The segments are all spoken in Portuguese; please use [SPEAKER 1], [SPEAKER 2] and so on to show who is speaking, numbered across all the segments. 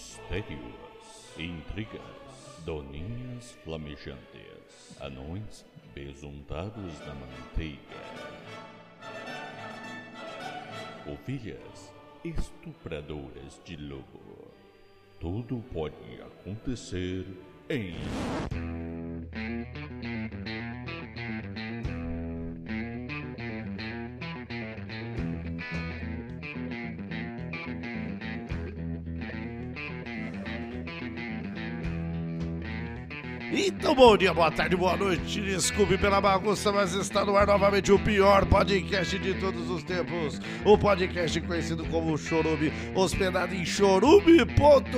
[SPEAKER 1] Mistérios, intrigas, doninhas flamejantes, anões besuntados na manteiga, ovelhas estupradoras de lobo. Tudo pode acontecer em.
[SPEAKER 2] Então, bom dia, boa tarde, boa noite. Desculpe pela bagunça, mas está no ar novamente o pior podcast de todos os tempos. O podcast conhecido como Chorume, hospedado em chorume.com.br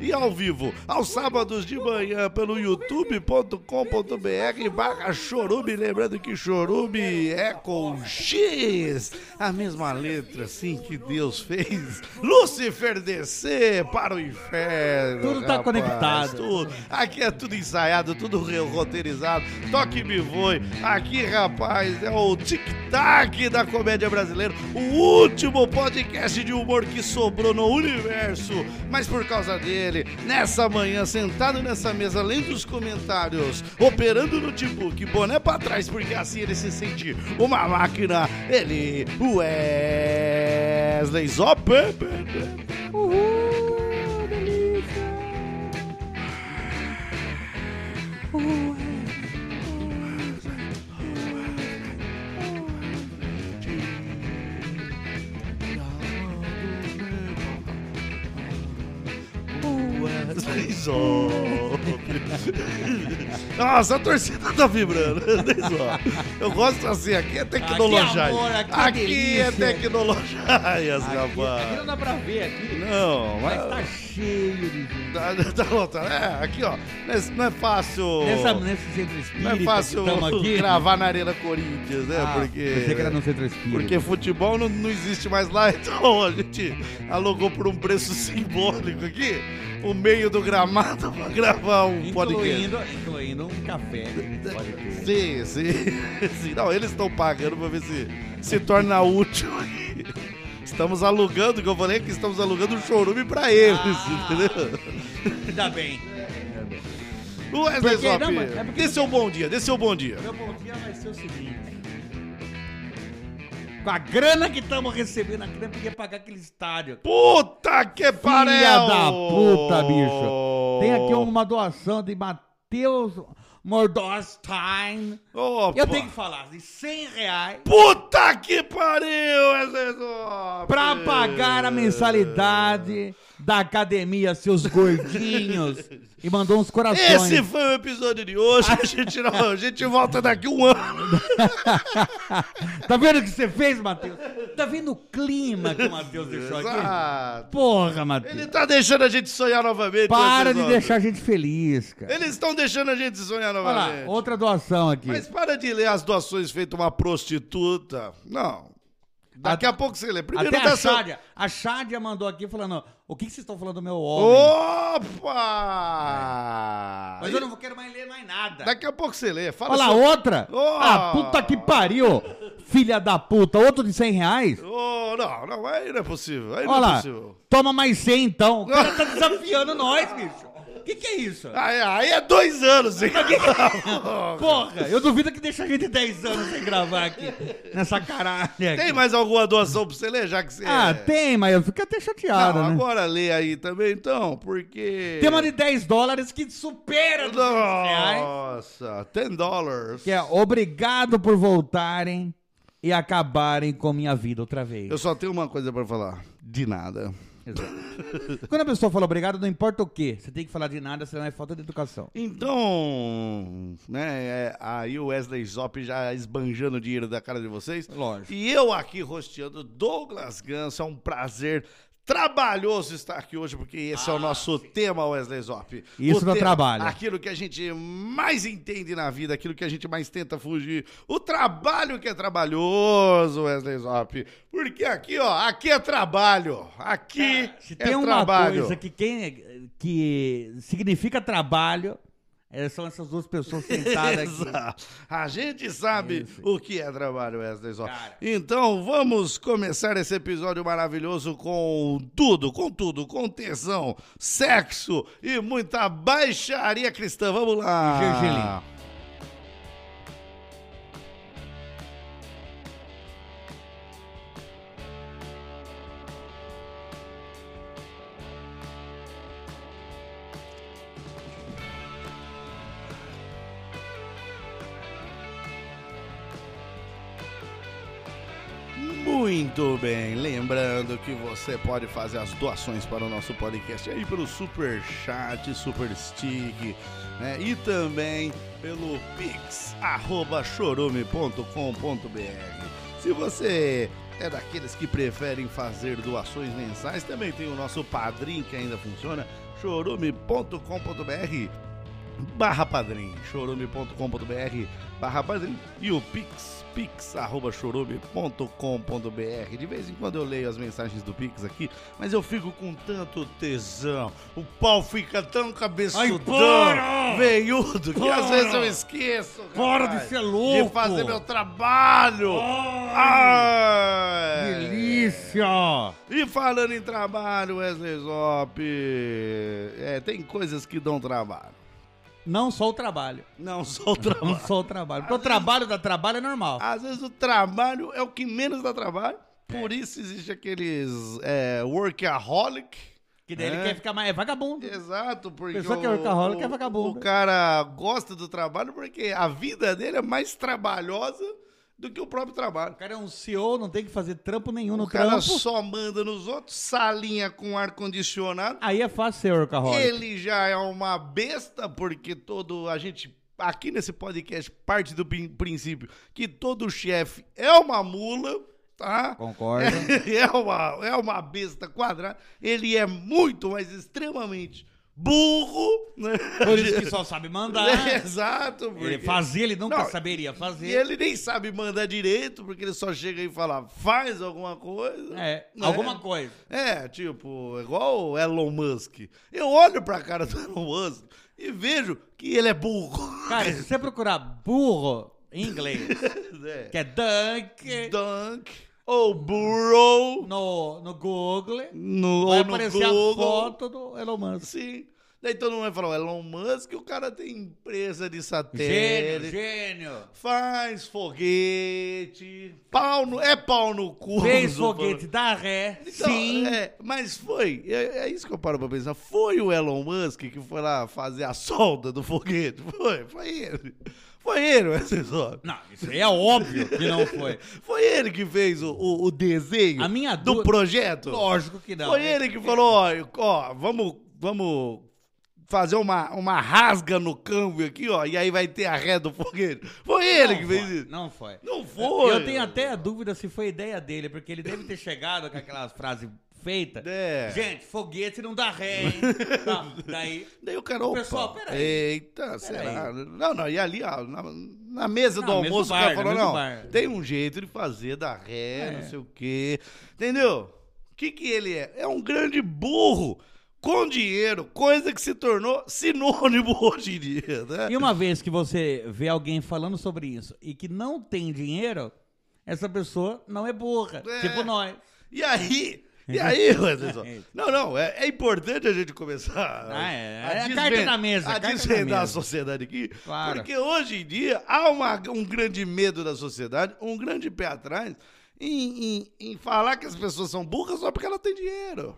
[SPEAKER 2] e ao vivo, aos sábados de manhã, pelo youtube.com.br barra chorume. Lembrando que chorume é com X, a mesma letra assim que Deus fez. Lúcifer descer para o inferno.
[SPEAKER 3] Tudo tá
[SPEAKER 2] rapaz.
[SPEAKER 3] conectado.
[SPEAKER 2] Tudo. Aqui é tudo ensaiado, tudo re- roteirizado. Toque me voe. Aqui, rapaz, é o tic-tac da comédia brasileira. O último podcast de humor que sobrou no universo. Mas por causa dele, nessa manhã, sentado nessa mesa, lendo os comentários, operando no notebook, boné pra trás, porque assim ele se sente uma máquina. Ele, Wesley Zop.
[SPEAKER 4] Uhul, delícia! Uhul!
[SPEAKER 2] Wesley Zop. Nossa, a torcida tá vibrando. Wesley Zop. Eu gosto assim, aqui é tecnologia.
[SPEAKER 3] Aqui é amor, aqui é
[SPEAKER 2] é
[SPEAKER 3] delícia.
[SPEAKER 2] tecnologia,
[SPEAKER 3] Aqui é
[SPEAKER 2] rapaz.
[SPEAKER 3] não dá pra ver aqui,
[SPEAKER 2] Não,
[SPEAKER 3] mas
[SPEAKER 2] mas
[SPEAKER 3] tá cheio de gente.
[SPEAKER 2] tá, tá lotado. É, aqui ó, nesse- não é fácil.
[SPEAKER 3] Nessa, nesse centro espírita
[SPEAKER 2] Não é fácil
[SPEAKER 3] que tamo aqui,
[SPEAKER 2] gravar na Arena Corinthians, né?
[SPEAKER 3] Ah, Pensei que era
[SPEAKER 2] porque.
[SPEAKER 3] no centro espírita.
[SPEAKER 2] Porque futebol não, não existe mais lá, então a gente alugou por um preço simbólico aqui o meio do gramado pra gravar um podcast.
[SPEAKER 3] incluindo, incluindo um café. Pode
[SPEAKER 2] Sim,
[SPEAKER 3] crer.
[SPEAKER 2] sim, sim. Não, eles estão pagando pra ver se se torna útil aqui. Estamos alugando, que eu falei que estamos alugando um chorume pra eles,
[SPEAKER 3] Ah.
[SPEAKER 2] entendeu?
[SPEAKER 3] Ainda bem.
[SPEAKER 2] O Wesley
[SPEAKER 3] Porque-
[SPEAKER 2] Zop,
[SPEAKER 3] não, mas é porque-
[SPEAKER 2] dê seu bom dia, dê seu bom dia.
[SPEAKER 3] Meu bom dia vai ser o seguinte. Com a grana que estamos recebendo aqui, não podia pagar aquele estádio.
[SPEAKER 2] Puta que pariu!
[SPEAKER 3] Filha da puta, bicho. Tem aqui um uma doação de Matheus Mordostein.
[SPEAKER 2] Opa.
[SPEAKER 3] Eu tenho que falar, de 100 reais
[SPEAKER 2] Puta que pariu, é Wesley Zop!
[SPEAKER 3] pra pagar a mensalidade da academia, seus gordinhos. e mandou uns corações.
[SPEAKER 2] Esse foi o episódio de hoje. A gente, não- a gente volta daqui um ano.
[SPEAKER 3] Tá vendo o que você fez, Matheus? Tá vendo o clima que o Matheus deixou aqui?
[SPEAKER 2] Exato.
[SPEAKER 3] Porra,
[SPEAKER 2] Ele
[SPEAKER 3] Matheus.
[SPEAKER 2] tá deixando a gente sonhar novamente.
[SPEAKER 3] Para
[SPEAKER 2] Wesley
[SPEAKER 3] de
[SPEAKER 2] Zop.
[SPEAKER 3] deixar a gente feliz, cara.
[SPEAKER 2] Eles estão deixando a gente sonhar
[SPEAKER 3] Olha lá,
[SPEAKER 2] novamente.
[SPEAKER 3] outra doação aqui.
[SPEAKER 2] Mas para de ler as doações feito uma prostituta. Não. Daqui a pouco você lê. Primeiro
[SPEAKER 3] Até a
[SPEAKER 2] dá seu-
[SPEAKER 3] Chádia. A Chádia mandou aqui falando, o que que vocês estão falando do meu homem?
[SPEAKER 2] Opa!
[SPEAKER 3] Mas eu não quero mais ler mais nada.
[SPEAKER 2] Daqui a pouco você lê. Fala
[SPEAKER 3] Olha lá,
[SPEAKER 2] seu-
[SPEAKER 3] outra.
[SPEAKER 2] Oh!
[SPEAKER 3] Ah, puta que pariu. Filha da puta. Outro de 100 reais?
[SPEAKER 2] Ô, não, não, aí não é possível. Aí
[SPEAKER 3] Olha
[SPEAKER 2] não é
[SPEAKER 3] lá.
[SPEAKER 2] possível.
[SPEAKER 3] Toma mais 100, então. O cara tá desafiando nós, bicho. O que que é isso?
[SPEAKER 2] Aí, aí é dois anos, hein? Tá
[SPEAKER 3] Porra, eu duvido que deixa a gente 10 anos sem gravar aqui. Nessa caralha aqui.
[SPEAKER 2] Tem mais alguma doação pra você ler, já que você. é?
[SPEAKER 3] Ah, tem, mas eu fico até chateado,
[SPEAKER 2] Não,
[SPEAKER 3] né?
[SPEAKER 2] agora lê aí também, então, porque.
[SPEAKER 3] Tem uma de 10 dólares que supera os 200 reais.
[SPEAKER 2] Nossa, 10 dólares.
[SPEAKER 3] Que é obrigado por voltarem e acabarem com minha vida outra vez.
[SPEAKER 2] Eu só tenho uma coisa pra falar. De nada.
[SPEAKER 3] Exato. Quando a pessoa fala obrigado, não importa o que. Você tem que falar de nada, senão é falta de educação.
[SPEAKER 2] Então, né, é, aí o Wesley Zop já esbanjando o dinheiro da cara de vocês.
[SPEAKER 3] Lógico.
[SPEAKER 2] E eu aqui rosteando Douglas Ganso, é um prazer trabalhoso estar aqui hoje, porque esse é o nosso tema, Wesley Zop.
[SPEAKER 3] Ah, Isso
[SPEAKER 2] O
[SPEAKER 3] dá
[SPEAKER 2] tema,
[SPEAKER 3] trabalho.
[SPEAKER 2] Aquilo que a gente mais entende na vida, aquilo que a gente mais tenta fugir. O trabalho que é trabalhoso, Wesley Zop. Porque aqui, ó, aqui é trabalho. Aqui
[SPEAKER 3] Se
[SPEAKER 2] é
[SPEAKER 3] tem uma
[SPEAKER 2] trabalho.
[SPEAKER 3] coisa que, quem, que significa trabalho, É, são essas duas pessoas sentadas aqui.
[SPEAKER 2] Exato. A gente sabe
[SPEAKER 3] Isso.
[SPEAKER 2] o que é trabalho, Wesley Zó.
[SPEAKER 3] Cara.
[SPEAKER 2] Então vamos começar esse episódio maravilhoso com tudo, com tudo, com tesão, sexo e muita baixaria cristã. Vamos lá.
[SPEAKER 3] Gergelim.
[SPEAKER 2] Muito bem, lembrando que você pode fazer as doações para o nosso podcast aí pelo Super Chat, Super Stick, né? E também pelo pix arroba chorume.com.br. Se você é daqueles que preferem fazer doações mensais, também tem o nosso padrinho que ainda funciona, chorume.com.br barra padrim, chorume.com.br barra padrim e o pix, pix arroba chorume.com.br de vez em quando eu leio as mensagens do pix aqui mas eu fico com tanto tesão o pau fica tão cabeçudão
[SPEAKER 3] para!
[SPEAKER 2] veiudo que às
[SPEAKER 3] Para!
[SPEAKER 2] vezes eu esqueço rapaz,
[SPEAKER 3] Para Ah, de ser louco!
[SPEAKER 2] de fazer meu trabalho
[SPEAKER 3] Ai,
[SPEAKER 2] Ai!
[SPEAKER 3] Delícia!
[SPEAKER 2] E falando em trabalho, Wesley Zop, é, tem coisas que dão trabalho.
[SPEAKER 3] Não só o trabalho.
[SPEAKER 2] Não só o
[SPEAKER 3] Não
[SPEAKER 2] trabalho.
[SPEAKER 3] só o trabalho. Porque o trabalho da trabalho é normal.
[SPEAKER 2] Às vezes o trabalho é o que menos dá trabalho.
[SPEAKER 3] É.
[SPEAKER 2] Por isso existe aqueles é, workaholic.
[SPEAKER 3] Que daí ele
[SPEAKER 2] É.
[SPEAKER 3] quer ficar mais. É vagabundo.
[SPEAKER 2] Exato, porque.
[SPEAKER 3] Pessoa que é
[SPEAKER 2] o-
[SPEAKER 3] workaholic
[SPEAKER 2] o-
[SPEAKER 3] é vagabundo.
[SPEAKER 2] O cara gosta do trabalho porque a vida dele é mais trabalhosa do que o próprio trabalho.
[SPEAKER 3] O cara é um CEO, não tem que fazer trampo nenhum no
[SPEAKER 2] o cara
[SPEAKER 3] trampo.
[SPEAKER 2] só manda nos outros, salinha com ar-condicionado.
[SPEAKER 3] Aí é fácil ser workaholic.
[SPEAKER 2] Ele já é uma besta, porque todo. A gente. Aqui nesse podcast parte do prin- princípio que todo chefe é uma mula, tá?
[SPEAKER 3] Concordo.
[SPEAKER 2] É uma, é uma besta quadrada. Ele é muito, mas extremamente burro. Né?
[SPEAKER 3] Por isso que só sabe mandar.
[SPEAKER 2] Exato, É, porque...
[SPEAKER 3] Ele fazia, ele nunca
[SPEAKER 2] Não,
[SPEAKER 3] saberia
[SPEAKER 2] E
[SPEAKER 3] fazer.
[SPEAKER 2] ele nem sabe mandar direito, porque ele só chega e fala, faz alguma coisa.
[SPEAKER 3] É,
[SPEAKER 2] né?
[SPEAKER 3] alguma coisa.
[SPEAKER 2] É, tipo, igual o Elon Musk. Eu olho pra cara do Elon Musk e vejo que ele é burro.
[SPEAKER 3] Cara, se você procurar burro em inglês,
[SPEAKER 2] É.
[SPEAKER 3] que é dunk,
[SPEAKER 2] Dunk ou burro
[SPEAKER 3] no, no Google,
[SPEAKER 2] no,
[SPEAKER 3] vai
[SPEAKER 2] ou no
[SPEAKER 3] aparecer
[SPEAKER 2] Google.
[SPEAKER 3] a foto do Elon Musk.
[SPEAKER 2] Sim. Daí todo mundo vai falar, o Elon Musk, o cara tem empresa de satélite.
[SPEAKER 3] Gênio, gênio.
[SPEAKER 2] Faz foguete. Pau no, é pau no cu.
[SPEAKER 3] Fez
[SPEAKER 2] Não
[SPEAKER 3] foguete da ré,
[SPEAKER 2] Então,
[SPEAKER 3] sim.
[SPEAKER 2] é, mas foi, é, é isso que eu paro pra pensar. Foi o Elon Musk que foi lá fazer a solda do foguete? Foi, foi ele. Foi ele, o assessor.
[SPEAKER 3] Não, isso aí é óbvio que não foi.
[SPEAKER 2] Foi ele que fez o, o- o desenho
[SPEAKER 3] A minha
[SPEAKER 2] do
[SPEAKER 3] dúvida-
[SPEAKER 2] projeto?
[SPEAKER 3] Lógico que não.
[SPEAKER 2] foi ele que falou, ó, eu- ó, vamos, vamos fazer uma, uma rasga no câmbio aqui, ó, e aí vai ter a ré do foguete. Foi ele
[SPEAKER 3] Não
[SPEAKER 2] que
[SPEAKER 3] foi,
[SPEAKER 2] fez isso.
[SPEAKER 3] Não foi.
[SPEAKER 2] Não foi.
[SPEAKER 3] Eu tenho até a dúvida se foi ideia dele, porque ele deve ter chegado com aquela frase feita.
[SPEAKER 2] É.
[SPEAKER 3] Gente, foguete não dá ré, hein? Tá, daí.
[SPEAKER 2] Daí o cara, opa,
[SPEAKER 3] Pessoal, peraí.
[SPEAKER 2] eita, será? Não, não, e ali, ó, na, na mesa do
[SPEAKER 3] Não, mesmo
[SPEAKER 2] almoço, o
[SPEAKER 3] bar,
[SPEAKER 2] cara
[SPEAKER 3] né,
[SPEAKER 2] falou,
[SPEAKER 3] mesmo
[SPEAKER 2] não,
[SPEAKER 3] bar. É.
[SPEAKER 2] tem um jeito de fazer da ré, não sei o quê, entendeu? O que que ele é? É um grande burro com dinheiro, coisa que se tornou sinônimo hoje em dia, né?
[SPEAKER 3] E uma vez que você vê alguém falando sobre isso e que não tem dinheiro, essa pessoa não é burra.
[SPEAKER 2] É.
[SPEAKER 3] Tipo nós.
[SPEAKER 2] E aí... E aí, Anderson?
[SPEAKER 3] É isso.
[SPEAKER 2] Não, não, é, é importante a gente começar
[SPEAKER 3] Ah, é,
[SPEAKER 2] a
[SPEAKER 3] é a
[SPEAKER 2] desven-
[SPEAKER 3] carta na mesa,
[SPEAKER 2] a
[SPEAKER 3] carta na
[SPEAKER 2] desvendar a
[SPEAKER 3] mesa.
[SPEAKER 2] sociedade aqui,
[SPEAKER 3] Claro.
[SPEAKER 2] porque hoje em dia há uma- um grande medo da sociedade, um grande pé atrás em, em- em falar que as pessoas são burras só porque ela tem dinheiro.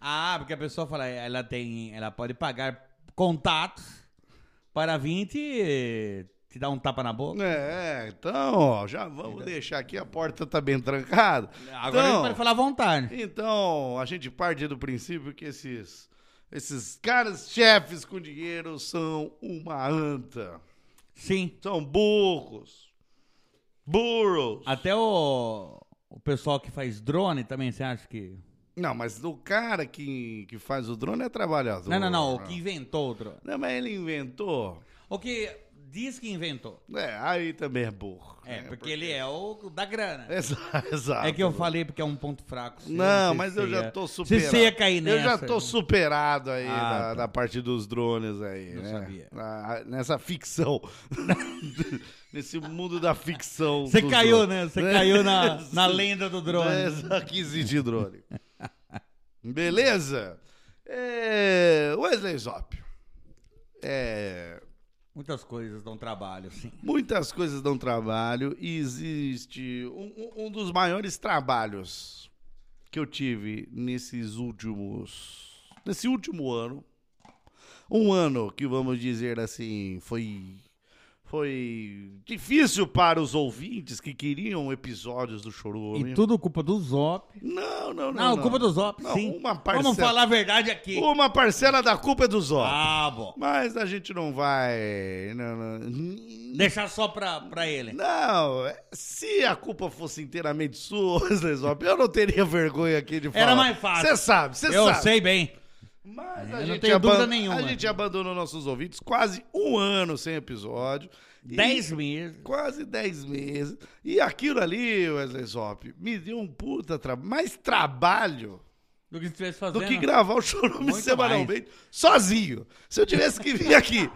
[SPEAKER 3] Ah, porque a pessoa fala, ela tem. Ela pode pagar contatos para vir te, te dar um tapa na boca.
[SPEAKER 2] É, então, ó, já vamos deixar aqui, a porta tá bem trancada.
[SPEAKER 3] Agora ele
[SPEAKER 2] então,
[SPEAKER 3] pode falar à vontade.
[SPEAKER 2] Então, a gente parte do princípio que esses, esses caras chefes com dinheiro são uma anta.
[SPEAKER 3] Sim.
[SPEAKER 2] São burros. Burros.
[SPEAKER 3] Até o. O pessoal que faz drone também, você acha que.
[SPEAKER 2] Não, mas o cara que, que faz o drone é trabalhador.
[SPEAKER 3] Não, não, não. O que inventou o drone.
[SPEAKER 2] Não, mas ele inventou.
[SPEAKER 3] O que diz que inventou.
[SPEAKER 2] É, aí também é burro.
[SPEAKER 3] É,
[SPEAKER 2] né?
[SPEAKER 3] porque, ele é o da grana.
[SPEAKER 2] Exa- Exato.
[SPEAKER 3] É que eu falei porque é um ponto fraco. seu,
[SPEAKER 2] Tá, Não,
[SPEAKER 3] sei
[SPEAKER 2] mas
[SPEAKER 3] se
[SPEAKER 2] eu
[SPEAKER 3] você
[SPEAKER 2] já
[SPEAKER 3] ia-
[SPEAKER 2] tô
[SPEAKER 3] se
[SPEAKER 2] superado.
[SPEAKER 3] Você ia cair nessa.
[SPEAKER 2] Eu já tô superado aí
[SPEAKER 3] Ah,
[SPEAKER 2] na,
[SPEAKER 3] tá.
[SPEAKER 2] na parte dos drones aí,
[SPEAKER 3] Não
[SPEAKER 2] né?
[SPEAKER 3] sabia.
[SPEAKER 2] Na- nessa ficção. Nesse mundo da ficção.
[SPEAKER 3] Você
[SPEAKER 2] dos
[SPEAKER 3] caiu,
[SPEAKER 2] drones.
[SPEAKER 3] né? Você caiu na, na lenda do drone.
[SPEAKER 2] Essa que existe drone. Beleza? É, Wesley Zop. É,
[SPEAKER 3] Muitas coisas dão trabalho, sim.
[SPEAKER 2] muitas coisas dão trabalho e existe um, um- um dos maiores trabalhos que eu tive nesses últimos. Nesse último ano. Um ano que vamos dizer assim foi. Foi difícil para os ouvintes que queriam episódios do Chorume.
[SPEAKER 3] E tudo culpa do Zop.
[SPEAKER 2] Não, não, não.
[SPEAKER 3] Não, culpa do Zop,
[SPEAKER 2] Não,
[SPEAKER 3] sim.
[SPEAKER 2] uma parcela-
[SPEAKER 3] Vamos falar a verdade aqui.
[SPEAKER 2] Uma parcela da culpa é do Zó.
[SPEAKER 3] Ah, bom.
[SPEAKER 2] Mas a gente não vai. Não, não.
[SPEAKER 3] Deixar só pra, pra ele.
[SPEAKER 2] Não, é- se a culpa fosse inteiramente sua, Wesley Zop, eu não teria vergonha aqui de falar.
[SPEAKER 3] Era mais fácil.
[SPEAKER 2] Você sabe, você
[SPEAKER 3] Eu
[SPEAKER 2] sabe.
[SPEAKER 3] sei bem.
[SPEAKER 2] Mas
[SPEAKER 3] Eu
[SPEAKER 2] a
[SPEAKER 3] não
[SPEAKER 2] gente,
[SPEAKER 3] tenho dúvida
[SPEAKER 2] aban-
[SPEAKER 3] nenhuma.
[SPEAKER 2] a gente abandonou nossos ouvintes quase um ano sem episódio. E-
[SPEAKER 3] Dez meses.
[SPEAKER 2] Quase 10 meses. E aquilo ali, Wesley Zop, me deu um puta tra... mais trabalho
[SPEAKER 3] Do que você estivesse
[SPEAKER 2] do
[SPEAKER 3] fazendo.
[SPEAKER 2] que gravar o chorume
[SPEAKER 3] Tá Muito
[SPEAKER 2] semanalmente sozinho. Se eu tivesse que vir aqui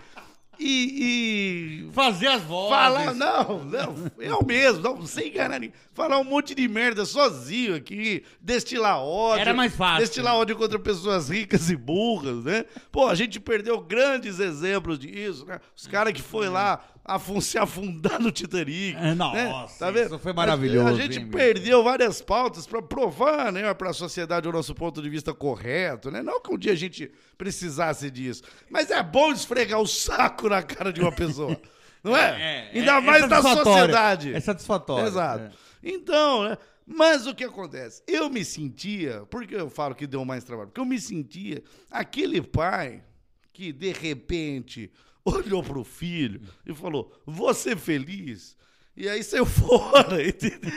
[SPEAKER 2] e, e
[SPEAKER 3] Fazer as vozes.
[SPEAKER 2] falar, não, não, eu mesmo, não, sem enganar ninguém, falar um monte de merda sozinho aqui, destilar ódio.
[SPEAKER 3] Era mais fácil.
[SPEAKER 2] Destilar ódio contra pessoas ricas e burras, né? Pô, a gente perdeu grandes exemplos disso, né? Os caras que foi lá afun- se afundar no Titanic.
[SPEAKER 3] É,
[SPEAKER 2] né?
[SPEAKER 3] nossa, isso foi maravilhoso,
[SPEAKER 2] A gente
[SPEAKER 3] hein, meu?
[SPEAKER 2] perdeu várias pautas para provar, né, para a sociedade o nosso ponto de vista correto, né? Não que um dia a gente precisasse disso, mas é bom esfregar o saco na cara de uma pessoa. Não é? Ainda mais da
[SPEAKER 3] satisfatório.
[SPEAKER 2] sociedade.
[SPEAKER 3] É satisfatório.
[SPEAKER 2] Exato. Então, né? Mas o que acontece? Eu me sentia, por que eu falo que deu mais trabalho? Porque eu me sentia aquele pai que de repente olhou pro filho e falou: "Vou ser feliz". E aí saiu fora, entendeu?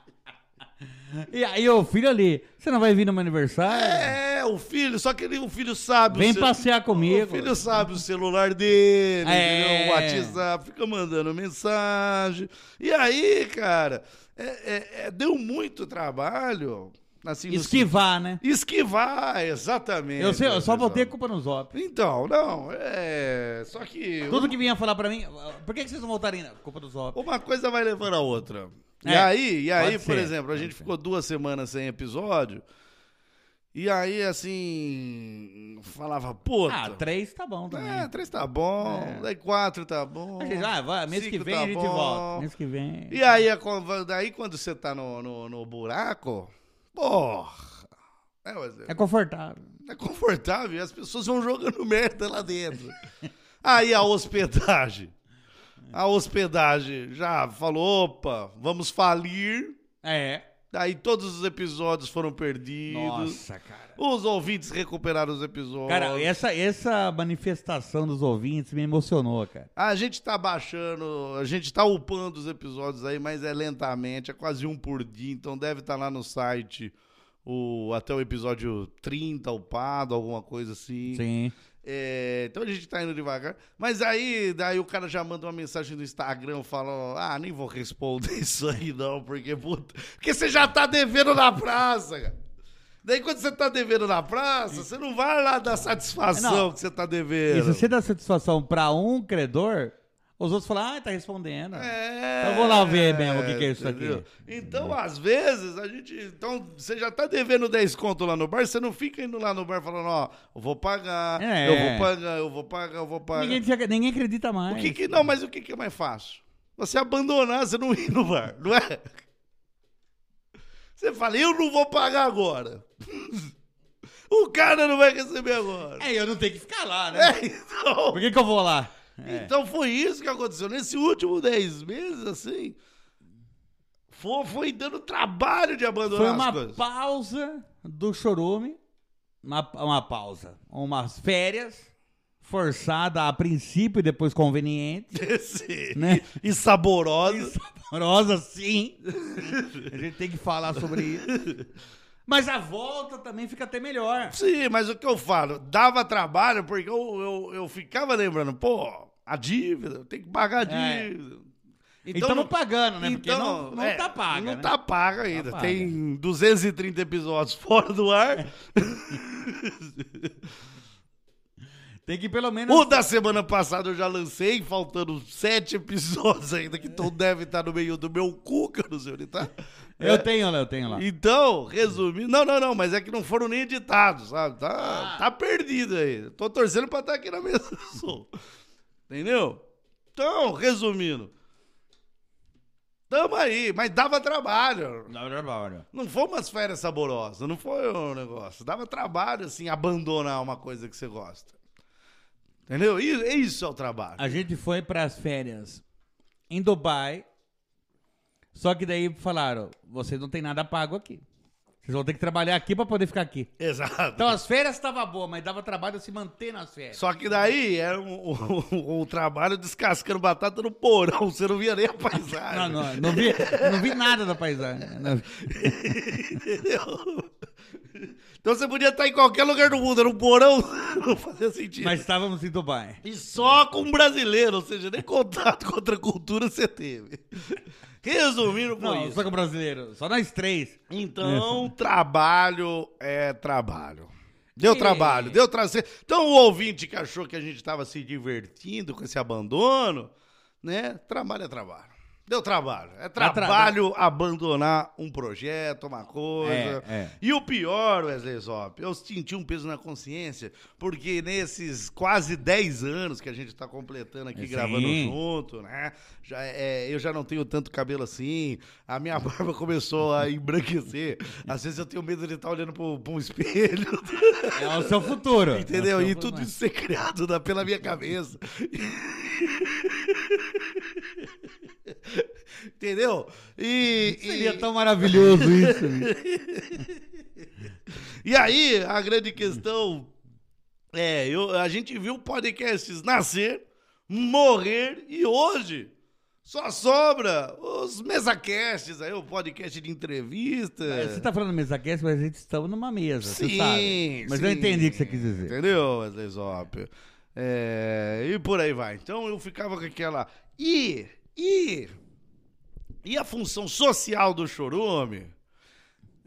[SPEAKER 3] É. E aí o filho ali, você não vai vir no meu aniversário?
[SPEAKER 2] É, o filho, só que ele, o filho sabe o
[SPEAKER 3] Vem
[SPEAKER 2] celu-
[SPEAKER 3] passear comigo.
[SPEAKER 2] O filho sabe o celular dele,
[SPEAKER 3] É.
[SPEAKER 2] entendeu? o WhatsApp, fica mandando mensagem. E aí, cara, é- é- é, deu muito trabalho. Assim, no
[SPEAKER 3] Esquivar, né?
[SPEAKER 2] Esquivar, exatamente.
[SPEAKER 3] Eu, sei, eu só
[SPEAKER 2] pessoal.
[SPEAKER 3] botei culpa no Zop.
[SPEAKER 2] Então, não, é. Só que.
[SPEAKER 3] Tudo que vinha falar pra mim, por que, que vocês não voltarem? Culpa do Zop.
[SPEAKER 2] Uma coisa vai levando a outra.
[SPEAKER 3] É,
[SPEAKER 2] e aí, e aí
[SPEAKER 3] pode
[SPEAKER 2] por
[SPEAKER 3] ser,
[SPEAKER 2] exemplo, a
[SPEAKER 3] pode
[SPEAKER 2] gente
[SPEAKER 3] ser.
[SPEAKER 2] ficou duas semanas sem episódio. E aí, assim. Falava, puta.
[SPEAKER 3] Ah, três tá bom também. É.
[SPEAKER 2] É, três tá bom, daí quatro tá bom.
[SPEAKER 3] A gente, ah, vai, mês
[SPEAKER 2] cinco
[SPEAKER 3] que vem
[SPEAKER 2] tá
[SPEAKER 3] a gente
[SPEAKER 2] bom.
[SPEAKER 3] volta. Mês que vem.
[SPEAKER 2] E aí, a con- daí quando você tá no, no, no buraco, porra. É, mas é-
[SPEAKER 3] É confortável.
[SPEAKER 2] é confortável e as pessoas vão jogando merda lá dentro. Aí a hospedagem. A hospedagem já falou: opa, vamos falir.
[SPEAKER 3] É.
[SPEAKER 2] Daí todos os episódios foram perdidos.
[SPEAKER 3] Nossa, cara.
[SPEAKER 2] Os ouvintes recuperaram os episódios.
[SPEAKER 3] Cara, é- essa, essa manifestação dos ouvintes me emocionou, cara.
[SPEAKER 2] A gente tá baixando, a gente tá upando os episódios aí, mas é lentamente, é quase um por dia, então deve estar lá no site o, até o episódio 30 upado, alguma coisa assim.
[SPEAKER 3] Sim.
[SPEAKER 2] É, então a gente tá indo devagar. Mas aí, daí o cara já manda uma mensagem no Instagram falando: Ah, nem vou responder isso aí, não, porque puta, porque você já tá devendo na praça, cara. Daí quando você tá devendo na praça, você não vai lá dar satisfação
[SPEAKER 3] Não.
[SPEAKER 2] que você tá
[SPEAKER 3] E se
[SPEAKER 2] devendo.
[SPEAKER 3] você dá satisfação pra um credor, os outros falam, ah, tá respondendo.
[SPEAKER 2] É,
[SPEAKER 3] Então eu vou lá ver mesmo o que que é isso aqui.
[SPEAKER 2] Então, às vezes, a gente. Então, você já tá devendo 10 conto lá no bar, você não fica indo lá no bar falando, ó, eu vou pagar,
[SPEAKER 3] É.
[SPEAKER 2] eu vou pagar, eu vou pagar, eu vou pagar.
[SPEAKER 3] Ninguém, te- ninguém acredita mais.
[SPEAKER 2] O que que- não, mas o que, que é mais fácil? Você abandonar, você não ir no bar, não é? Você fala, eu não vou pagar agora. o cara não vai receber agora.
[SPEAKER 3] É, eu não tenho que ficar lá, né?
[SPEAKER 2] É, então,
[SPEAKER 3] Por que, que eu vou lá? É.
[SPEAKER 2] então foi isso que aconteceu. Nesse último 10 meses, assim, foi, foi dando trabalho de abandonar
[SPEAKER 3] Foi
[SPEAKER 2] as
[SPEAKER 3] uma
[SPEAKER 2] coisas.
[SPEAKER 3] pausa do chorume. Uma, uma pausa. Umas férias. Forçada a princípio e depois conveniente.
[SPEAKER 2] Sim.
[SPEAKER 3] Né?
[SPEAKER 2] E saborosa.
[SPEAKER 3] E saborosa, sim. A gente tem que falar sobre isso. Mas a volta também fica até melhor.
[SPEAKER 2] Sim, mas o que eu falo, dava trabalho porque eu, eu, eu ficava lembrando, pô, a dívida, eu tenho que pagar a
[SPEAKER 3] É.
[SPEAKER 2] dívida.
[SPEAKER 3] Então, não pagando, né? Porque não, não
[SPEAKER 2] é,
[SPEAKER 3] tá paga.
[SPEAKER 2] Não
[SPEAKER 3] né?
[SPEAKER 2] tá paga ainda.
[SPEAKER 3] paga. É.
[SPEAKER 2] Tem 230 episódios fora do ar.
[SPEAKER 3] Tem que pelo menos.
[SPEAKER 2] o da semana passada eu já lancei, faltando sete episódios ainda, que então deve estar no meio do meu cu, que eu não sei onde tá.
[SPEAKER 3] Eu tenho lá, eu tenho lá.
[SPEAKER 2] Então, resumindo. Não, não, não, mas é que não foram nem editados, sabe?
[SPEAKER 3] Ah.
[SPEAKER 2] Tá, tá perdido aí. Tô torcendo pra estar aqui na mesa do som. Entendeu? Então, resumindo. Tamo aí, mas dava trabalho.
[SPEAKER 3] Dá trabalho.
[SPEAKER 2] Não foi umas férias saborosas, não foi um negócio. Dava trabalho, assim, abandonar uma coisa que você gosta. Entendeu? I- Isso é o trabalho.
[SPEAKER 3] A gente foi pras férias em Dubai. Só que daí falaram: vocês não tem nada pago aqui. Vocês vão ter que trabalhar aqui pra poder ficar aqui.
[SPEAKER 2] Exato.
[SPEAKER 3] Então as férias tava boa, mas dava trabalho se manter nas férias.
[SPEAKER 2] Só que daí era um, um- um trabalho descascando batata no porão, você não via nem a paisagem.
[SPEAKER 3] Não, não, não vi, não vi nada da paisagem. Não-
[SPEAKER 2] Entendeu? Então você podia estar em qualquer lugar do mundo, era um porão, não fazia sentido.
[SPEAKER 3] Mas tá- estávamos em Dubai.
[SPEAKER 2] E só com um brasileiro, ou seja, nem contato com outra cultura você teve. Resumindo com
[SPEAKER 3] Não,
[SPEAKER 2] isso.
[SPEAKER 3] só com brasileiro. Só nós três.
[SPEAKER 2] Então, trabalho é trabalho. Deu
[SPEAKER 3] E-
[SPEAKER 2] trabalho, deu trazer. Então, o ouvinte que achou que a gente estava se divertindo com esse abandono, né? Trabalho é trabalho. Deu trabalho. É
[SPEAKER 3] tra-
[SPEAKER 2] trabalho abandonar um projeto, uma coisa.
[SPEAKER 3] É, é.
[SPEAKER 2] E o pior, Wesley Zop, eu senti um peso na consciência, porque nesses quase 10 anos que a gente está completando aqui,
[SPEAKER 3] Sim.
[SPEAKER 2] gravando junto, né? Já, é, eu já não tenho tanto cabelo assim, a minha barba começou a embranquecer. Às vezes eu tenho medo de estar olhando pro- pra um espelho,
[SPEAKER 3] É o seu futuro.
[SPEAKER 2] entendeu?
[SPEAKER 3] É o seu
[SPEAKER 2] E tudo
[SPEAKER 3] futuro.
[SPEAKER 2] isso ser criado na- pela minha cabeça. Entendeu? E,
[SPEAKER 3] Seria
[SPEAKER 2] e-
[SPEAKER 3] tão maravilhoso isso. né?
[SPEAKER 2] E aí, a grande questão é, eu, a gente viu podcasts nascer, morrer e hoje só sobra os mesacasts aí, o podcast de entrevista.
[SPEAKER 3] Você tá falando mesa cast, mas a gente está numa mesa, você
[SPEAKER 2] É. Sim,
[SPEAKER 3] sabe. Mas eu
[SPEAKER 2] sim.
[SPEAKER 3] entendi o que você quis dizer.
[SPEAKER 2] Entendeu, Wesley Zop? É, e por aí vai. Então eu ficava com aquela. E, e, e a função social do chorume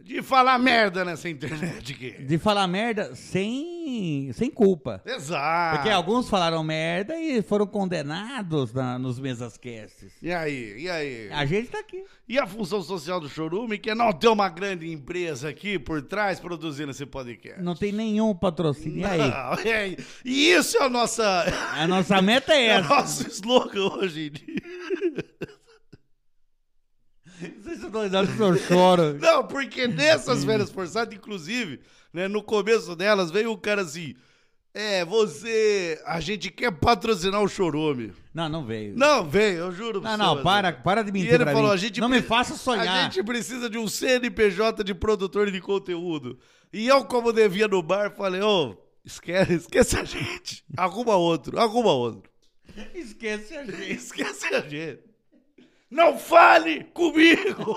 [SPEAKER 2] de falar merda nessa internet aqui.
[SPEAKER 3] De falar merda sem, sem culpa.
[SPEAKER 2] Exato.
[SPEAKER 3] Porque é alguns falaram merda e foram condenados na- nos mesas casts.
[SPEAKER 2] E aí, e aí?
[SPEAKER 3] A gente tá aqui.
[SPEAKER 2] E a função social do Chorume, que é não ter uma grande empresa aqui por trás produzindo esse podcast.
[SPEAKER 3] Não tem nenhum patrocínio. E aí?
[SPEAKER 2] Não, é- e isso é a nossa,
[SPEAKER 3] A nossa meta é
[SPEAKER 2] é o
[SPEAKER 3] essa.
[SPEAKER 2] nosso slogan hoje em dia.
[SPEAKER 3] Vocês estão doidados, eu choro.
[SPEAKER 2] Não, porque nessas velhas forçadas, inclusive, né, no começo delas, veio um cara assim, é, você, a gente quer patrocinar o Chorume.
[SPEAKER 3] Não, não veio.
[SPEAKER 2] Não, veio, eu juro pra
[SPEAKER 3] Não,
[SPEAKER 2] você, mas-
[SPEAKER 3] não, para, para de mentir
[SPEAKER 2] E ele
[SPEAKER 3] pra
[SPEAKER 2] falou,
[SPEAKER 3] mim.
[SPEAKER 2] a gente
[SPEAKER 3] não
[SPEAKER 2] pre-
[SPEAKER 3] me faça
[SPEAKER 2] A
[SPEAKER 3] sonhar.
[SPEAKER 2] gente precisa de um CNPJ de produtor de conteúdo. E eu, como devia no bar, falei, ô, esquece, esquece a gente. Arruma outro, arruma outro.
[SPEAKER 3] Esquece a gente.
[SPEAKER 2] Esquece a gente. Não fale comigo!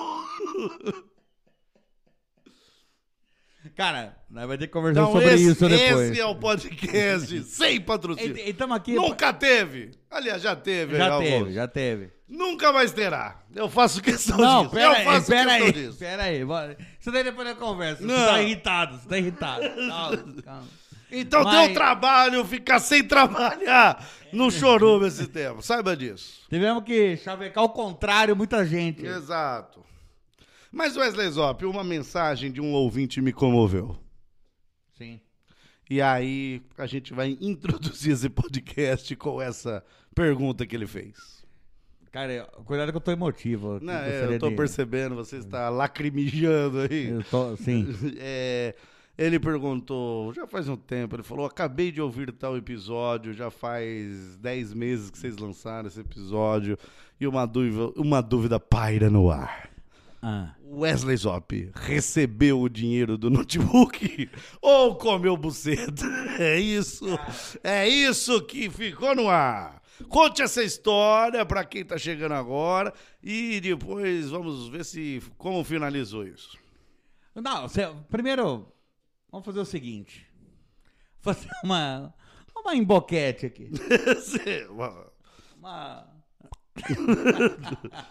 [SPEAKER 3] Cara, nós vai ter que conversar sobre
[SPEAKER 2] esse,
[SPEAKER 3] isso depois. É,
[SPEAKER 2] esse é o podcast sem patrocínio.
[SPEAKER 3] E- e tamo aqui.
[SPEAKER 2] Nunca teve. Aliás, já teve.
[SPEAKER 3] Já
[SPEAKER 2] já
[SPEAKER 3] teve,
[SPEAKER 2] alguns.
[SPEAKER 3] já teve.
[SPEAKER 2] Nunca mais terá. Eu faço questão
[SPEAKER 3] Não,
[SPEAKER 2] disso.
[SPEAKER 3] pera
[SPEAKER 2] eu
[SPEAKER 3] aí,
[SPEAKER 2] faço
[SPEAKER 3] pera
[SPEAKER 2] questão
[SPEAKER 3] aí.
[SPEAKER 2] disso.
[SPEAKER 3] Pera aí. bora. Isso daí depois da conversa.
[SPEAKER 2] Não.
[SPEAKER 3] Você tá irritado, você tá irritado. Calma, calma.
[SPEAKER 2] Então
[SPEAKER 3] Mas-
[SPEAKER 2] deu trabalho ficar sem trabalhar no chorume esse tempo. Saiba disso.
[SPEAKER 3] Tivemos que chavecar ao contrário muita gente.
[SPEAKER 2] Exato. Mas Wesley Zop, uma mensagem de um ouvinte me comoveu.
[SPEAKER 3] Sim.
[SPEAKER 2] E aí a gente vai introduzir esse podcast com essa pergunta que ele fez.
[SPEAKER 3] Cara, eu- cuidado que eu tô emotivo.
[SPEAKER 2] Não, é,
[SPEAKER 3] gostaria
[SPEAKER 2] eu tô
[SPEAKER 3] de-
[SPEAKER 2] percebendo, você está lacrimejando aí.
[SPEAKER 3] Eu tô, sim.
[SPEAKER 2] É, ele perguntou, já faz um tempo, ele falou: acabei de ouvir tal episódio, já faz 10 meses que vocês lançaram esse episódio, e uma dúvida, uma dúvida paira no ar.
[SPEAKER 3] Ah.
[SPEAKER 2] Wesley Zop recebeu o dinheiro do notebook ou comeu buceta? É isso, é isso que ficou no ar. Conte essa história pra quem tá chegando agora e depois vamos ver se como finalizou isso.
[SPEAKER 3] Não, cê- primeiro, vamos fazer o seguinte. Fazer uma. Uma emboquete aqui.
[SPEAKER 2] Sim, mano.
[SPEAKER 3] Uma.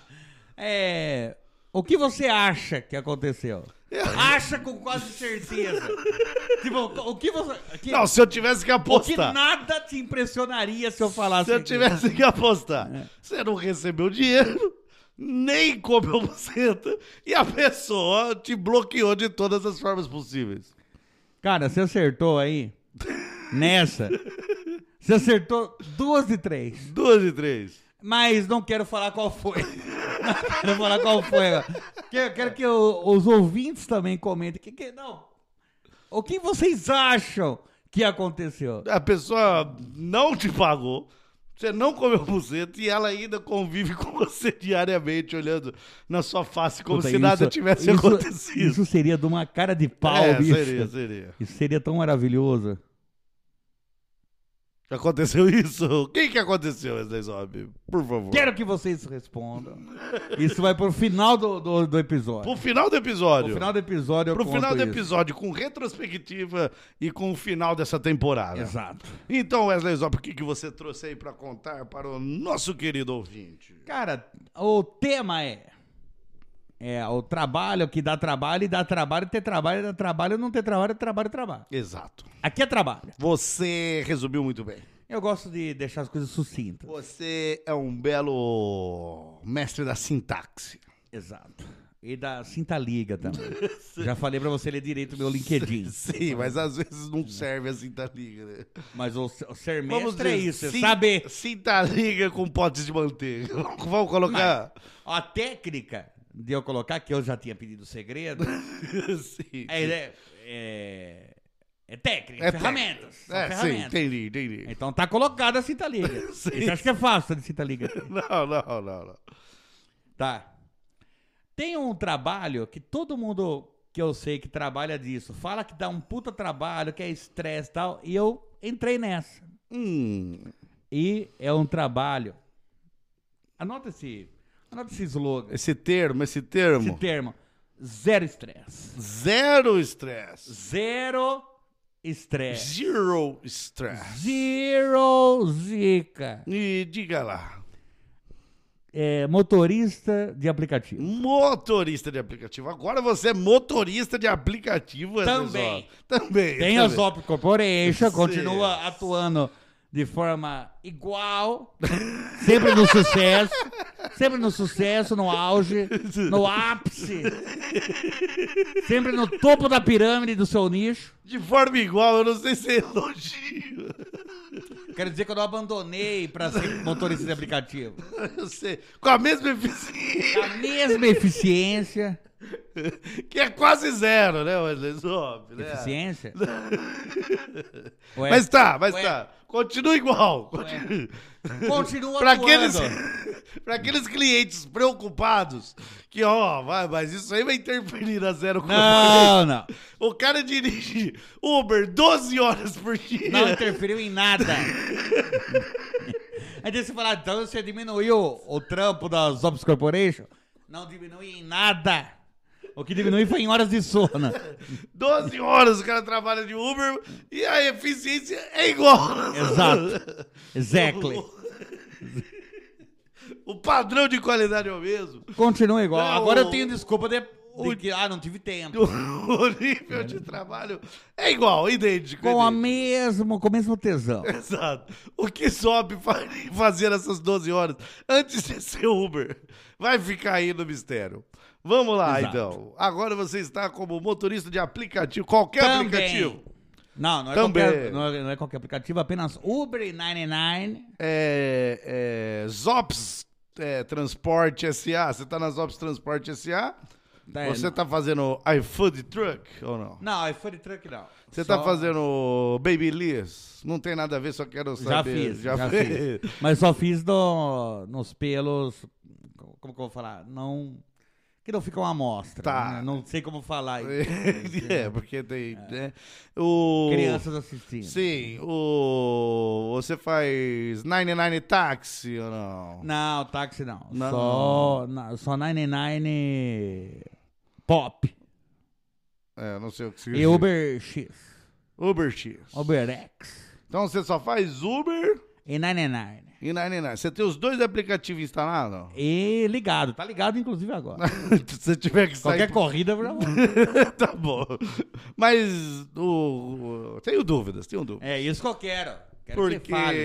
[SPEAKER 3] é. O que você acha que aconteceu? Acha com quase certeza. tipo, o que você. que-
[SPEAKER 2] Não, se eu tivesse que
[SPEAKER 3] o que né,
[SPEAKER 2] apostar.
[SPEAKER 3] nada te impressionaria se eu falasse.
[SPEAKER 2] Se eu
[SPEAKER 3] aqui.
[SPEAKER 2] tivesse que apostar,
[SPEAKER 3] É.
[SPEAKER 2] você não recebeu dinheiro, nem comeu buceta, e a pessoa te bloqueou de todas as formas possíveis.
[SPEAKER 3] Cara, você acertou aí. Nessa. Você acertou duas de três.
[SPEAKER 2] Duas e três.
[SPEAKER 3] Mas não quero falar qual foi. Não quero falar qual foi. agora. Quero, quero que o- os ouvintes também comentem. Que, que- não. O que vocês acham que aconteceu?
[SPEAKER 2] A pessoa não te pagou, você não comeu buceta e ela ainda convive com você diariamente, olhando na sua face como
[SPEAKER 3] Puta,
[SPEAKER 2] se nada
[SPEAKER 3] isso-
[SPEAKER 2] tivesse
[SPEAKER 3] isso-
[SPEAKER 2] acontecido.
[SPEAKER 3] Isso seria de uma cara de pau,
[SPEAKER 2] é,
[SPEAKER 3] bicho.
[SPEAKER 2] seria, seria.
[SPEAKER 3] Isso seria tão maravilhoso.
[SPEAKER 2] Aconteceu isso? O que que aconteceu, Wesley Zob? Por favor.
[SPEAKER 3] Quero que vocês respondam. Isso vai pro final do, do, do episódio.
[SPEAKER 2] Pro final do episódio.
[SPEAKER 3] Pro final do episódio eu
[SPEAKER 2] pro
[SPEAKER 3] conto
[SPEAKER 2] final do
[SPEAKER 3] isso.
[SPEAKER 2] episódio, com retrospectiva e com o final dessa temporada.
[SPEAKER 3] Exato.
[SPEAKER 2] Então, Wesley Zop, o que, que você trouxe aí pra contar para o nosso querido ouvinte?
[SPEAKER 3] Cara, o tema é. É, o trabalho que dá trabalho e dá trabalho, ter trabalho, dá trabalho, não ter trabalho, trabalho, trabalho.
[SPEAKER 2] Exato.
[SPEAKER 3] Aqui é trabalho.
[SPEAKER 2] Você resumiu muito bem.
[SPEAKER 3] Eu gosto de deixar as coisas sucintas.
[SPEAKER 2] Você é um belo mestre da sintaxe.
[SPEAKER 3] Exato. E da Cinta Liga também. Já falei pra você ler direito meu LinkedIn.
[SPEAKER 2] Sim, mas às vezes não serve assim, tá ligado? Né?
[SPEAKER 3] Mas o, o ser mestre é
[SPEAKER 2] dizer,
[SPEAKER 3] isso, é
[SPEAKER 2] sin-
[SPEAKER 3] saber.
[SPEAKER 2] Sinta liga com potes de manteiga. Vamos colocar.
[SPEAKER 3] A técnica de eu colocar, que eu já tinha pedido segredo,
[SPEAKER 2] Sim.
[SPEAKER 3] é, é, é, é técnica,
[SPEAKER 2] É
[SPEAKER 3] ferramentas. são
[SPEAKER 2] É, sim,
[SPEAKER 3] ferramentas.
[SPEAKER 2] entendi, entendi.
[SPEAKER 3] Então tá colocada a cinta liga. Você acha que é fácil de cinta liga?
[SPEAKER 2] Não, não, não, não.
[SPEAKER 3] Tá. Tem um trabalho que todo mundo que eu sei que trabalha disso fala que dá um puta trabalho, que é estresse e tal, e eu entrei nessa.
[SPEAKER 2] Hum.
[SPEAKER 3] E é um trabalho. Anota esse, anota esse slogan,
[SPEAKER 2] Esse termo, esse termo.
[SPEAKER 3] esse termo. Zero estresse.
[SPEAKER 2] Zero estresse.
[SPEAKER 3] Zero estresse.
[SPEAKER 2] Zero stress.
[SPEAKER 3] Zero zica.
[SPEAKER 2] E diga lá,
[SPEAKER 3] É, motorista de aplicativo.
[SPEAKER 2] motorista de aplicativo. Agora você é motorista de aplicativo. essa
[SPEAKER 3] Também.
[SPEAKER 2] exótica. Também.
[SPEAKER 3] Tem a
[SPEAKER 2] também.
[SPEAKER 3] Zop Corporation,
[SPEAKER 2] Sim.
[SPEAKER 3] continua atuando de forma igual, sempre no sucesso, sempre no sucesso, no auge, no ápice, sempre no topo da pirâmide do seu nicho.
[SPEAKER 2] De forma igual, eu não sei se é elogio.
[SPEAKER 3] Quero dizer que eu não abandonei pra ser motorista de aplicativo.
[SPEAKER 2] Eu sei. Com a mesma eficiência,
[SPEAKER 3] A mesma eficiência,
[SPEAKER 2] que é quase zero, né, Wesley Zop?
[SPEAKER 3] É.
[SPEAKER 2] Né?
[SPEAKER 3] eficiência. é? Ué,
[SPEAKER 2] Mas tá, mas
[SPEAKER 3] Ué.
[SPEAKER 2] tá. Continua igual. Continua.
[SPEAKER 3] continua
[SPEAKER 2] Pra
[SPEAKER 3] atuando.
[SPEAKER 2] aqueles, pra aqueles clientes preocupados que, ó, vai, mas isso aí vai interferir na zero componente.
[SPEAKER 3] Não, não.
[SPEAKER 2] O cara dirige Uber 12 horas por dia.
[SPEAKER 3] Não interferiu em nada. Aí você falar, então você diminuiu o trampo da Zobs Corporation? Não diminui em nada. O que diminui foi em horas de sono.
[SPEAKER 2] 12 horas o cara trabalha de Uber e a eficiência é igual.
[SPEAKER 3] Exato. Exactly.
[SPEAKER 2] O padrão de qualidade é o mesmo.
[SPEAKER 3] Continua igual.
[SPEAKER 2] Não,
[SPEAKER 3] Agora eu
[SPEAKER 2] o-
[SPEAKER 3] tenho desculpa de, de que, ah, não tive tempo.
[SPEAKER 2] O nível de trabalho é igual, idêntico.
[SPEAKER 3] Com, a
[SPEAKER 2] idêntico.
[SPEAKER 3] mesmo, com o mesmo tesão.
[SPEAKER 2] Exato. O que sobe fa- fazer essas 12 horas antes de ser Uber? Vai ficar aí no mistério. Vamos lá,
[SPEAKER 3] Exato.
[SPEAKER 2] então. Agora você está como motorista de aplicativo, qualquer
[SPEAKER 3] Também.
[SPEAKER 2] aplicativo.
[SPEAKER 3] Não, não é,
[SPEAKER 2] Também.
[SPEAKER 3] qualquer, não, é, não é qualquer aplicativo, apenas Uber e 99.
[SPEAKER 2] É, é, Zops é, Transporte SA. Você está na Zops Transporte SA?
[SPEAKER 3] Tá,
[SPEAKER 2] você
[SPEAKER 3] não.
[SPEAKER 2] está fazendo iFood Truck ou não?
[SPEAKER 3] Não, iFood Truck não.
[SPEAKER 2] Você está
[SPEAKER 3] Só-
[SPEAKER 2] fazendo Babyliss? Não tem nada a ver, só quero
[SPEAKER 3] Já
[SPEAKER 2] saber.
[SPEAKER 3] fiz, já, fiz. Mas só fiz no- nos pelos. Como que eu vou falar? Não. Que não fica uma amostra.
[SPEAKER 2] Tá.
[SPEAKER 3] né? Não sei como falar.
[SPEAKER 2] é, porque tem. né? O...
[SPEAKER 3] Crianças assistindo.
[SPEAKER 2] Oh. Sim, o. Você faz 99 táxi ou não?
[SPEAKER 3] Não, táxi não.
[SPEAKER 2] Não.
[SPEAKER 3] Só, na, só 99 Pop.
[SPEAKER 2] É, eu não sei o que
[SPEAKER 3] E
[SPEAKER 2] significa.
[SPEAKER 3] Uber X.
[SPEAKER 2] Uber X.
[SPEAKER 3] Uber X.
[SPEAKER 2] Então você só faz Uber
[SPEAKER 3] E 99.
[SPEAKER 2] e 99. Você tem os dois aplicativos instalados?
[SPEAKER 3] E ligado. Tá ligado, inclusive, agora.
[SPEAKER 2] Se você tiver que sair.
[SPEAKER 3] Qualquer corrida, eu já vou.
[SPEAKER 2] tá bom. Mas o, o- tenho dúvidas, tenho dúvidas.
[SPEAKER 3] É isso que eu quero. É, Quero que
[SPEAKER 2] Porque
[SPEAKER 3] fale.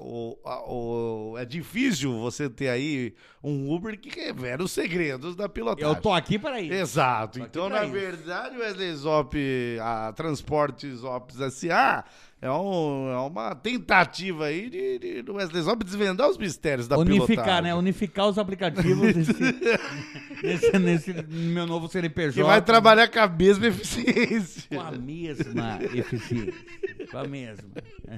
[SPEAKER 2] o, a- o- é difícil você ter aí um Uber que revela os segredos da pilotagem.
[SPEAKER 3] Eu tô aqui para isso.
[SPEAKER 2] Exato.
[SPEAKER 3] Tô aqui
[SPEAKER 2] Então,
[SPEAKER 3] pra
[SPEAKER 2] na
[SPEAKER 3] isso.
[SPEAKER 2] verdade, Wesley Zop, a Transportes Ops S.A., é, um- é uma tentativa aí de, de, do Wesley Zop desvendar os mistérios da
[SPEAKER 3] Unificar,
[SPEAKER 2] pilotagem.
[SPEAKER 3] né? Unificar os aplicativos desse, nesse, nesse meu novo CNPJ.
[SPEAKER 2] Que vai trabalhar com a mesma eficiência.
[SPEAKER 3] Com a mesma eficiência. Com a mesma.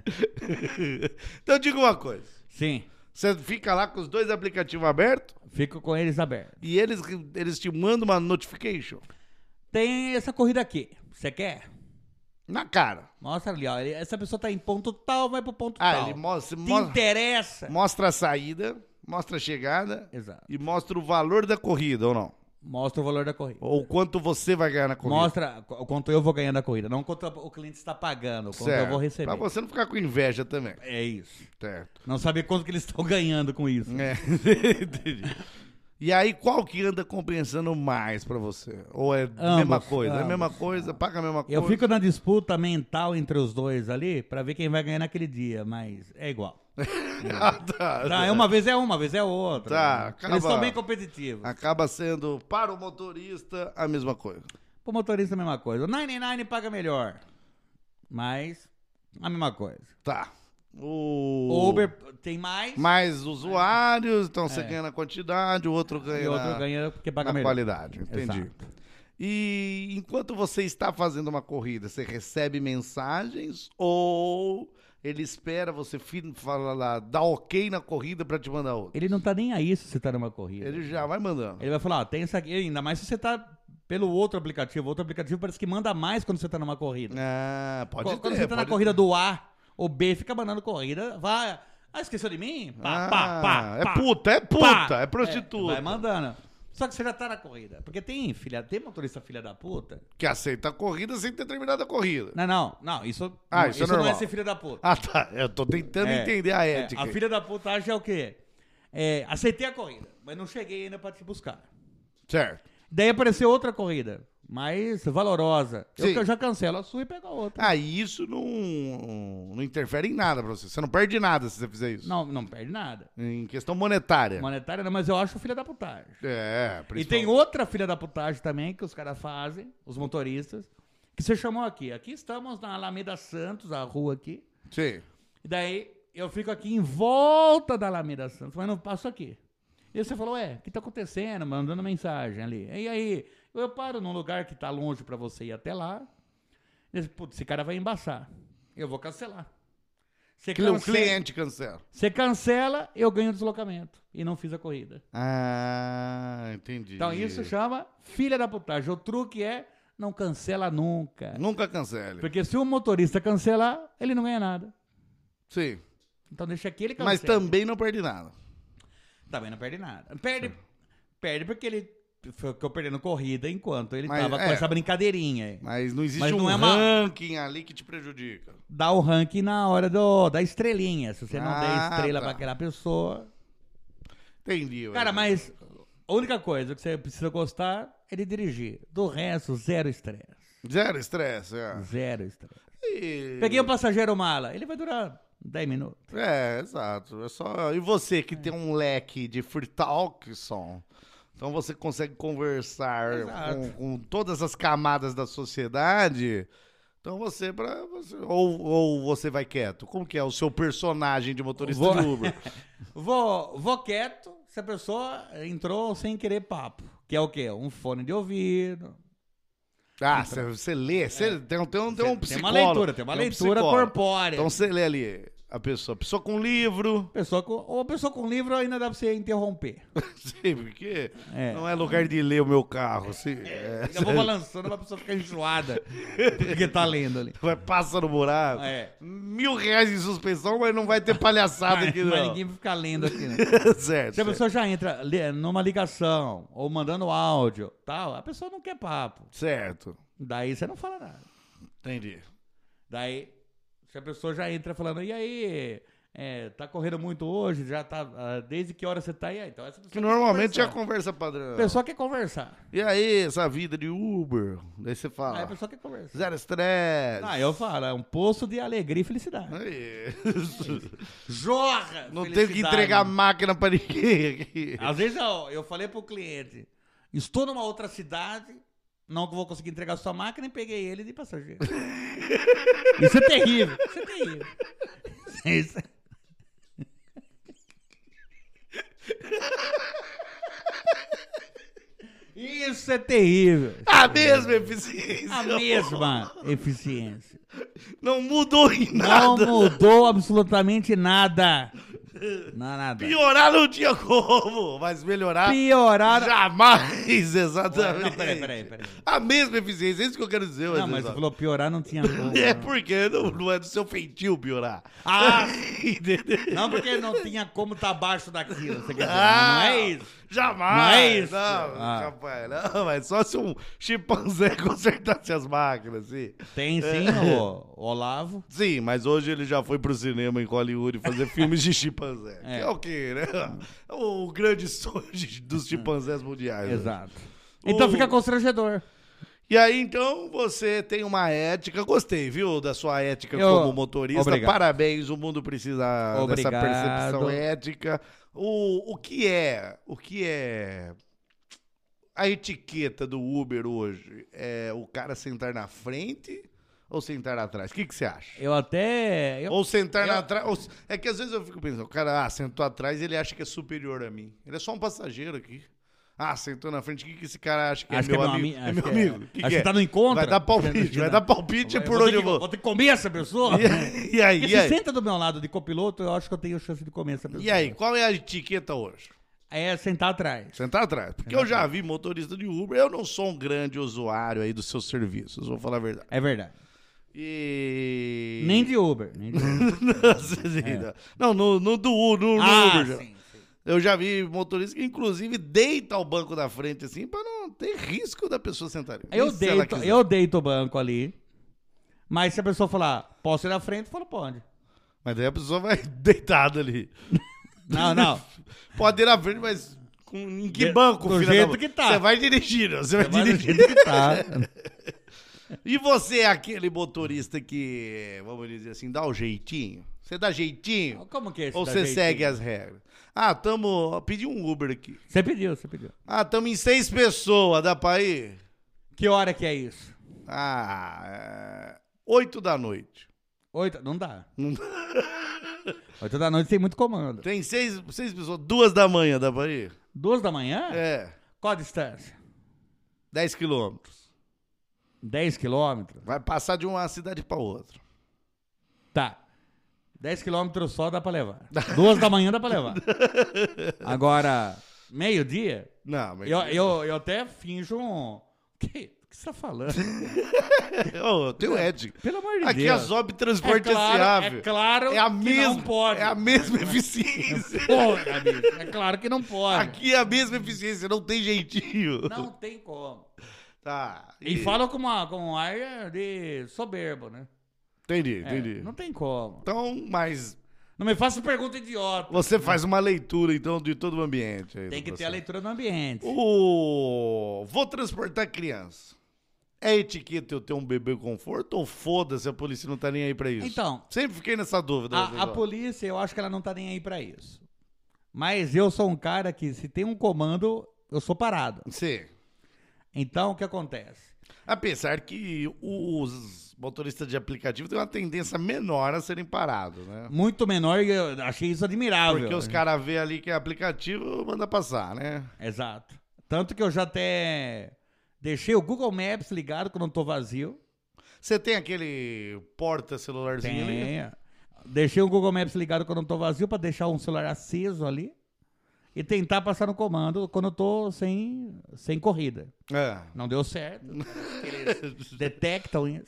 [SPEAKER 2] Então, diga uma coisa.
[SPEAKER 3] Sim.
[SPEAKER 2] Você fica lá com os dois aplicativos abertos
[SPEAKER 3] Fico com eles abertos.
[SPEAKER 2] e eles, eles te mandam uma notification
[SPEAKER 3] Tem essa corrida aqui. Você quer?
[SPEAKER 2] na cara.
[SPEAKER 3] Mostra ali, ó. Ele- Essa pessoa tá em ponto tal, vai pro ponto
[SPEAKER 2] Ah,
[SPEAKER 3] tal.
[SPEAKER 2] ele mostra,
[SPEAKER 3] Te
[SPEAKER 2] mo-
[SPEAKER 3] interessa.
[SPEAKER 2] mostra a saída, mostra a chegada
[SPEAKER 3] Exato.
[SPEAKER 2] e mostra o valor da corrida, ou não?
[SPEAKER 3] Mostra o valor da corrida.
[SPEAKER 2] Ou quanto você vai ganhar na corrida.
[SPEAKER 3] Mostra o quanto eu vou ganhar da corrida. Não quanto o cliente está pagando, quanto eu vou receber.
[SPEAKER 2] Pra você não ficar com inveja também.
[SPEAKER 3] É isso.
[SPEAKER 2] Certo.
[SPEAKER 3] Não saber quanto que eles estão ganhando com isso.
[SPEAKER 2] É. Entendi. E aí, qual que anda compensando mais pra você? Ou é a mesma
[SPEAKER 3] Ambos,
[SPEAKER 2] coisa? É a mesma
[SPEAKER 3] ambos.
[SPEAKER 2] coisa? Paga a mesma coisa?
[SPEAKER 3] Eu fico na disputa mental entre os dois ali pra ver quem vai ganhar naquele dia, mas é igual.
[SPEAKER 2] Ah, tá.
[SPEAKER 3] Tá, é uma vez é uma, uma vez é outra.
[SPEAKER 2] Tá, acaba-
[SPEAKER 3] Eles são bem competitivos.
[SPEAKER 2] Acaba sendo, para o motorista, a mesma coisa.
[SPEAKER 3] Pro motorista a mesma coisa. O 99 paga melhor, mas a mesma coisa.
[SPEAKER 2] Tá. O...
[SPEAKER 3] O Uber tem mais
[SPEAKER 2] Mais usuários, então você ganha na quantidade, o outro ganha,
[SPEAKER 3] e o
[SPEAKER 2] na-
[SPEAKER 3] outro ganha porque paga
[SPEAKER 2] na
[SPEAKER 3] melhor.
[SPEAKER 2] qualidade. Entendi.
[SPEAKER 3] Exato.
[SPEAKER 2] E enquanto você está fazendo uma corrida, você recebe mensagens ou ele espera você fin- fala lá, dá ok na corrida pra te mandar outra?
[SPEAKER 3] Ele não tá nem aí se você tá numa corrida.
[SPEAKER 2] Ele já vai mandando.
[SPEAKER 3] Ele vai falar, ó, tem isso aqui, ainda mais se você tá pelo outro aplicativo. O outro aplicativo parece que manda mais quando você tá numa corrida.
[SPEAKER 2] Ah, pode
[SPEAKER 3] Qu-
[SPEAKER 2] ter,
[SPEAKER 3] quando você tá na
[SPEAKER 2] pode
[SPEAKER 3] corrida do A ou B, fica mandando corrida, vai. Ah, esqueceu de mim?
[SPEAKER 2] ter.
[SPEAKER 3] Pá,
[SPEAKER 2] Ah,
[SPEAKER 3] pá, pá,
[SPEAKER 2] é
[SPEAKER 3] pá,
[SPEAKER 2] puta, é
[SPEAKER 3] pá.
[SPEAKER 2] puta, é prostituta.
[SPEAKER 3] vai mandando. Só que você já tá na corrida. Porque tem filha, tem motorista filha da puta.
[SPEAKER 2] Que aceita a corrida sem ter terminado a corrida.
[SPEAKER 3] Não, não, não, isso,
[SPEAKER 2] Ah,
[SPEAKER 3] não,
[SPEAKER 2] isso é
[SPEAKER 3] não é
[SPEAKER 2] normal.
[SPEAKER 3] ser filha da puta.
[SPEAKER 2] Ah, tá. Eu tô tentando
[SPEAKER 3] É,
[SPEAKER 2] entender a
[SPEAKER 3] É,
[SPEAKER 2] ética.
[SPEAKER 3] a filha da puta acha o quê? É, aceitei a corrida, mas não cheguei ainda pra te buscar.
[SPEAKER 2] Certo.
[SPEAKER 3] Daí apareceu outra corrida, mais valorosa. Eu
[SPEAKER 2] Sim.
[SPEAKER 3] que- Eu já cancelo a sua e pego a outra.
[SPEAKER 2] Ah, e isso não, não interfere em nada pra você. Você não perde nada se você fizer isso.
[SPEAKER 3] Não, não perde nada.
[SPEAKER 2] Em questão monetária.
[SPEAKER 3] Monetária não, mas eu acho filha da putagem.
[SPEAKER 2] É,
[SPEAKER 3] E tem um
[SPEAKER 2] principalmente.
[SPEAKER 3] outra filha da putagem também que os caras fazem, os motoristas, que você chamou aqui. Aqui estamos na Alameda Santos, a rua aqui.
[SPEAKER 2] Sim.
[SPEAKER 3] E daí eu fico aqui em volta da Alameda Santos, mas não passo aqui. E você falou, ué, o que tá acontecendo? Mandando mensagem ali. E aí, eu paro num lugar que tá longe pra você ir até lá. E esse- putz, esse cara vai embaçar. Eu vou cancelar. Você
[SPEAKER 2] Cli- O
[SPEAKER 3] cancela,
[SPEAKER 2] cliente cancela.
[SPEAKER 3] você cancela, eu ganho o deslocamento. E não fiz a corrida.
[SPEAKER 2] Ah, entendi.
[SPEAKER 3] Então isso chama filha da putagem. O truque é não cancela nunca.
[SPEAKER 2] Nunca cancele.
[SPEAKER 3] Porque se o motorista cancelar, ele não ganha nada.
[SPEAKER 2] Sim.
[SPEAKER 3] Então deixa aquele cancela.
[SPEAKER 2] Mas também não perde nada.
[SPEAKER 3] Também não perde nada. Perde, perde porque ele ficou perdendo corrida enquanto ele
[SPEAKER 2] Mas,
[SPEAKER 3] tava
[SPEAKER 2] é.
[SPEAKER 3] com essa brincadeirinha aí.
[SPEAKER 2] Mas não existe
[SPEAKER 3] Mas não
[SPEAKER 2] um
[SPEAKER 3] é uma-
[SPEAKER 2] ranking ali que te prejudica.
[SPEAKER 3] Dá o ranking na hora do, da estrelinha. Se você não
[SPEAKER 2] Ah,
[SPEAKER 3] der estrela
[SPEAKER 2] tá.
[SPEAKER 3] pra aquela pessoa.
[SPEAKER 2] Entendi.
[SPEAKER 3] Cara,
[SPEAKER 2] velho.
[SPEAKER 3] mas a única coisa que você precisa gostar é de dirigir. Do resto, zero estresse.
[SPEAKER 2] Zero estresse, é.
[SPEAKER 3] Zero estresse.
[SPEAKER 2] E-
[SPEAKER 3] Peguei o passageiro mala. Ele vai durar 10 minutos.
[SPEAKER 2] É, exato. É só... E você que tem um leque de free talk, som. Então você consegue conversar
[SPEAKER 3] Exato.
[SPEAKER 2] com, com todas as camadas da sociedade. Então você, pra, você- ou, ou você vai quieto. Como que é o seu personagem de motorista
[SPEAKER 3] Vou-
[SPEAKER 2] de Uber?
[SPEAKER 3] Vou, vou quieto se a pessoa entrou sem querer papo. Que é o quê? Um fone de ouvido.
[SPEAKER 2] Ah, você- você lê, você tem, um- tem, um- tem um
[SPEAKER 3] É. Tem uma
[SPEAKER 2] psicólogo.
[SPEAKER 3] leitura, tem uma
[SPEAKER 2] um
[SPEAKER 3] leitura
[SPEAKER 2] psicólogo.
[SPEAKER 3] corpórea.
[SPEAKER 2] Então você lê ali a pessoa. A pessoa com um livro.
[SPEAKER 3] Pessoa com, ou pessoa com livro ainda dá pra você interromper.
[SPEAKER 2] Sim, porque
[SPEAKER 3] É.
[SPEAKER 2] não é lugar de ler o meu carro. Assim, é.
[SPEAKER 3] Eu vou balançando pra pessoa ficar enjoada. Porque tá lendo ali.
[SPEAKER 2] Vai passa no buraco.
[SPEAKER 3] É.
[SPEAKER 2] Mil reais em suspensão, mas não vai ter palhaçada
[SPEAKER 3] Mas,
[SPEAKER 2] aqui,
[SPEAKER 3] mas
[SPEAKER 2] não.
[SPEAKER 3] ninguém vai ficar lendo aqui, né?
[SPEAKER 2] certo.
[SPEAKER 3] Se a
[SPEAKER 2] certo.
[SPEAKER 3] pessoa já entra li- numa ligação ou mandando áudio, tal, a pessoa não quer papo.
[SPEAKER 2] certo.
[SPEAKER 3] Daí você não fala nada.
[SPEAKER 2] Entendi.
[SPEAKER 3] Daí, se a pessoa já entra falando, e aí, é, tá correndo muito hoje, já tá. ah, Desde que hora você tá aí? Ah, Então essa pessoa
[SPEAKER 2] Que
[SPEAKER 3] quer
[SPEAKER 2] normalmente é a conversa
[SPEAKER 3] conversar.
[SPEAKER 2] padrão.
[SPEAKER 3] A pessoa quer conversar.
[SPEAKER 2] E aí, essa vida de Uber? Daí você
[SPEAKER 3] Aí a
[SPEAKER 2] fala,
[SPEAKER 3] pessoa quer conversar.
[SPEAKER 2] zero estresse.
[SPEAKER 3] Ah, eu falo, é um poço de alegria e felicidade.
[SPEAKER 2] Aí.
[SPEAKER 3] Jorra!
[SPEAKER 2] né? Não tenho que
[SPEAKER 3] felicidade. né?
[SPEAKER 2] entregar máquina pra ninguém aqui.
[SPEAKER 3] Às vezes eu, eu falei pro cliente, estou numa outra cidade, não vou conseguir entregar sua máquina e peguei ele de passageiro. Isso é terrível. Isso é terrível. Isso é- Isso é terrível.
[SPEAKER 2] A mesma
[SPEAKER 3] é.
[SPEAKER 2] eficiência.
[SPEAKER 3] A mesma eficiência.
[SPEAKER 2] Não mudou em
[SPEAKER 3] Não
[SPEAKER 2] nada.
[SPEAKER 3] mudou absolutamente nada. Não, nada.
[SPEAKER 2] Piorar não tinha como, mas melhorar
[SPEAKER 3] Pioraram.
[SPEAKER 2] jamais,
[SPEAKER 3] Não,
[SPEAKER 2] exatamente.
[SPEAKER 3] peraí, peraí, peraí.
[SPEAKER 2] A mesma eficiência, é isso que eu quero dizer.
[SPEAKER 3] Não, mas você
[SPEAKER 2] exato.
[SPEAKER 3] falou piorar, não tinha como. né?
[SPEAKER 2] É porque não, não é do seu feitio piorar.
[SPEAKER 3] Ah,
[SPEAKER 2] Entendeu?
[SPEAKER 3] não porque não tinha como tá abaixo daquilo. Você quer dizer,
[SPEAKER 2] Ah,
[SPEAKER 3] não é isso.
[SPEAKER 2] Jamais!
[SPEAKER 3] Não é isso.
[SPEAKER 2] Não,
[SPEAKER 3] Ah.
[SPEAKER 2] rapaz, não, mas só se um chimpanzé consertasse as máquinas, sim.
[SPEAKER 3] Tem sim o o Olavo.
[SPEAKER 2] Sim, mas hoje ele já foi pro cinema em Hollywood fazer filmes de chimpanzé.
[SPEAKER 3] É.
[SPEAKER 2] Que é o quê, né? O grande sonho de- dos chimpanzés mundiais. né?
[SPEAKER 3] Exato. Então
[SPEAKER 2] O-
[SPEAKER 3] fica constrangedor.
[SPEAKER 2] E aí, então, você tem uma ética. Gostei, viu, da sua ética
[SPEAKER 3] Eu-
[SPEAKER 2] como motorista.
[SPEAKER 3] Obrigado.
[SPEAKER 2] Parabéns, o mundo precisa dessa
[SPEAKER 3] Obrigado.
[SPEAKER 2] percepção ética. O, o que é? O que é a etiqueta do Uber hoje? É o cara sentar na frente ou sentar atrás? O que, que você acha?
[SPEAKER 3] Eu até. eu-
[SPEAKER 2] Ou sentar
[SPEAKER 3] eu-
[SPEAKER 2] na atrás. ou- É que às vezes eu fico pensando, o cara ah, sentou atrás ele acha que é superior a mim. Ele é só um passageiro aqui. Ah, sentou na frente, o que, que esse cara acha que
[SPEAKER 3] acho
[SPEAKER 2] é meu amigo?
[SPEAKER 3] ami-
[SPEAKER 2] É
[SPEAKER 3] acho
[SPEAKER 2] meu
[SPEAKER 3] que
[SPEAKER 2] amigo. O que
[SPEAKER 3] acho
[SPEAKER 2] que
[SPEAKER 3] que,
[SPEAKER 2] é?
[SPEAKER 3] tá no encontro.
[SPEAKER 2] Vai dar palpite, vai dar palpite por onde eu
[SPEAKER 3] vou.
[SPEAKER 2] vou.
[SPEAKER 3] ter que comer essa pessoa.
[SPEAKER 2] E aí,
[SPEAKER 3] Porque
[SPEAKER 2] e
[SPEAKER 3] se
[SPEAKER 2] aí?
[SPEAKER 3] senta do meu lado de copiloto, eu acho que eu tenho chance de comer essa pessoa.
[SPEAKER 2] E aí, qual é a etiqueta hoje?
[SPEAKER 3] É sentar atrás.
[SPEAKER 2] Sentar atrás. Porque eu já vi motorista de Uber, eu não sou um grande usuário aí dos seus serviços, vou falar a verdade.
[SPEAKER 3] É verdade.
[SPEAKER 2] E.
[SPEAKER 3] Nem de Uber. Nem de Uber.
[SPEAKER 2] Não, sim, Não, no, no do U- no, no
[SPEAKER 3] ah,
[SPEAKER 2] Uber. já.
[SPEAKER 3] sim, sim.
[SPEAKER 2] Eu já vi motorista que, inclusive, deita o banco da frente assim, pra não ter risco da pessoa sentar.
[SPEAKER 3] Eu
[SPEAKER 2] Isso se ela
[SPEAKER 3] deito,
[SPEAKER 2] quiser.
[SPEAKER 3] eu deito o banco ali. Mas se a pessoa falar, posso ir na frente, eu falo, pode.
[SPEAKER 2] Mas daí a pessoa vai deitada ali.
[SPEAKER 3] Não, não.
[SPEAKER 2] Pode ir na frente, mas com, em que
[SPEAKER 3] De-
[SPEAKER 2] banco,
[SPEAKER 3] do
[SPEAKER 2] filha
[SPEAKER 3] jeito
[SPEAKER 2] da-
[SPEAKER 3] que tá.
[SPEAKER 2] Você vai dirigir, ó, você vai
[SPEAKER 3] Mas do
[SPEAKER 2] dirigir.
[SPEAKER 3] jeito que tá.
[SPEAKER 2] E você é aquele motorista que, vamos dizer assim, dá o jeitinho? Você dá jeitinho?
[SPEAKER 3] Como que é esse
[SPEAKER 2] Ou
[SPEAKER 3] da
[SPEAKER 2] você
[SPEAKER 3] gente?
[SPEAKER 2] segue as regras? Ah, tamo... Pedi um Uber aqui.
[SPEAKER 3] Você pediu, você pediu.
[SPEAKER 2] Ah, tamo em seis pessoas, dá pra ir?
[SPEAKER 3] Que hora que é isso?
[SPEAKER 2] Ah, é, oito da noite.
[SPEAKER 3] Oito? Não dá. Oito da noite tem muito comando.
[SPEAKER 2] Tem seis, seis pessoas, duas da manhã, dá pra ir?
[SPEAKER 3] Duas da manhã?
[SPEAKER 2] É,
[SPEAKER 3] Qual a distância?
[SPEAKER 2] dez quilômetros.
[SPEAKER 3] Dez quilômetros?
[SPEAKER 2] Vai passar de uma cidade pra outra.
[SPEAKER 3] Tá. Dez quilômetros só dá pra levar. Duas da manhã dá pra levar. Agora, meio-dia,
[SPEAKER 2] Não, mas...
[SPEAKER 3] eu, eu, eu até finjo um... Que, o que você tá falando?
[SPEAKER 2] Ô, eu tenho ética.
[SPEAKER 3] Pelo amor de
[SPEAKER 2] Aqui
[SPEAKER 3] Deus.
[SPEAKER 2] a Zob Transporte
[SPEAKER 3] é claro,
[SPEAKER 2] S.A.
[SPEAKER 3] É claro
[SPEAKER 2] É a
[SPEAKER 3] que
[SPEAKER 2] mesma,
[SPEAKER 3] não pode.
[SPEAKER 2] é a mesma eficiência.
[SPEAKER 3] Porra, bicho, é claro que não pode.
[SPEAKER 2] Aqui é a mesma eficiência, não tem jeitinho.
[SPEAKER 3] Não tem como.
[SPEAKER 2] Tá.
[SPEAKER 3] E fala com, uma, com um ar de soberbo, né?
[SPEAKER 2] Entendi,
[SPEAKER 3] É,
[SPEAKER 2] entendi.
[SPEAKER 3] Não tem como.
[SPEAKER 2] Então, mas
[SPEAKER 3] Não me faça pergunta idiota.
[SPEAKER 2] você faz uma leitura, então, de todo o ambiente. aí
[SPEAKER 3] Tem
[SPEAKER 2] do
[SPEAKER 3] que ter a
[SPEAKER 2] processo.
[SPEAKER 3] leitura do ambiente.
[SPEAKER 2] O... Vou transportar criança. É etiqueta eu ter um bebê conforto ou foda-se, a polícia não tá nem aí pra isso? Tá
[SPEAKER 3] Então.
[SPEAKER 2] Sempre fiquei nessa dúvida.
[SPEAKER 3] A, a
[SPEAKER 2] Eduardo.
[SPEAKER 3] polícia, eu acho que ela não tá nem aí pra isso. Mas eu sou um cara que, se tem um comando, eu sou parado.
[SPEAKER 2] Sim.
[SPEAKER 3] Então, o que acontece?
[SPEAKER 2] Apesar que os motoristas de aplicativo têm uma tendência menor a serem parados, né?
[SPEAKER 3] Muito menor, e eu achei isso admirável.
[SPEAKER 2] Porque os caras vê ali que é aplicativo, manda passar, né?
[SPEAKER 3] Exato. Tanto que eu já até deixei o Google Maps ligado quando eu tô vazio.
[SPEAKER 2] Você tem aquele porta celularzinho ali?
[SPEAKER 3] Tem. Deixei o Google Maps ligado quando eu tô vazio pra deixar um celular aceso ali e tentar passar no comando quando eu tô sem, sem corrida.
[SPEAKER 2] É.
[SPEAKER 3] Não deu certo. Eles detectam isso.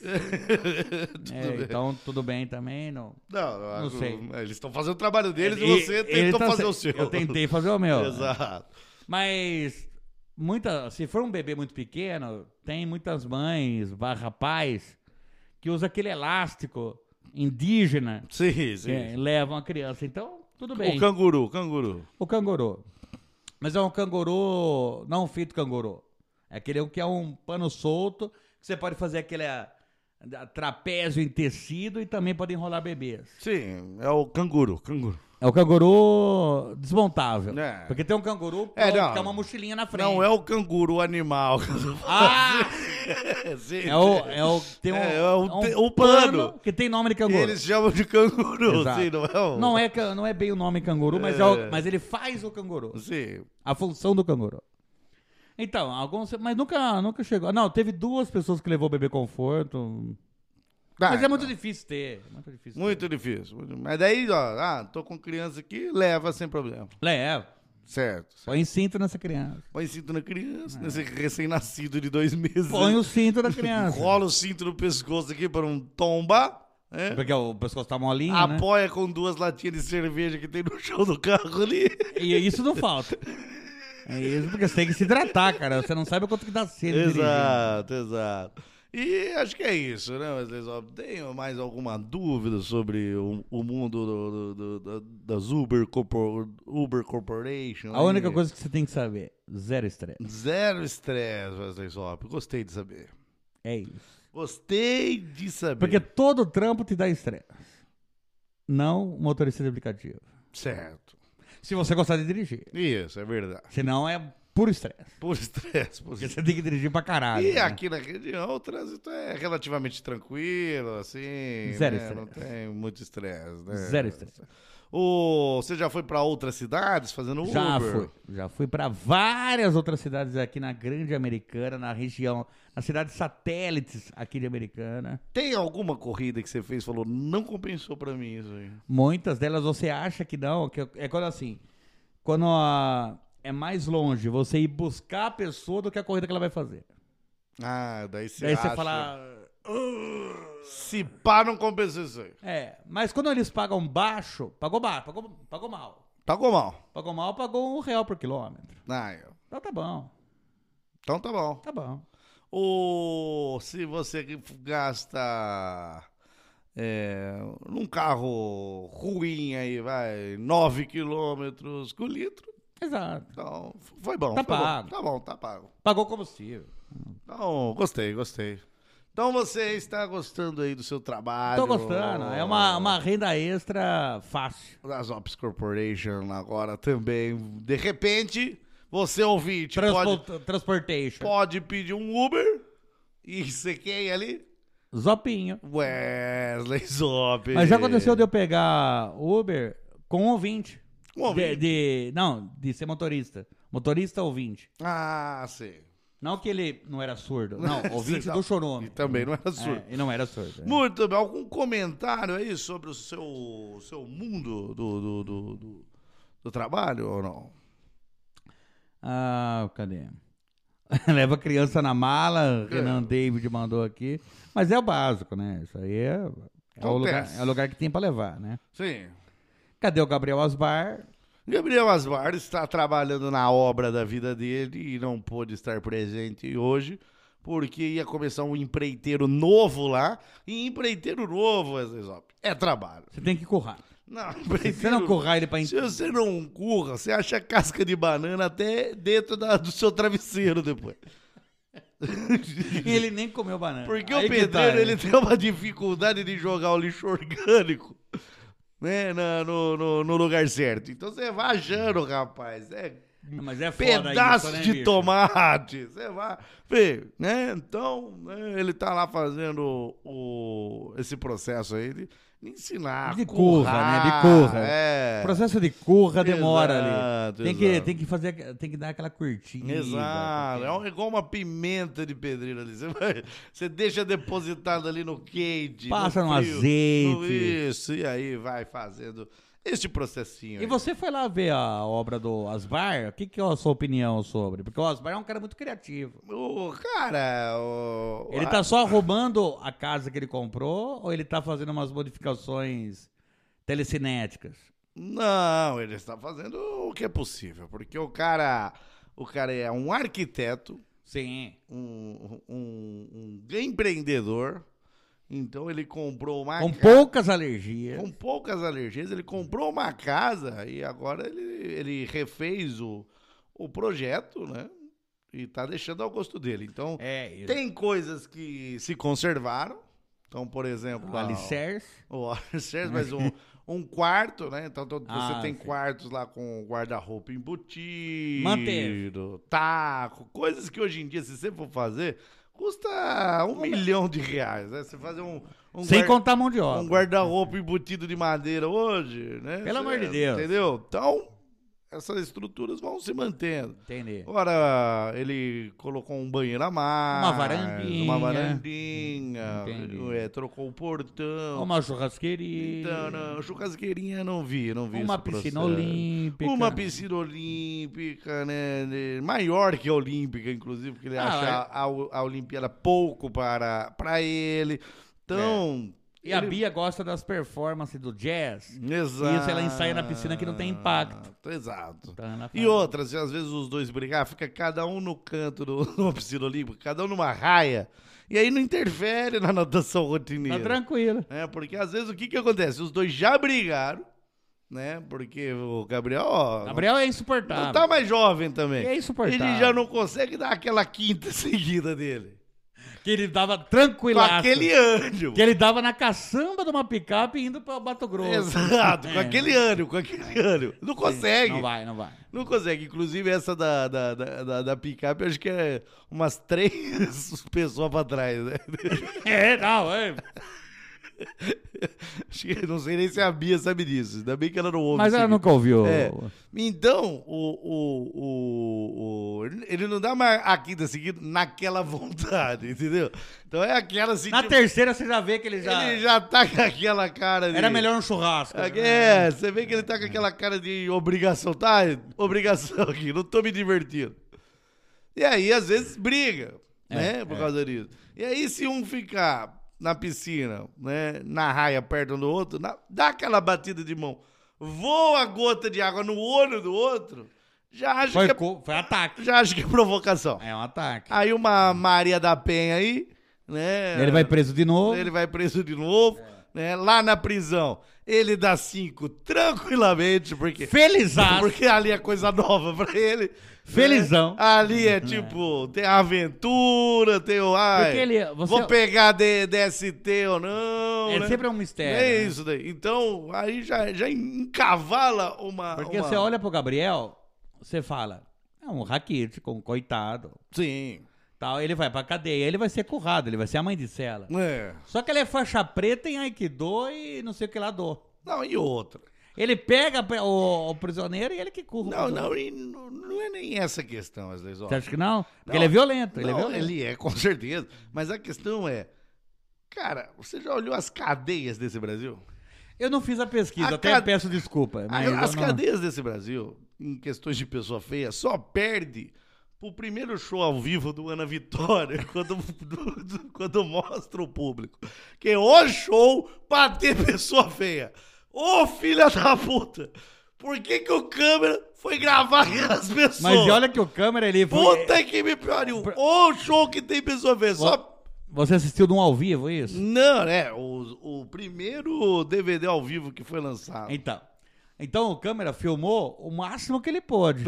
[SPEAKER 3] É, Então, tudo bem também. Não.
[SPEAKER 2] Não, eu acho-
[SPEAKER 3] sei. É,
[SPEAKER 2] Eles estão fazendo o trabalho deles e,
[SPEAKER 3] E-
[SPEAKER 2] você
[SPEAKER 3] ele
[SPEAKER 2] tentou
[SPEAKER 3] tá
[SPEAKER 2] fazer
[SPEAKER 3] certo.
[SPEAKER 2] o seu.
[SPEAKER 3] Eu tentei fazer o meu.
[SPEAKER 2] Exato.
[SPEAKER 3] Mas muita, se for um bebê muito pequeno, tem muitas mães, barra rapaz, que usa aquele elástico indígena
[SPEAKER 2] Sim, sim.
[SPEAKER 3] que É, levam a criança. Então, tudo bem.
[SPEAKER 2] O canguru, o canguru.
[SPEAKER 3] O canguru. Mas é um canguru, não um fito canguru. É aquele que é um pano solto, que você pode fazer aquele ah, da- trapézio em tecido e também pode enrolar bebês.
[SPEAKER 2] Sim, é o canguru, canguru.
[SPEAKER 3] É o canguru desmontável.
[SPEAKER 2] É.
[SPEAKER 3] Porque tem um canguru
[SPEAKER 2] É,
[SPEAKER 3] pronto, que
[SPEAKER 2] não.
[SPEAKER 3] tem uma mochilinha na frente.
[SPEAKER 2] Não é o canguru o animal.
[SPEAKER 3] Ah!
[SPEAKER 2] Sim,
[SPEAKER 3] É o, é o, tem um,
[SPEAKER 2] É, é o
[SPEAKER 3] um
[SPEAKER 2] te- o pano.
[SPEAKER 3] que tem nome de
[SPEAKER 2] sim.
[SPEAKER 3] canguru.
[SPEAKER 2] Eles chamam de canguru,
[SPEAKER 3] Exato.
[SPEAKER 2] sim, não é o...
[SPEAKER 3] Não, é, ca- não é bem o nome canguru, mas, é o- mas ele faz o canguru.
[SPEAKER 2] Sim.
[SPEAKER 3] A função do canguru. Então, alguns. Mas nunca, nunca chegou. Não, teve duas pessoas que levou o bebê conforto.
[SPEAKER 2] Ah,
[SPEAKER 3] Mas é muito
[SPEAKER 2] então,
[SPEAKER 3] difícil ter. Muito difícil.
[SPEAKER 2] muito difícil. muito- Mas daí, ó, ah, tô com criança aqui, leva sem problema.
[SPEAKER 3] Ter. É,
[SPEAKER 2] Certo.
[SPEAKER 3] põe cinto nessa criança.
[SPEAKER 2] Põe cinto na criança, nesse recém-nascido de dois meses.
[SPEAKER 3] É. Põe o cinto da criança.
[SPEAKER 2] Rola o cinto no pescoço aqui para não tombar. né?
[SPEAKER 3] Porque o pescoço tá molinho. Né?
[SPEAKER 2] Apoia com duas latinhas de cerveja que tem no chão do carro ali.
[SPEAKER 3] E isso não falta. É isso, porque você tem que se hidratar, cara. Você não sabe o quanto que dá sede. dirigindo.
[SPEAKER 2] Exato, exato. E acho que é isso, né? Mas vocês ó, têm mais alguma dúvida sobre o, o mundo do- do- do- da- das Uber, Corpor- Uber Corporation?
[SPEAKER 3] A única coisa que você tem que saber: zero estresse.
[SPEAKER 2] Zero estresse, Wesley Zop. Gostei de saber.
[SPEAKER 3] É isso.
[SPEAKER 2] Gostei de saber.
[SPEAKER 3] Porque todo trampo te dá estresse. Não um motorista de aplicativo.
[SPEAKER 2] Certo.
[SPEAKER 3] Se você gostar de dirigir.
[SPEAKER 2] Isso, é verdade.
[SPEAKER 3] Senão é puro estresse.
[SPEAKER 2] Por estresse, por
[SPEAKER 3] Porque você tem que dirigir pra caralho.
[SPEAKER 2] E
[SPEAKER 3] né?
[SPEAKER 2] aqui na região o trânsito é relativamente tranquilo, assim.
[SPEAKER 3] Zero
[SPEAKER 2] né? Não
[SPEAKER 3] estresse.
[SPEAKER 2] tem muito estresse, né?
[SPEAKER 3] Zero estresse.
[SPEAKER 2] O, você já foi pra outras cidades fazendo É, Uber?
[SPEAKER 3] Já fui. Já fui pra várias outras cidades aqui na Grande Americana, na região, nas cidades satélites aqui de Americana.
[SPEAKER 2] Tem alguma corrida que você fez e falou, não compensou pra mim isso aí?
[SPEAKER 3] Muitas delas você acha que não, que é quando assim, quando a- é mais longe você ir buscar a pessoa do que a corrida que ela vai fazer.
[SPEAKER 2] Ah, daí você
[SPEAKER 3] Daí
[SPEAKER 2] acha.
[SPEAKER 3] você fala, "Ah,
[SPEAKER 2] Se pá, não compensou isso aí.
[SPEAKER 3] é, mas quando eles pagam baixo, pagou baixo, pagou, pagou mal.
[SPEAKER 2] Pagou Tá mal.
[SPEAKER 3] Pagou mal, pagou um real por quilômetro.
[SPEAKER 2] Ah, eu-
[SPEAKER 3] Então tá bom,
[SPEAKER 2] então tá bom.
[SPEAKER 3] tá bom.
[SPEAKER 2] Ou se você gasta é, num carro ruim aí, vai, 9 quilômetros por litro,
[SPEAKER 3] Exato.
[SPEAKER 2] então foi bom.
[SPEAKER 3] Tá
[SPEAKER 2] foi bom.
[SPEAKER 3] pago.
[SPEAKER 2] Tá bom, tá pago.
[SPEAKER 3] Pagou combustível.
[SPEAKER 2] Então, gostei, gostei. Então você está gostando aí do seu trabalho.
[SPEAKER 3] Tô gostando. É uma, uma renda extra fácil.
[SPEAKER 2] Das Ops Corporation agora também. De repente, você ouvinte pode,
[SPEAKER 3] Transport- Transportation.
[SPEAKER 2] pode pedir um Uber e você quem ali?
[SPEAKER 3] Zopinho.
[SPEAKER 2] Wesley Zop.
[SPEAKER 3] Mas já aconteceu de eu pegar Uber com ouvinte.
[SPEAKER 2] Um ouvinte.
[SPEAKER 3] De, de- não, de ser motorista. Motorista ouvinte.
[SPEAKER 2] Ah, sim.
[SPEAKER 3] Não que ele não era surdo. Não, ouvinte
[SPEAKER 2] Sim, tá.
[SPEAKER 3] do chorume.
[SPEAKER 2] E também não era surdo.
[SPEAKER 3] É, e não era surdo. é.
[SPEAKER 2] Muito bem. Algum comentário aí sobre o seu, seu mundo do, do, do, do- do trabalho ou não?
[SPEAKER 3] Ah, cadê? Leva a criança na mala,
[SPEAKER 2] É.
[SPEAKER 3] Renan David mandou aqui. Mas é o básico, né? Isso aí é, é, o, lugar,
[SPEAKER 2] Acontece.
[SPEAKER 3] é o lugar que tem pra levar, né?
[SPEAKER 2] Sim.
[SPEAKER 3] Cadê o Gabriel Asbar?
[SPEAKER 2] Gabriel Asbar está trabalhando na obra da vida dele e não pôde estar presente hoje porque ia começar um empreiteiro novo lá. E empreiteiro novo, Wesley Zop, é trabalho.
[SPEAKER 3] Você tem que currar.
[SPEAKER 2] Não,
[SPEAKER 3] Se
[SPEAKER 2] empreiteiro...
[SPEAKER 3] você não currar ele pra... en-
[SPEAKER 2] Se você não curra, você acha casca de banana até dentro da- do seu travesseiro depois.
[SPEAKER 3] E ele nem comeu banana.
[SPEAKER 2] Porque
[SPEAKER 3] Aí
[SPEAKER 2] o
[SPEAKER 3] que
[SPEAKER 2] pedreiro
[SPEAKER 3] tá, né?
[SPEAKER 2] ele tem uma dificuldade de jogar o lixo orgânico né, na- no, no- no lugar certo. Então você vai achando, rapaz. É
[SPEAKER 3] Mas é foda
[SPEAKER 2] pedaço
[SPEAKER 3] isso, né,
[SPEAKER 2] de
[SPEAKER 3] bicho?
[SPEAKER 2] tomate. Você vai. Vê, né? Então, né, ele tá lá fazendo o, esse processo aí de ensinar.
[SPEAKER 3] De curva, né, de
[SPEAKER 2] currar,
[SPEAKER 3] curva.
[SPEAKER 2] É.
[SPEAKER 3] O processo de curra demora
[SPEAKER 2] Exato,
[SPEAKER 3] ali. Tem que,
[SPEAKER 2] exato.
[SPEAKER 3] tem que fazer, tem que dar aquela curtida.
[SPEAKER 2] Exato, é um- igual uma pimenta de pedreiro ali. Você, vai- você deixa depositado ali no quente.
[SPEAKER 3] Passa no
[SPEAKER 2] frio,
[SPEAKER 3] azeite.
[SPEAKER 2] no isso, e aí vai fazendo este processinho.
[SPEAKER 3] E
[SPEAKER 2] aí.
[SPEAKER 3] você foi lá ver a obra do Asbar? O que, que é a sua opinião sobre? Porque o Asbar é um cara muito criativo.
[SPEAKER 2] O cara, o-
[SPEAKER 3] Ele
[SPEAKER 2] a-
[SPEAKER 3] tá só roubando a casa que ele comprou ou ele tá fazendo umas modificações telecinéticas?
[SPEAKER 2] Não, ele está fazendo o que é possível, porque o cara. O cara é um arquiteto,
[SPEAKER 3] Sim.
[SPEAKER 2] um, um- um empreendedor. Então ele comprou uma
[SPEAKER 3] Com
[SPEAKER 2] ca-
[SPEAKER 3] poucas alergias.
[SPEAKER 2] com poucas alergias, ele comprou uma casa e agora ele, ele refez o, o projeto, né? E tá deixando ao gosto dele. Então,
[SPEAKER 3] É, isso.
[SPEAKER 2] tem coisas que se conservaram. Então, por exemplo,
[SPEAKER 3] O
[SPEAKER 2] lá o-
[SPEAKER 3] alicerce.
[SPEAKER 2] o alicerce, mas um, um quarto, né? Então, todo- você
[SPEAKER 3] Ah,
[SPEAKER 2] tem
[SPEAKER 3] sim.
[SPEAKER 2] quartos lá com guarda-roupa embutido,
[SPEAKER 3] Manteve.
[SPEAKER 2] taco, coisas que hoje em dia, se você for fazer, custa um milhão de reais, né? Você fazer um, um
[SPEAKER 3] Sem
[SPEAKER 2] guarda-
[SPEAKER 3] contar a mão de obra.
[SPEAKER 2] um guarda-roupa embutido de madeira hoje, né?
[SPEAKER 3] Pelo amor de
[SPEAKER 2] Cê-
[SPEAKER 3] Deus.
[SPEAKER 2] Entendeu? Então, essas estruturas vão se mantendo.
[SPEAKER 3] Entendi.
[SPEAKER 2] Agora, ele colocou um banheiro a mais.
[SPEAKER 3] Uma varandinha.
[SPEAKER 2] Uma varandinha.
[SPEAKER 3] Entendi.
[SPEAKER 2] é, trocou o portão.
[SPEAKER 3] Uma churrasqueria.
[SPEAKER 2] Então, não, churrasqueirinha não vi, não vi
[SPEAKER 3] uma
[SPEAKER 2] esse processo.
[SPEAKER 3] piscina olímpica.
[SPEAKER 2] Uma piscina olímpica, né? de- Maior que a olímpica, inclusive, porque ele
[SPEAKER 3] Ah,
[SPEAKER 2] acha
[SPEAKER 3] é.
[SPEAKER 2] a, a Olimpíada pouco para, para ele. Então...
[SPEAKER 3] E a
[SPEAKER 2] ele-
[SPEAKER 3] Bia gosta das performances do jazz.
[SPEAKER 2] Exato.
[SPEAKER 3] Isso ela ensaia na piscina que não tem impacto.
[SPEAKER 2] Exato.
[SPEAKER 3] Então ela
[SPEAKER 2] E
[SPEAKER 3] fala-
[SPEAKER 2] outras, se às vezes os dois brigar, fica cada um no canto do- numa piscina olímpica, cada um numa raia. E aí não interfere na natação
[SPEAKER 3] Tá
[SPEAKER 2] rotineira.
[SPEAKER 3] tranquila.
[SPEAKER 2] né? Porque às vezes o que que acontece? Os dois já brigaram, né? Porque o Gabriel, ó,
[SPEAKER 3] Gabriel é
[SPEAKER 2] não,
[SPEAKER 3] insuportável.
[SPEAKER 2] tá mais jovem também.
[SPEAKER 3] É insuportável.
[SPEAKER 2] Ele já não consegue dar aquela quinta seguida dele.
[SPEAKER 3] Que ele dava
[SPEAKER 2] Com
[SPEAKER 3] tranquilaço.
[SPEAKER 2] aquele ânimo.
[SPEAKER 3] Que ele dava na caçamba de uma picape indo pra Mato Grosso.
[SPEAKER 2] Exato, com
[SPEAKER 3] É.
[SPEAKER 2] aquele ânimo, com aquele ânimo. Não consegue.
[SPEAKER 3] Não vai, não vai.
[SPEAKER 2] Não consegue. Inclusive, essa da, da, da, da- da picape, eu acho que é umas três pessoas pra trás, né?
[SPEAKER 3] É, não, é.
[SPEAKER 2] Acho que- Não sei nem se a Bia sabe disso. Ainda bem que ela não ouve
[SPEAKER 3] Mas
[SPEAKER 2] isso
[SPEAKER 3] ela
[SPEAKER 2] aqui.
[SPEAKER 3] nunca ouviu.
[SPEAKER 2] É. Então, o, o, o, o- ele- ele não dá mais a quinta seguida naquela vontade, entendeu? Então é aquela assim.
[SPEAKER 3] Na
[SPEAKER 2] tipo,
[SPEAKER 3] terceira você já vê que ele já.
[SPEAKER 2] Ele já tá com aquela cara de.
[SPEAKER 3] Era melhor um churrasco.
[SPEAKER 2] É, você vê que ele tá com aquela cara de obrigação, tá? Obrigação aqui, não tô me divertindo. E aí, às vezes, briga,
[SPEAKER 3] É,
[SPEAKER 2] né? Por causa disso. E aí, se um ficar na piscina, né? Na raia perto um do outro, na- dá aquela batida de mão, voa a gota de água no olho do outro, já acha,
[SPEAKER 3] Foi,
[SPEAKER 2] que é,
[SPEAKER 3] co- foi ataque.
[SPEAKER 2] já acha que é provocação.
[SPEAKER 3] É um ataque.
[SPEAKER 2] Aí uma Maria da Penha aí, né?
[SPEAKER 3] Ele vai preso de novo. É.
[SPEAKER 2] Ele vai preso de novo, né? Lá na prisão, ele dá cinco tranquilamente, porque,
[SPEAKER 3] Felizado.
[SPEAKER 2] porque ali é coisa nova pra ele. né?
[SPEAKER 3] Felizão.
[SPEAKER 2] Ali é tipo, tem a aventura, tem o. Ai,
[SPEAKER 3] Porque ele- você-
[SPEAKER 2] vou pegar D- DST ou não.
[SPEAKER 3] É
[SPEAKER 2] né?
[SPEAKER 3] sempre um mistério.
[SPEAKER 2] É
[SPEAKER 3] né?
[SPEAKER 2] isso daí. Então, aí já, já encavala uma.
[SPEAKER 3] Porque
[SPEAKER 2] uma-
[SPEAKER 3] você olha pro Gabriel, você fala, é um raquítico, um coitado.
[SPEAKER 2] Sim.
[SPEAKER 3] Tal. Ele vai pra cadeia, ele vai ser currado, ele vai ser a mãe de cela.
[SPEAKER 2] É.
[SPEAKER 3] Só que ele é faixa preta em Aikido e não sei o que lá do.
[SPEAKER 2] Não, e outra.
[SPEAKER 3] Ele pega pe- o, o prisioneiro e ele que curra. o
[SPEAKER 2] Não,
[SPEAKER 3] prisioneiro.
[SPEAKER 2] não, e não, não é nem essa questão, às vezes. ó.
[SPEAKER 3] Você acha que não? Porque
[SPEAKER 2] Não.
[SPEAKER 3] ele é violento. Ele é
[SPEAKER 2] Não,
[SPEAKER 3] violento.
[SPEAKER 2] ele é, com certeza. Mas a questão é, cara, você já olhou as cadeias desse Brasil?
[SPEAKER 3] Eu não fiz a pesquisa,
[SPEAKER 2] A
[SPEAKER 3] até
[SPEAKER 2] cade-
[SPEAKER 3] peço desculpa. Mas
[SPEAKER 2] as
[SPEAKER 3] eu É não-
[SPEAKER 2] cadeias desse Brasil, em questões de pessoa feia, só perde pro primeiro show ao vivo do Ana Vitória, quando, do- do- quando mostra o público. Que é o show pra ter pessoa feia. Ô filha da puta! Por que, que o câmera foi gravar aquelas pessoas?
[SPEAKER 3] Mas e olha que o câmera ele foi.
[SPEAKER 2] Puta que me pariu! Ô show que tem pessoa feia, só
[SPEAKER 3] Você assistiu de um ao vivo, isso?
[SPEAKER 2] Não, é. O, o primeiro DVD ao vivo que foi lançado.
[SPEAKER 3] Então. Então o câmera filmou o máximo que ele pôde.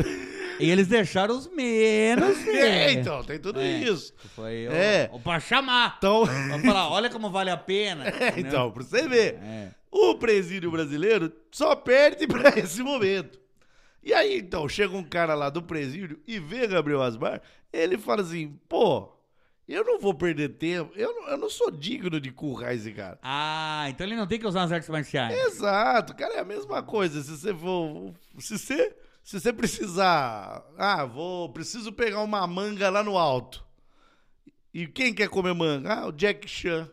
[SPEAKER 3] e eles deixaram os menos.
[SPEAKER 2] É,
[SPEAKER 3] feios.
[SPEAKER 2] então, tem tudo
[SPEAKER 3] É.
[SPEAKER 2] isso.
[SPEAKER 3] Foi o,
[SPEAKER 2] É.
[SPEAKER 3] o pra chamar.
[SPEAKER 2] Então,
[SPEAKER 3] Pra falar, olha como vale a pena.
[SPEAKER 2] é,
[SPEAKER 3] entendeu?
[SPEAKER 2] então, pra você ver,
[SPEAKER 3] Né? É.
[SPEAKER 2] o presídio brasileiro só perde pra esse momento. E aí, então, chega um cara lá do presídio e vê Gabriel Asmar, ele fala assim, pô, eu não vou perder tempo, eu não, eu não sou digno de currar esse cara.
[SPEAKER 3] Ah, então ele não tem que usar as artes marciais.
[SPEAKER 2] Exato, cara, é a mesma coisa. Se você for. Se você, se você precisar. Ah, vou. Preciso pegar uma manga lá no alto. E quem quer comer manga? Ah, o Jack Chan.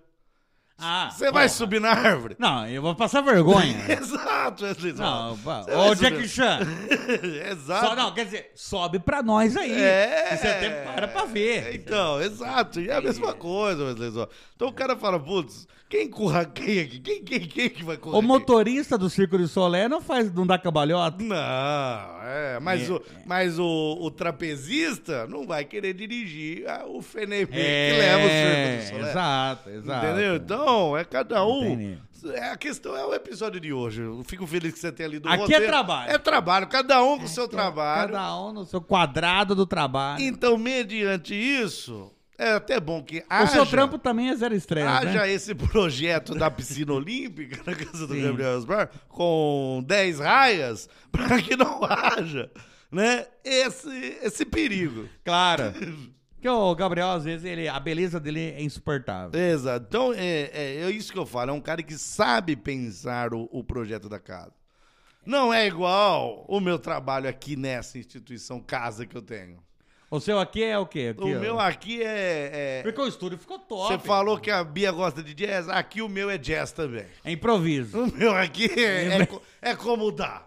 [SPEAKER 3] Ah,
[SPEAKER 2] Você vai subir na árvore.
[SPEAKER 3] Não, eu vou passar vergonha.
[SPEAKER 2] Exato, Wesley
[SPEAKER 3] não,
[SPEAKER 2] Safadão.
[SPEAKER 3] pá,
[SPEAKER 2] Você vai
[SPEAKER 3] ô Jack
[SPEAKER 2] subir-
[SPEAKER 3] Chan.
[SPEAKER 2] Exato.
[SPEAKER 3] Só não, quer dizer, sobe pra nós aí.
[SPEAKER 2] É.
[SPEAKER 3] E você até para pra ver.
[SPEAKER 2] Então, exato. E é a mesma coisa, Wesley Safadão. Então o cara fala, putz, quem curraqueia aqui? Quem, quem, quem que vai currar
[SPEAKER 3] O motorista do Circo de Solé não faz, não dá cabalhota.
[SPEAKER 2] Não, é, mas, o, mas o, o trapezista não vai querer dirigir a- o FNB que leva o circo do Soler.
[SPEAKER 3] É, Exato, exato.
[SPEAKER 2] Entendeu? Então, é cada um.
[SPEAKER 3] Entendi.
[SPEAKER 2] É, a questão é o episódio de hoje. Eu fico feliz que você tenha lido o
[SPEAKER 3] Aqui é
[SPEAKER 2] roteiro.
[SPEAKER 3] trabalho. então,
[SPEAKER 2] É trabalho, cada um com o seu trabalho.
[SPEAKER 3] Cada um no seu quadrado do trabalho.
[SPEAKER 2] Então, mediante isso, é até bom que
[SPEAKER 3] o
[SPEAKER 2] haja,
[SPEAKER 3] seu trampo também é zero estresse,
[SPEAKER 2] haja
[SPEAKER 3] né?
[SPEAKER 2] esse projeto da piscina olímpica na casa do
[SPEAKER 3] Sim.
[SPEAKER 2] Gabriel Osmar com 10 raias para que não haja né, esse, esse perigo.
[SPEAKER 3] Claro. Porque o Gabriel, às vezes, ele, a beleza dele é insuportável.
[SPEAKER 2] Exato. Então, é, é, é isso que eu falo. É um cara que sabe pensar o, o projeto da casa. Não é igual o meu trabalho aqui nessa instituição casa que eu tenho.
[SPEAKER 3] O seu aqui é o quê? Aqui,
[SPEAKER 2] o
[SPEAKER 3] ó.
[SPEAKER 2] meu aqui é. é-
[SPEAKER 3] Porque o estúdio ficou top.
[SPEAKER 2] você falou que a Bia gosta de jazz, aqui o meu é jazz também.
[SPEAKER 3] É improviso.
[SPEAKER 2] O meu aqui é, é, co- é como dá.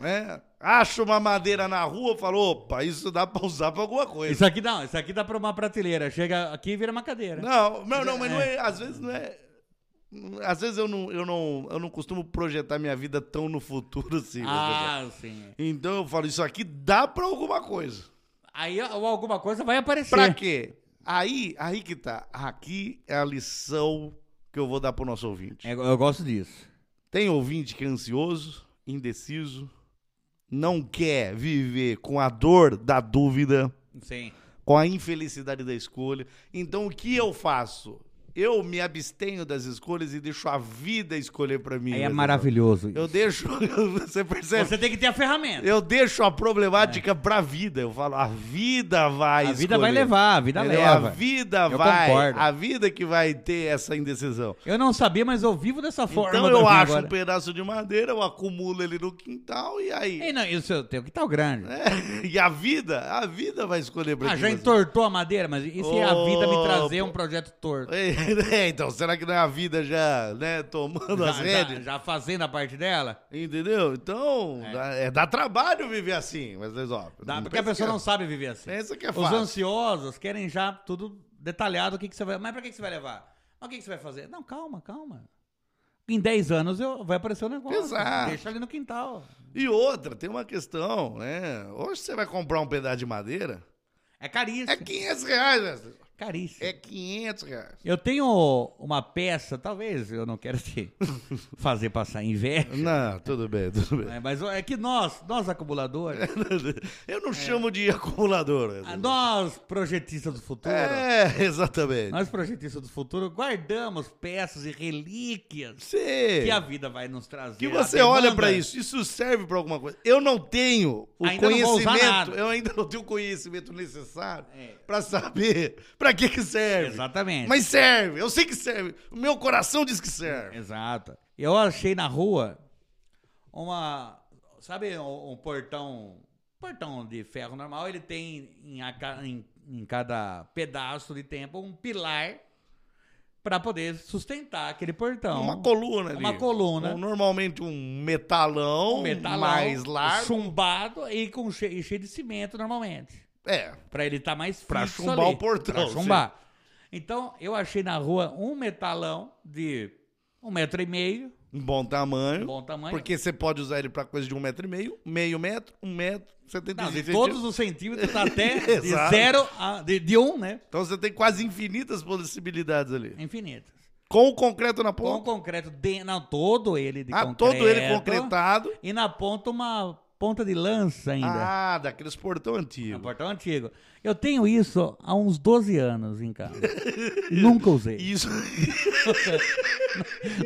[SPEAKER 2] É. Acho uma madeira na rua, falou, opa, isso dá pra usar pra alguma coisa.
[SPEAKER 3] Isso aqui não, isso aqui dá pra uma prateleira. Chega aqui e vira uma cadeira.
[SPEAKER 2] Não, não, não, mas não é, às vezes não é. Às vezes eu não, eu não, eu não costumo projetar minha vida tão no futuro assim. né,
[SPEAKER 3] ah, sim.
[SPEAKER 2] pessoal? Então eu falo, isso aqui dá pra alguma coisa.
[SPEAKER 3] Aí ó, alguma coisa vai aparecer.
[SPEAKER 2] Pra quê? Aí, aí que tá. Aqui é a lição que eu vou dar pro nosso ouvinte.
[SPEAKER 3] É, eu gosto disso.
[SPEAKER 2] Tem ouvinte que é ansioso, indeciso, não quer viver com a dor da dúvida,
[SPEAKER 3] Sim.
[SPEAKER 2] com a infelicidade da escolha. Então o que eu faço? Eu me abstenho das escolhas e deixo a vida escolher pra mim.
[SPEAKER 3] Aí é
[SPEAKER 2] entendeu?
[SPEAKER 3] maravilhoso isso.
[SPEAKER 2] Eu deixo, você percebe?
[SPEAKER 3] Você tem que ter a ferramenta.
[SPEAKER 2] Eu deixo a problemática pra vida. Eu falo, a vida vai
[SPEAKER 3] a vida vai
[SPEAKER 2] escolher.
[SPEAKER 3] levar, a vida
[SPEAKER 2] Entendeu?
[SPEAKER 3] leva.
[SPEAKER 2] A vida
[SPEAKER 3] Eu
[SPEAKER 2] vai,
[SPEAKER 3] concordo.
[SPEAKER 2] a vida que vai ter essa indecisão.
[SPEAKER 3] Eu não sabia, mas eu vivo dessa forma.
[SPEAKER 2] Então
[SPEAKER 3] da
[SPEAKER 2] eu
[SPEAKER 3] vida
[SPEAKER 2] acho
[SPEAKER 3] agora.
[SPEAKER 2] um pedaço de madeira, eu acumulo ele no quintal e aí.
[SPEAKER 3] Ei, não, isso eu tenho que tal grande.
[SPEAKER 2] É, e a vida, a vida vai escolher pra
[SPEAKER 3] ah,
[SPEAKER 2] quem
[SPEAKER 3] já
[SPEAKER 2] você-
[SPEAKER 3] entortou a madeira, mas e se a vida me trazer
[SPEAKER 2] Opa.
[SPEAKER 3] um projeto torto?
[SPEAKER 2] É, então, será que não é a vida já, né, tomando as
[SPEAKER 3] Já, já,
[SPEAKER 2] redes?
[SPEAKER 3] já fazendo a parte dela?
[SPEAKER 2] Entendeu? Então, dá, é, dá trabalho viver assim, mas ó,
[SPEAKER 3] Dá,
[SPEAKER 2] não
[SPEAKER 3] porque a
[SPEAKER 2] pensa
[SPEAKER 3] pessoa
[SPEAKER 2] que-
[SPEAKER 3] não sabe viver assim.
[SPEAKER 2] Pensa que é
[SPEAKER 3] Os
[SPEAKER 2] fácil.
[SPEAKER 3] ansiosos querem já tudo detalhado, o que, que você vai... Mas pra que, que você vai levar? Mas o que, que você vai fazer? Não, calma, calma. Em 10 anos eu, vai aparecer um negócio.
[SPEAKER 2] Exato.
[SPEAKER 3] Deixa ali no quintal.
[SPEAKER 2] E outra, tem uma questão, né? Hoje você vai comprar um pedaço de madeira,
[SPEAKER 3] É caríssimo.
[SPEAKER 2] é 500 reais, né?
[SPEAKER 3] Caríssimo.
[SPEAKER 2] é 500 reais.
[SPEAKER 3] Eu tenho uma peça, talvez, eu não quero te fazer passar inveja,
[SPEAKER 2] Não, tudo bem, tudo bem.
[SPEAKER 3] né, mas é que nós, nós acumuladores,
[SPEAKER 2] Eu
[SPEAKER 3] É.
[SPEAKER 2] não chamo de acumulador. né?
[SPEAKER 3] a- nós projetistas do futuro,
[SPEAKER 2] É, exatamente.
[SPEAKER 3] nós projetistas do futuro, guardamos peças e relíquias
[SPEAKER 2] Você,
[SPEAKER 3] que a vida vai nos trazer.
[SPEAKER 2] que
[SPEAKER 3] a
[SPEAKER 2] você olha
[SPEAKER 3] demanda.
[SPEAKER 2] pra isso, isso serve pra alguma coisa. Eu não tenho o
[SPEAKER 3] Ainda não vou usar
[SPEAKER 2] conhecimento,
[SPEAKER 3] nada.
[SPEAKER 2] eu ainda não tenho o conhecimento necessário
[SPEAKER 3] É.
[SPEAKER 2] pra saber pra que que serve.
[SPEAKER 3] Exatamente.
[SPEAKER 2] Mas serve, eu sei que serve. O meu coração diz que serve.
[SPEAKER 3] Exato. Eu achei na rua uma. Sabe um, um portão. Portão de ferro normal, ele tem em, a ca- em- em cada pedaço de tempo um pilar para poder sustentar aquele portão.
[SPEAKER 2] uma coluna ali.
[SPEAKER 3] Então, é uma coluna.
[SPEAKER 2] Um- normalmente um metalão,
[SPEAKER 3] Um metalão
[SPEAKER 2] mais largo.
[SPEAKER 3] chumbado e, com che- e cheio de cimento normalmente.
[SPEAKER 2] É,
[SPEAKER 3] Pra ele estar mais fixo
[SPEAKER 2] Pra chumbar
[SPEAKER 3] ali,
[SPEAKER 2] o portão,
[SPEAKER 3] Pra
[SPEAKER 2] sim.
[SPEAKER 3] chumbar. Então, eu achei na rua um metalão de um metro e meio,
[SPEAKER 2] um bom tamanho.
[SPEAKER 3] bom tamanho.
[SPEAKER 2] Porque você pode usar ele pra coisa de um metro e meio, meio metro, um metro,
[SPEAKER 3] Não,
[SPEAKER 2] 75
[SPEAKER 3] de
[SPEAKER 2] centímetros.
[SPEAKER 3] todos os centímetros até de
[SPEAKER 2] Exato.
[SPEAKER 3] zero a, de, de um, né?
[SPEAKER 2] Então você tem quase infinitas possibilidades ali.
[SPEAKER 3] Infinitas.
[SPEAKER 2] Com o concreto na
[SPEAKER 3] Com o
[SPEAKER 2] ponta.
[SPEAKER 3] concreto, de, não, todo ele de
[SPEAKER 2] ah,
[SPEAKER 3] concreto.
[SPEAKER 2] todo ele concretado.
[SPEAKER 3] E na ponta uma ponta de lança ainda.
[SPEAKER 2] Ah, daqueles portão
[SPEAKER 3] É um
[SPEAKER 2] antigo.
[SPEAKER 3] portão antigo. Eu tenho isso há uns 12 anos em casa. Nunca usei.
[SPEAKER 2] Isso.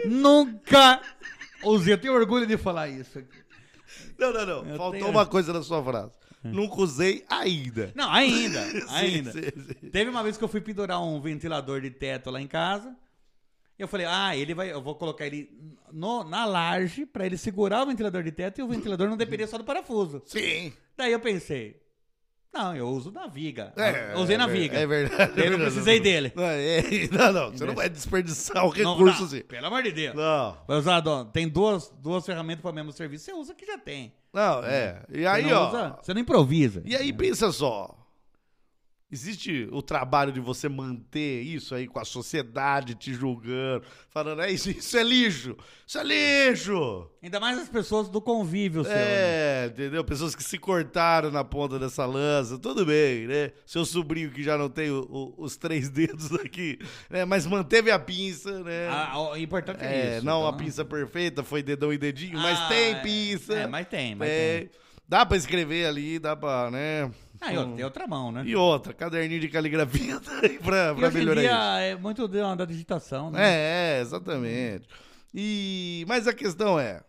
[SPEAKER 3] Nunca usei. Eu tenho orgulho de falar isso.
[SPEAKER 2] não, não, não.
[SPEAKER 3] Eu
[SPEAKER 2] Faltou
[SPEAKER 3] tenho-
[SPEAKER 2] uma coisa na sua frase. Nunca usei ainda.
[SPEAKER 3] Não, ainda, ainda.
[SPEAKER 2] Sim, sim, sim.
[SPEAKER 3] Teve uma vez que eu fui pendurar um ventilador de teto lá em casa. Eu falei, ah, ele vai, eu vou colocar ele no- na laje pra ele segurar o ventilador de teto e o ventilador não depender só do parafuso.
[SPEAKER 2] Sim.
[SPEAKER 3] Daí eu pensei, Não, eu uso na viga.
[SPEAKER 2] É,
[SPEAKER 3] eu Ah, usei na
[SPEAKER 2] é ver-
[SPEAKER 3] viga.
[SPEAKER 2] É verdade.
[SPEAKER 3] Eu não precisei dele.
[SPEAKER 2] Não, é- não, não, você não vai desperdiçar o
[SPEAKER 3] Não,
[SPEAKER 2] recurso
[SPEAKER 3] não,
[SPEAKER 2] assim.
[SPEAKER 3] Pelo amor de Deus.
[SPEAKER 2] Não,
[SPEAKER 3] Vai usar, dona, tem duas, duas ferramentas para o mesmo serviço. Você usa que já tem.
[SPEAKER 2] não, é. E
[SPEAKER 3] Você
[SPEAKER 2] aí,
[SPEAKER 3] não
[SPEAKER 2] ó.
[SPEAKER 3] usa, você não improvisa.
[SPEAKER 2] E aí, pensa só. Existe o trabalho de você manter isso aí com a sociedade te julgando, falando, é isso, isso é lixo, isso é lixo.
[SPEAKER 3] Ainda mais as pessoas do convívio seu. né?
[SPEAKER 2] É, entendeu? Pessoas que se cortaram na ponta dessa lança, tudo bem, né? Seu sobrinho que já não tem o- o- os três dedos aqui, né? Mas manteve a pinça, né?
[SPEAKER 3] Ah, o importante é,
[SPEAKER 2] É,
[SPEAKER 3] isso.
[SPEAKER 2] não
[SPEAKER 3] então.
[SPEAKER 2] a pinça perfeita, foi dedão e dedinho, mas
[SPEAKER 3] Ah,
[SPEAKER 2] tem
[SPEAKER 3] é,
[SPEAKER 2] pinça.
[SPEAKER 3] É, mas tem, mas
[SPEAKER 2] É,
[SPEAKER 3] tem.
[SPEAKER 2] Dá pra escrever ali, dá pra, né?
[SPEAKER 3] Ah, e outra- tem outra mão, né?
[SPEAKER 2] E outra, caderninho de caligrafia daí pra, pra
[SPEAKER 3] E hoje em
[SPEAKER 2] melhorar isso.
[SPEAKER 3] dia é muito da, da digitação, né?
[SPEAKER 2] É, é, exatamente. E, mas a questão é,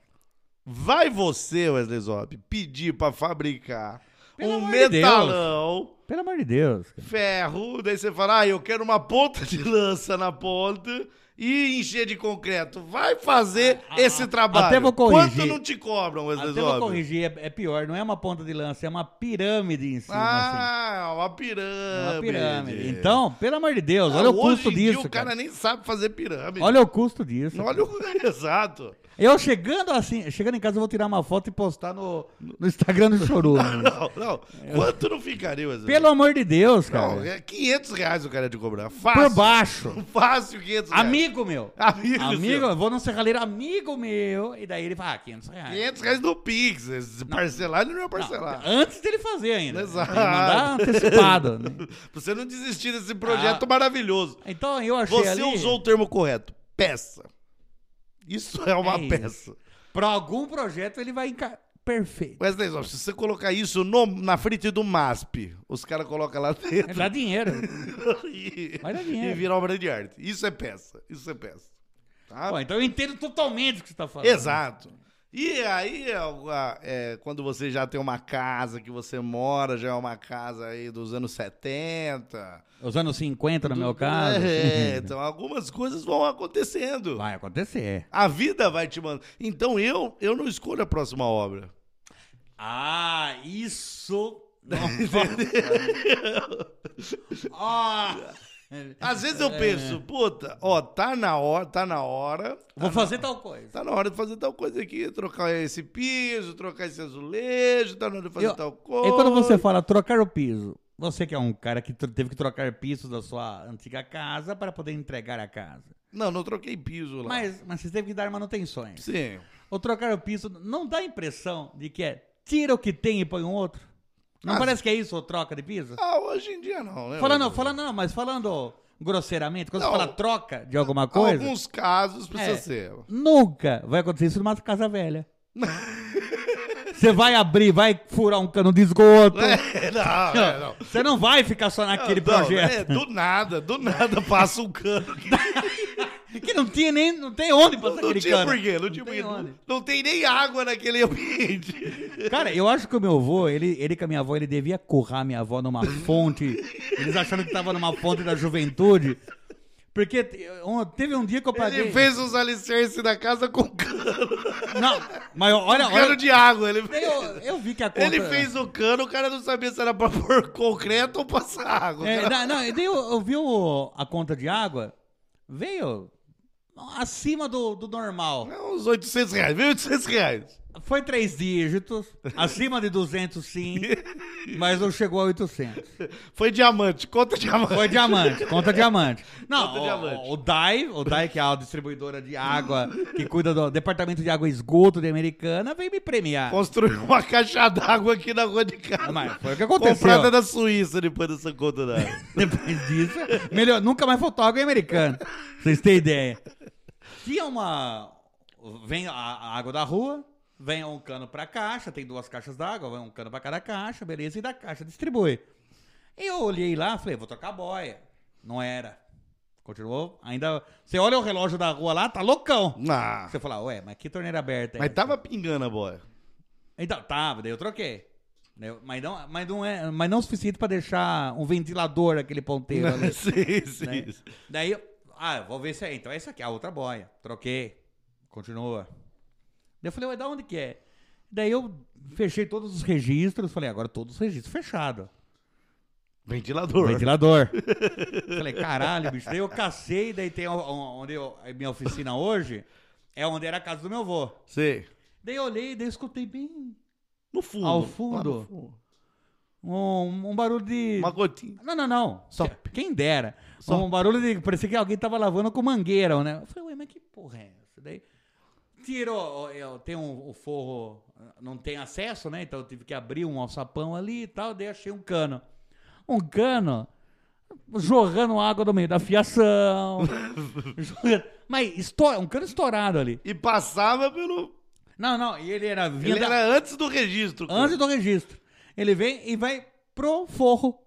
[SPEAKER 2] vai você, Wesley Zop, pedir pra fabricar
[SPEAKER 3] Pelo
[SPEAKER 2] um
[SPEAKER 3] amor de
[SPEAKER 2] metalão,
[SPEAKER 3] Pelo amor de Deus. cara.
[SPEAKER 2] ferro, daí você fala, ah, eu quero uma ponta de lança na ponta e encher de concreto. Vai fazer
[SPEAKER 3] Ah,
[SPEAKER 2] esse trabalho.
[SPEAKER 3] até vou corrigir.
[SPEAKER 2] Quanto não te cobram, Wesley
[SPEAKER 3] Até vou
[SPEAKER 2] Zop?
[SPEAKER 3] corrigir, é, é pior. Não é uma ponta de lança, é uma pirâmide em cima, assim.
[SPEAKER 2] Ah, uma
[SPEAKER 3] É
[SPEAKER 2] pirâmide.
[SPEAKER 3] Uma pirâmide. Então, pelo amor de Deus, olha
[SPEAKER 2] Ah,
[SPEAKER 3] o custo
[SPEAKER 2] hoje em dia
[SPEAKER 3] disso,
[SPEAKER 2] o cara,
[SPEAKER 3] cara.
[SPEAKER 2] nem sabe fazer pirâmide.
[SPEAKER 3] Olha o custo disso.
[SPEAKER 2] Olha o... Exato.
[SPEAKER 3] Eu chegando assim, chegando em casa, eu vou tirar uma foto e postar no, no Instagram do Chorume.
[SPEAKER 2] Não, não. Quanto não ficaria, Wesley?
[SPEAKER 3] É. Pelo amor de Deus,
[SPEAKER 2] Não,
[SPEAKER 3] cara.
[SPEAKER 2] é 500 reais o cara ia te cobrar. Fácil. É.
[SPEAKER 3] Por baixo.
[SPEAKER 2] Fácil 500 reais.
[SPEAKER 3] Amigo meu.
[SPEAKER 2] Amigo,
[SPEAKER 3] Amigo,
[SPEAKER 2] seu.
[SPEAKER 3] eu vou no serralheiro, amigo meu. E daí ele fala, ah, 500 reais.
[SPEAKER 2] 500 reais no Pix. Se Parcelar, ele não ia parcelar.
[SPEAKER 3] Antes dele fazer ainda.
[SPEAKER 2] Exato.
[SPEAKER 3] Ele mandar antecipado. né?
[SPEAKER 2] Pra você não desistir desse projeto maravilhoso.
[SPEAKER 3] Então eu Ah. achei
[SPEAKER 2] Você
[SPEAKER 3] ali,
[SPEAKER 2] usou o termo correto. Peça. Isso é uma
[SPEAKER 3] É isso.
[SPEAKER 2] peça.
[SPEAKER 3] pra algum projeto ele vai encaixar. Perfeito.
[SPEAKER 2] Wesley, Zop, se você colocar isso no- na frente do MASP, os caras colocam lá dentro
[SPEAKER 3] É dá dinheiro.
[SPEAKER 2] e,
[SPEAKER 3] Vai dar
[SPEAKER 2] e
[SPEAKER 3] dinheiro.
[SPEAKER 2] vira obra de arte. Isso é peça. Isso é peça. Tá?
[SPEAKER 3] Pô, então eu entendo totalmente o que você tá falando.
[SPEAKER 2] Exato. E aí, é o- a- é, quando você já tem uma casa que você mora, já é uma casa aí dos anos 70.
[SPEAKER 3] Os anos 50, no meu caso. assim,
[SPEAKER 2] É, então algumas coisas vão acontecendo.
[SPEAKER 3] Vai acontecer.
[SPEAKER 2] A vida vai te mandando. Então eu, eu não escolho a próxima obra.
[SPEAKER 3] Ah, isso. Nossa. Ah.
[SPEAKER 2] Às vezes
[SPEAKER 3] É.
[SPEAKER 2] eu penso, puta, ó, tá na hora, tá na hora.
[SPEAKER 3] Vou fazer tal coisa.
[SPEAKER 2] Tá na hora de fazer tal coisa aqui, trocar esse piso, trocar esse azulejo, tá na hora de fazer
[SPEAKER 3] Eu-
[SPEAKER 2] tal coisa.
[SPEAKER 3] E quando você fala trocar o piso, você que é um cara que tro- teve que trocar pisos da sua antiga casa para poder entregar a casa.
[SPEAKER 2] Não, não troquei piso lá.
[SPEAKER 3] Mas, mas você teve que dar manutenções.
[SPEAKER 2] Sim.
[SPEAKER 3] O trocar o piso não dá a impressão de que é tira o que tem e põe um outro? Não
[SPEAKER 2] Ah,
[SPEAKER 3] parece que é isso, o troca de piso?
[SPEAKER 2] Ah, hoje em dia não, né?
[SPEAKER 3] Falando, falando não, mas falando grosseiramente, quando
[SPEAKER 2] Não.
[SPEAKER 3] você fala troca de alguma
[SPEAKER 2] Em
[SPEAKER 3] coisa,
[SPEAKER 2] alguns casos precisa
[SPEAKER 3] É.
[SPEAKER 2] ser.
[SPEAKER 3] nunca vai acontecer isso numa casa velha. Você vai abrir, vai furar um cano de esgoto.
[SPEAKER 2] É, não, é, não.
[SPEAKER 3] Você não vai ficar só naquele
[SPEAKER 2] Não,
[SPEAKER 3] projeto.
[SPEAKER 2] é, do nada, do nada passa um cano. aqui.
[SPEAKER 3] Que não tinha nem. Não tem onde passar
[SPEAKER 2] é. Não,
[SPEAKER 3] aquele
[SPEAKER 2] tinha
[SPEAKER 3] cano.
[SPEAKER 2] porquê, não tinha
[SPEAKER 3] tem
[SPEAKER 2] porquê. Não,
[SPEAKER 3] onde.
[SPEAKER 2] não tem nem água naquele ambiente.
[SPEAKER 3] Cara, eu acho que o meu avô, ele, ele com a minha avó, ele devia currar minha avó numa fonte. Eles acharam que tava numa fonte da juventude. Porque te- um- teve um dia que eu paguei.
[SPEAKER 2] Ele fez os alicerces da casa com cano.
[SPEAKER 3] Não, mas olha,
[SPEAKER 2] Cano
[SPEAKER 3] olha.
[SPEAKER 2] de água. Ele fez,
[SPEAKER 3] Eu, eu vi que a conta.
[SPEAKER 2] ele fez o cano, o cara não sabia se era pra pôr concreto ou passar água.
[SPEAKER 3] É,
[SPEAKER 2] O cara-
[SPEAKER 3] não, não, e daí eu, eu vi o- a conta de água, veio acima do, do normal.
[SPEAKER 2] É uns 800 reais, 1.800 reais.
[SPEAKER 3] Foi três dígitos, acima de 200 sim, mas não chegou a 800.
[SPEAKER 2] Foi diamante, conta diamante.
[SPEAKER 3] Foi diamante, conta diamante. Não,
[SPEAKER 2] Conta
[SPEAKER 3] o,
[SPEAKER 2] diamante.
[SPEAKER 3] o DAI, o DAI que é a distribuidora de água, que cuida do departamento de água e esgoto de Americana, veio me premiar.
[SPEAKER 2] Construiu uma caixa d'água aqui na rua de casa.
[SPEAKER 3] Mas foi o que aconteceu.
[SPEAKER 2] Comprada da Suíça depois dessa conta d'água.
[SPEAKER 3] Depois disso, melhor, nunca mais faltou água em americano. Pra vocês terem ideia. Tinha uma. Vem a, a água da rua, vem um cano pra caixa, tem duas caixas d'água, vem um cano pra cada caixa, beleza, e da caixa distribui. Eu olhei lá, falei, vou trocar a boia. Não era. Continuou, ainda. Você olha o relógio da rua lá, tá loucão.
[SPEAKER 2] Ah,
[SPEAKER 3] Você fala, ué, mas que torneira aberta é
[SPEAKER 2] mas
[SPEAKER 3] essa?"
[SPEAKER 2] tava pingando a boia.
[SPEAKER 3] Então, tava, daí eu troquei. Daí eu- Mas não, mas, não é, mas não o suficiente pra deixar um ventilador aquele ponteiro ali.
[SPEAKER 2] sim, sim.
[SPEAKER 3] né? Daí, eu- ah, eu vou ver se é. Então, essa aqui, a outra boia. Troquei. Continua. Daí eu falei, ué, da onde que é? Daí eu fechei todos os registros. Falei, agora todos os registros fechados.
[SPEAKER 2] Ventilador.
[SPEAKER 3] Ventilador. Falei, caralho, bicho. Daí eu cacei, daí tem o- o- onde eu, a minha oficina hoje, é onde era a casa do meu avô.
[SPEAKER 2] Sei.
[SPEAKER 3] Daí eu olhei, daí eu escutei bem
[SPEAKER 2] No fundo.
[SPEAKER 3] Ao
[SPEAKER 2] lá
[SPEAKER 3] fundo.
[SPEAKER 2] no fundo.
[SPEAKER 3] um, um barulho de...
[SPEAKER 2] Uma gotinha.
[SPEAKER 3] Não, não, não.
[SPEAKER 2] Só.
[SPEAKER 3] Que- Quem dera.
[SPEAKER 2] é? Só.
[SPEAKER 3] Um barulho de. Parecia que alguém tava lavando com mangueira, né? Eu falei, ué, mas que porra é essa? Daí. Tirou. ó, eu- Tem um, o forro. Não tem acesso, né? Então eu tive que abrir um alçapão ali e tal. Daí achei um cano. Um cano jorrando água no meio da fiação. jorrando- mas estoura, um cano estourado ali.
[SPEAKER 2] E passava pelo.
[SPEAKER 3] Não, não. E ele era vinha
[SPEAKER 2] Ele
[SPEAKER 3] da-
[SPEAKER 2] era antes do registro. cara.
[SPEAKER 3] antes do registro. Ele vem e vai pro forro.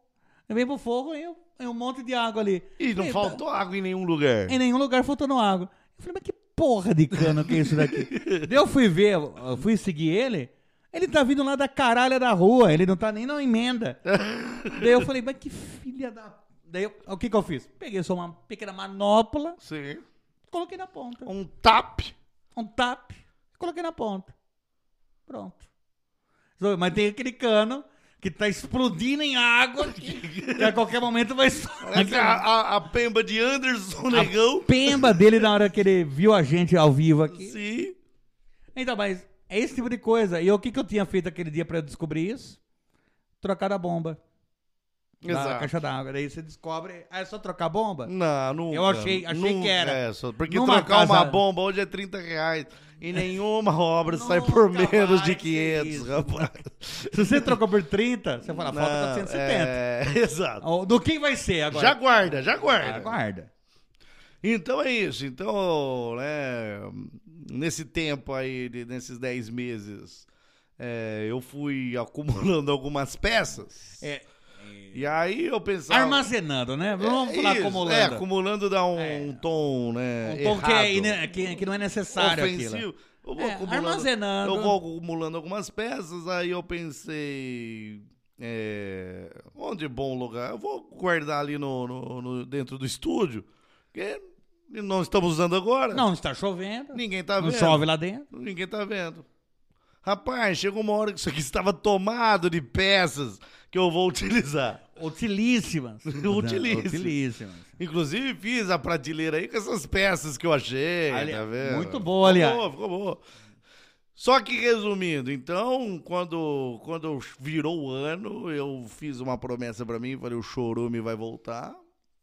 [SPEAKER 3] Ele vem pro forro e eu- e um monte de água ali.
[SPEAKER 2] E não
[SPEAKER 3] Eita,
[SPEAKER 2] faltou água em nenhum lugar.
[SPEAKER 3] Em nenhum lugar faltando água. Eu falei, mas que porra de cano que é isso daqui? Daí eu fui ver, eu fui seguir ele. Ele tá vindo lá da caralha da rua, ele não tá nem na emenda. Daí eu falei, mas que filha da. Daí eu- o que que eu fiz? Peguei só uma pequena manopla,
[SPEAKER 2] Sim.
[SPEAKER 3] coloquei na ponta.
[SPEAKER 2] Um tap.
[SPEAKER 3] Um tap, coloquei na ponta. Pronto. So, Mas tem aquele cano que tá explodindo em água que que a qualquer momento vai estourar.
[SPEAKER 2] Parece é A, a- a pemba de Anderson Negão.
[SPEAKER 3] Pemba dele na hora que ele viu a gente ao vivo aqui.
[SPEAKER 2] Sim.
[SPEAKER 3] Então, mas é esse tipo de coisa. E o que, que eu tinha feito aquele dia pra eu descobrir isso? Trocar a bomba. Da
[SPEAKER 2] Exato. Hum.
[SPEAKER 3] caixa d'água. Daí você descobre. Ah, é só trocar a bomba?
[SPEAKER 2] Não, nunca.
[SPEAKER 3] Eu achei- achei
[SPEAKER 2] Nunca,
[SPEAKER 3] que era.
[SPEAKER 2] é, só- porque
[SPEAKER 3] Numa
[SPEAKER 2] trocar uma
[SPEAKER 3] casa-
[SPEAKER 2] bomba hoje é 30 reais. E nenhuma obra sai por
[SPEAKER 3] Nunca
[SPEAKER 2] menos de
[SPEAKER 3] vai ser
[SPEAKER 2] 500,
[SPEAKER 3] isso.
[SPEAKER 2] rapaz.
[SPEAKER 3] Se você trocou por 30, você fala, falta
[SPEAKER 2] Não,
[SPEAKER 3] 470.
[SPEAKER 2] É, exato.
[SPEAKER 3] Ou Do que vai ser agora? Ah,
[SPEAKER 2] Já guarda, já guarda.
[SPEAKER 3] Aguarda.
[SPEAKER 2] Então é isso. Então, né, nesse tempo aí, de- nesses 10 meses, é, eu fui acumulando algumas peças.
[SPEAKER 3] É,
[SPEAKER 2] E aí eu pensava...
[SPEAKER 3] Armazenando, né? Vamos falar
[SPEAKER 2] Isso,
[SPEAKER 3] acumulando.
[SPEAKER 2] É, acumulando dá um,
[SPEAKER 3] É.
[SPEAKER 2] tom, né?
[SPEAKER 3] um tom que, é
[SPEAKER 2] errado,
[SPEAKER 3] ine- que- que não é necessário aquilo.
[SPEAKER 2] ofensivo. Eu vou
[SPEAKER 3] É,
[SPEAKER 2] acumulando,
[SPEAKER 3] armazenando.
[SPEAKER 2] Eu vou acumulando algumas peças, aí eu pensei. é, onde é bom lugar? Eu vou guardar ali no, no- no- dentro do estúdio, porque não estamos usando agora.
[SPEAKER 3] Não, está chovendo.
[SPEAKER 2] Ninguém tá
[SPEAKER 3] não
[SPEAKER 2] vendo.
[SPEAKER 3] chove lá dentro.
[SPEAKER 2] Ninguém tá vendo. Rapaz, chegou uma hora que isso aqui estava tomado de peças que eu vou utilizar.
[SPEAKER 3] Utilíssimas.
[SPEAKER 2] Utilíssimas.
[SPEAKER 3] Utilíssimas.
[SPEAKER 2] Inclusive, fiz a prateleira aí com essas peças que eu achei.
[SPEAKER 3] Ali-
[SPEAKER 2] tá vendo?
[SPEAKER 3] muito boa, aliás.
[SPEAKER 2] Ficou boa, ficou boa. Só que resumindo, então, quando, quando virou o ano, eu fiz uma promessa pra mim, falei, o Chorume vai voltar,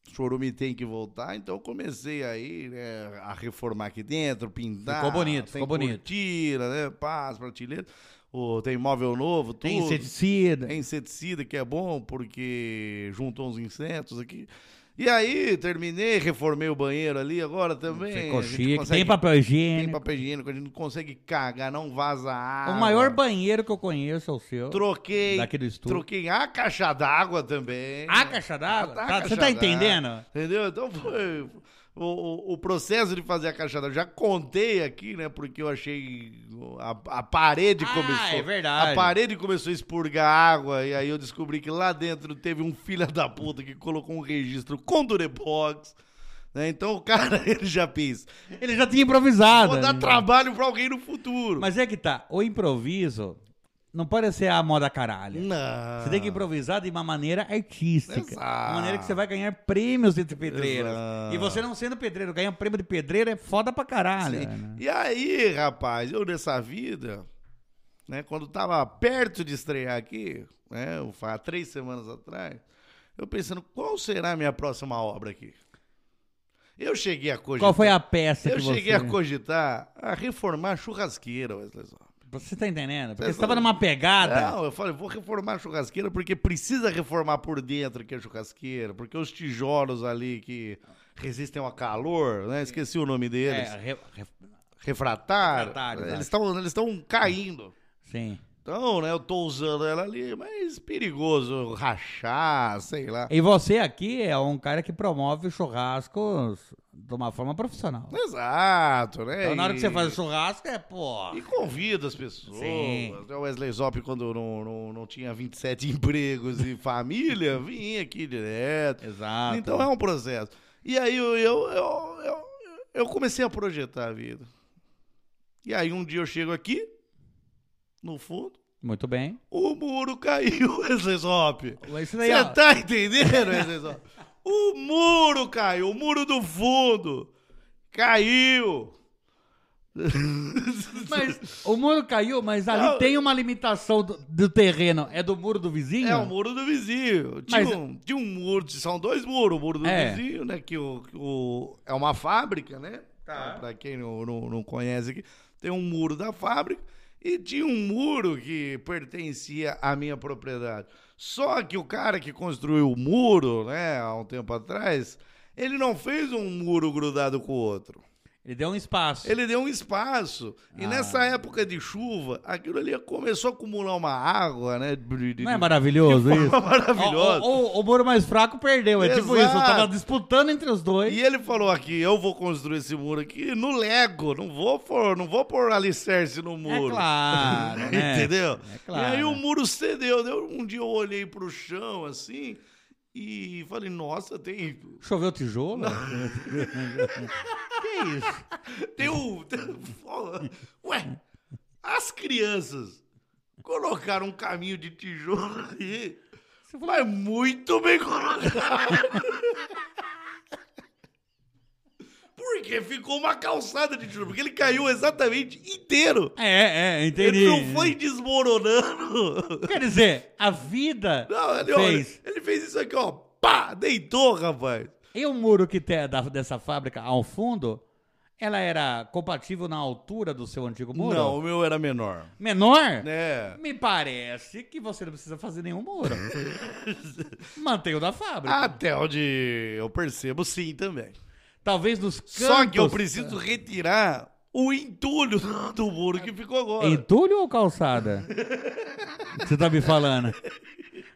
[SPEAKER 2] o Chorume tem que voltar, então eu comecei aí, né, a reformar aqui dentro, pintar.
[SPEAKER 3] Ficou bonito,
[SPEAKER 2] tem
[SPEAKER 3] ficou bonito.
[SPEAKER 2] Cortina, né, paz, prateleira, Ô, tem móvel novo, tudo.
[SPEAKER 3] Tem inseticida.
[SPEAKER 2] É inseticida que é bom porque juntou uns insetos aqui. E aí, terminei, reformei o banheiro ali agora também.
[SPEAKER 3] Ficou
[SPEAKER 2] A gente
[SPEAKER 3] chique.
[SPEAKER 2] consegue-
[SPEAKER 3] Tem papel
[SPEAKER 2] tem
[SPEAKER 3] higiênico.
[SPEAKER 2] papel higiênico, a gente não consegue cagar, não vaza água.
[SPEAKER 3] O maior banheiro que eu conheço é o seu.
[SPEAKER 2] Troquei.
[SPEAKER 3] Daqui do estúdio.
[SPEAKER 2] Troquei a caixa d'água também.
[SPEAKER 3] A caixa d'água?
[SPEAKER 2] Tá, a
[SPEAKER 3] Tá-
[SPEAKER 2] caixa
[SPEAKER 3] você tá
[SPEAKER 2] d'água.
[SPEAKER 3] entendendo?
[SPEAKER 2] Entendeu? Então foi. O, o- o processo de fazer a caixa d'água, já contei aqui, né? Porque eu achei. A, a parede
[SPEAKER 3] Ah,
[SPEAKER 2] começou.
[SPEAKER 3] é verdade.
[SPEAKER 2] A parede começou a expurgar água, e aí eu descobri que lá dentro teve um filho da puta que colocou um registro com Durepox. Né? Então o cara, ele já pensa.
[SPEAKER 3] Ele já tinha improvisado.
[SPEAKER 2] Vou dar trabalho pra alguém no futuro.
[SPEAKER 3] né? Mas é que tá. O improviso não pode ser a moda caralho.
[SPEAKER 2] Não.
[SPEAKER 3] Você tem que improvisar de uma maneira artística.
[SPEAKER 2] Exato.
[SPEAKER 3] Uma maneira que você vai ganhar prêmios de pedreiro.
[SPEAKER 2] Exato.
[SPEAKER 3] E você não sendo pedreiro, ganhar prêmio de pedreiro é foda pra caralho. né?
[SPEAKER 2] E aí, rapaz, eu nessa vida, né, quando tava perto de estrear aqui, né, eu fa- há três semanas atrás, eu pensando, qual será a minha próxima obra aqui? Eu cheguei a cogitar...
[SPEAKER 3] Qual foi a peça
[SPEAKER 2] Eu
[SPEAKER 3] é que você... né?
[SPEAKER 2] cheguei a cogitar a reformar a churrasqueira, Wesley Zop.
[SPEAKER 3] Você tá entendendo? Porque
[SPEAKER 2] Vocês
[SPEAKER 3] você tava
[SPEAKER 2] não-
[SPEAKER 3] numa pegada...
[SPEAKER 2] Não, eu falei, vou reformar a churrasqueira porque precisa reformar por dentro aqui a churrasqueira, porque os tijolos ali que resistem ao calor, né, esqueci o nome
[SPEAKER 3] É,
[SPEAKER 2] deles.
[SPEAKER 3] re- re-
[SPEAKER 2] refratário.
[SPEAKER 3] Refratário,
[SPEAKER 2] eles
[SPEAKER 3] exato.
[SPEAKER 2] estão eles estão caindo.
[SPEAKER 3] Sim.
[SPEAKER 2] Então, né, eu tô usando ela ali, mas perigoso rachar, sei lá.
[SPEAKER 3] E você aqui é um cara que promove churrascos de uma forma profissional.
[SPEAKER 2] É Exato, né?
[SPEAKER 3] Então, na hora que você
[SPEAKER 2] e-
[SPEAKER 3] faz o churrasco, é, pô...
[SPEAKER 2] E convida as pessoas. né?
[SPEAKER 3] Sim.
[SPEAKER 2] O Wesley Zop, quando não, não, não tinha 27 empregos e família, vinha aqui direto.
[SPEAKER 3] Exato.
[SPEAKER 2] Então é um processo. E aí eu, eu, eu, eu, eu comecei a projetar a vida. E aí um dia eu chego aqui, no fundo,
[SPEAKER 3] Muito bem.
[SPEAKER 2] O muro caiu, Wesley Zop.
[SPEAKER 3] Isso daí,
[SPEAKER 2] Você
[SPEAKER 3] ó,
[SPEAKER 2] tá entendendo, Wesley Zop? O muro caiu, o muro do fundo. Caiu.
[SPEAKER 3] Mas o muro caiu, mas ali
[SPEAKER 2] Não.
[SPEAKER 3] tem uma limitação do, do terreno. É do muro do vizinho?
[SPEAKER 2] É o muro do vizinho. Tinha,
[SPEAKER 3] Mas-
[SPEAKER 2] um, tinha um muro, são dois muros. O muro do
[SPEAKER 3] É.
[SPEAKER 2] vizinho, né? Que o, que o- é uma fábrica, né? Tá. Pra quem não, não, não conhece aqui, tem um muro da fábrica e tinha um muro que pertencia à minha propriedade. Só que o cara que construiu o muro, né, há um tempo atrás, ele não fez um muro grudado com o outro.
[SPEAKER 3] Ele deu um espaço.
[SPEAKER 2] Ele deu um espaço. E
[SPEAKER 3] Ah.
[SPEAKER 2] nessa época de chuva, aquilo ali começou a acumular uma água, né? de- de-
[SPEAKER 3] Não é maravilhoso
[SPEAKER 2] de
[SPEAKER 3] isso?
[SPEAKER 2] forma maravilhosa.
[SPEAKER 3] O, o, o- o muro mais fraco perdeu. É tipo isso. Eu
[SPEAKER 2] Exato.
[SPEAKER 3] tava disputando entre os dois.
[SPEAKER 2] E ele falou aqui, eu vou construir esse muro aqui no Lego, não vou pôr, não vou pôr alicerce no muro.
[SPEAKER 3] É claro, né?
[SPEAKER 2] Entendeu?
[SPEAKER 3] É claro.
[SPEAKER 2] E aí o muro cedeu. Daí Um dia eu olhei pro chão assim e falei, nossa, tem,
[SPEAKER 3] Choveu tijolo? que isso?
[SPEAKER 2] tem um. tem- Ué, as crianças colocaram um caminho de tijolo ali. Mas muito bem colocado. Porque ficou uma calçada de tijolo. Porque ele caiu exatamente inteiro.
[SPEAKER 3] É, é, entendi.
[SPEAKER 2] Ele não foi desmoronando.
[SPEAKER 3] Quer dizer, a vida
[SPEAKER 2] Não, ele,
[SPEAKER 3] fez.
[SPEAKER 2] olha, ele fez isso aqui, ó. Pá! Deitou, rapaz.
[SPEAKER 3] E o muro que tem da- dessa fábrica ao fundo, ela era compatível na altura do seu antigo muro?
[SPEAKER 2] Não, o meu era menor.
[SPEAKER 3] Menor?
[SPEAKER 2] Né?
[SPEAKER 3] Me parece que você não precisa fazer nenhum muro. Mantém o da fábrica.
[SPEAKER 2] Até onde eu percebo, sim, também.
[SPEAKER 3] Talvez nos cantos...
[SPEAKER 2] Só que eu preciso retirar o entulho do- do muro que ficou agora.
[SPEAKER 3] Entulho ou calçada? você tá me falando.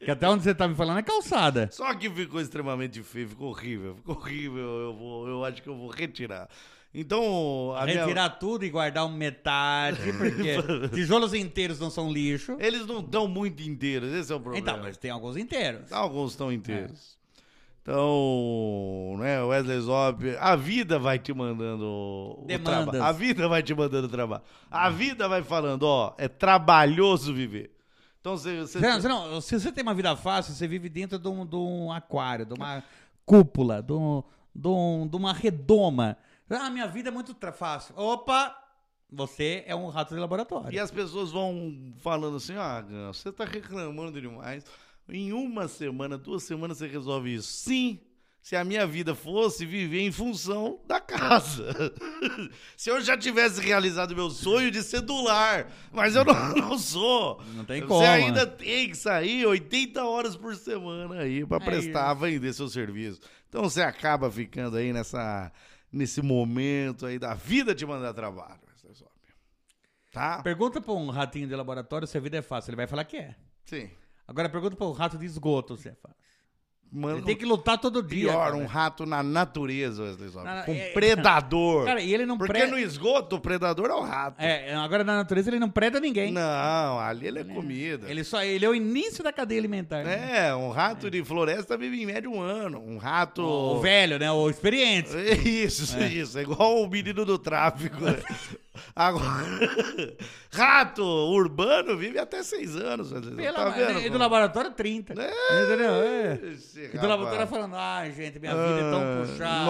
[SPEAKER 3] Que até onde você tá me falando é calçada.
[SPEAKER 2] Só que ficou extremamente feio, ficou horrível, ficou horrível. Eu, vou, eu acho que eu vou retirar. Então, a minha-
[SPEAKER 3] Retirar É tudo e guardar um metade, porque tijolos inteiros não são lixo.
[SPEAKER 2] eles não estão muito inteiros, esse é o problema.
[SPEAKER 3] Então, mas É. tem alguns inteiros.
[SPEAKER 2] Alguns estão inteiros. Então, né, Wesley Zop, a vida vai te mandando o
[SPEAKER 3] Demandas.
[SPEAKER 2] trabalho. A vida vai te mandando o trabalho. A vida vai falando, ó, é trabalhoso viver. Então, você... você-
[SPEAKER 3] Você- você não- se você tem uma vida fácil, você vive dentro de um, de um aquário, de uma cúpula, de, um- de um- de uma redoma. Ah, minha vida é muito tra- fácil. Opa! Você é um rato de
[SPEAKER 2] E
[SPEAKER 3] laboratório.
[SPEAKER 2] as pessoas vão falando assim, ó, Gans, você tá reclamando demais. Em uma semana, duas semanas você resolve isso. Sim, se a minha vida fosse viver em função da casa. se eu já tivesse realizado meu sonho de ser do lar, mas eu não, não sou.
[SPEAKER 3] Não tem
[SPEAKER 2] você
[SPEAKER 3] como,
[SPEAKER 2] ainda
[SPEAKER 3] né?
[SPEAKER 2] tem que sair 80 horas por semana aí pra
[SPEAKER 3] É
[SPEAKER 2] prestar, vender seu serviço. Então você acaba ficando aí nessa, nesse momento aí da vida te mandar trabalho. Tá?
[SPEAKER 3] Pergunta pra um ratinho de laboratório se a vida é fácil. Ele vai falar que é.
[SPEAKER 2] Sim.
[SPEAKER 3] Agora pergunta pra um rato de esgoto se é fácil. Ele
[SPEAKER 2] Mano,
[SPEAKER 3] tem que lutar todo dia.
[SPEAKER 2] um pior,
[SPEAKER 3] cara.
[SPEAKER 2] um rato na natureza, Wesley Zop.
[SPEAKER 3] Na-
[SPEAKER 2] Com
[SPEAKER 3] é-
[SPEAKER 2] predador.
[SPEAKER 3] Cara, e ele não
[SPEAKER 2] Porque
[SPEAKER 3] prega.
[SPEAKER 2] no esgoto, o predador é o rato.
[SPEAKER 3] É, agora na natureza ele não preda ninguém.
[SPEAKER 2] Não, ali ele é comida.
[SPEAKER 3] Ele só ele é o início da cadeia alimentar. né?
[SPEAKER 2] É, um rato de floresta vive em média um ano. Um rato...
[SPEAKER 3] O velho, né? O experiente.
[SPEAKER 2] É Isso, isso. É igual o menino do tráfico. né? Agora, rato urbano vive até seis anos. Wesley Zop.
[SPEAKER 3] Pela,
[SPEAKER 2] tá vendo?
[SPEAKER 3] e do
[SPEAKER 2] como-
[SPEAKER 3] laboratório, 30. Entendeu? É.
[SPEAKER 2] Esse
[SPEAKER 3] E do laboratório
[SPEAKER 2] rapaz.
[SPEAKER 3] falando, ai, gente, minha vida é tão
[SPEAKER 2] Ah,
[SPEAKER 3] puxada.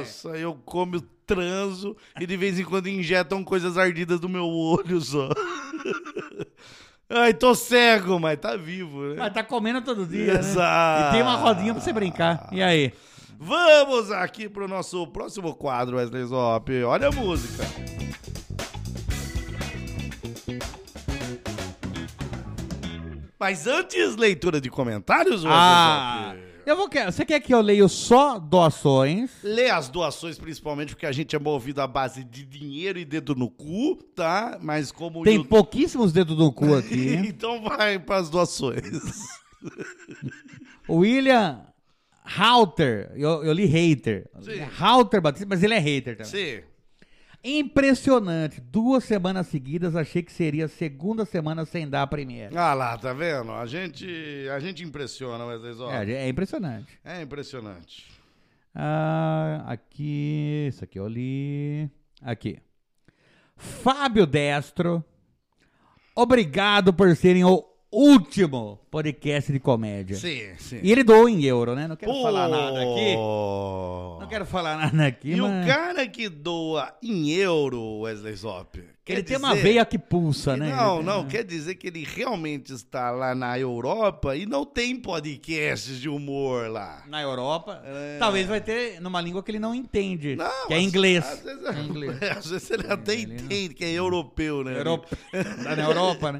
[SPEAKER 2] Nossa, eu como transo e de vez em quando injetam coisas ardidas do meu olho só. Ai, tô cego, mas tá vivo,
[SPEAKER 3] ai."
[SPEAKER 2] né?
[SPEAKER 3] Mas tá comendo todo dia, né?
[SPEAKER 2] Exato.
[SPEAKER 3] E tem uma rodinha pra você brincar. E aí?
[SPEAKER 2] Vamos aqui pro nosso próximo quadro, Wesley Zop. Olha a música. Mas antes, leitura de comentários, Wesley
[SPEAKER 3] Ah,
[SPEAKER 2] Zop.
[SPEAKER 3] eu vou... que- Você quer que eu leio só doações?
[SPEAKER 2] Lê as doações, principalmente, porque a gente é movido à base de dinheiro e dedo no cu, tá? Mas como. o
[SPEAKER 3] Tem
[SPEAKER 2] Yu-
[SPEAKER 3] pouquíssimos dedos do cu aqui.
[SPEAKER 2] então vai pras doações.
[SPEAKER 3] O William Halter, eu, eu li hater.
[SPEAKER 2] Sim.
[SPEAKER 3] Halter Batista, mas ele é hater também.
[SPEAKER 2] Sim.
[SPEAKER 3] Impressionante. Duas semanas seguidas, achei que seria a segunda semana sem dar a primeira.
[SPEAKER 2] Ah lá, tá vendo? A gente, a gente impressiona, Wesley Zop.
[SPEAKER 3] É, é impressionante.
[SPEAKER 2] É impressionante.
[SPEAKER 3] Ah, aqui, isso aqui eu li. Aqui. Fábio Destro, Obrigado por serem o último podcast de comédia.
[SPEAKER 2] Sim, sim.
[SPEAKER 3] É. E ele doou em euro, né? Não quero falar nada aqui.
[SPEAKER 2] Pô.
[SPEAKER 3] Não quero falar nada aqui,
[SPEAKER 2] E
[SPEAKER 3] mas
[SPEAKER 2] o cara que doa em euro, Wesley Zop. quer
[SPEAKER 3] ele tem uma
[SPEAKER 2] dizer
[SPEAKER 3] veia que pulsa,
[SPEAKER 2] que
[SPEAKER 3] né?
[SPEAKER 2] Não,
[SPEAKER 3] Ele-
[SPEAKER 2] não, quer dizer que ele realmente está lá na Europa e não tem podcasts de humor lá.
[SPEAKER 3] Na Europa, talvez vai ter numa língua que ele não entende,
[SPEAKER 2] É. Não,
[SPEAKER 3] que é
[SPEAKER 2] às-
[SPEAKER 3] inglês.
[SPEAKER 2] Às vezes,
[SPEAKER 3] É inglês.
[SPEAKER 2] às vezes ele até entende que é europeu, né?
[SPEAKER 3] Europa, tá na Europa, né?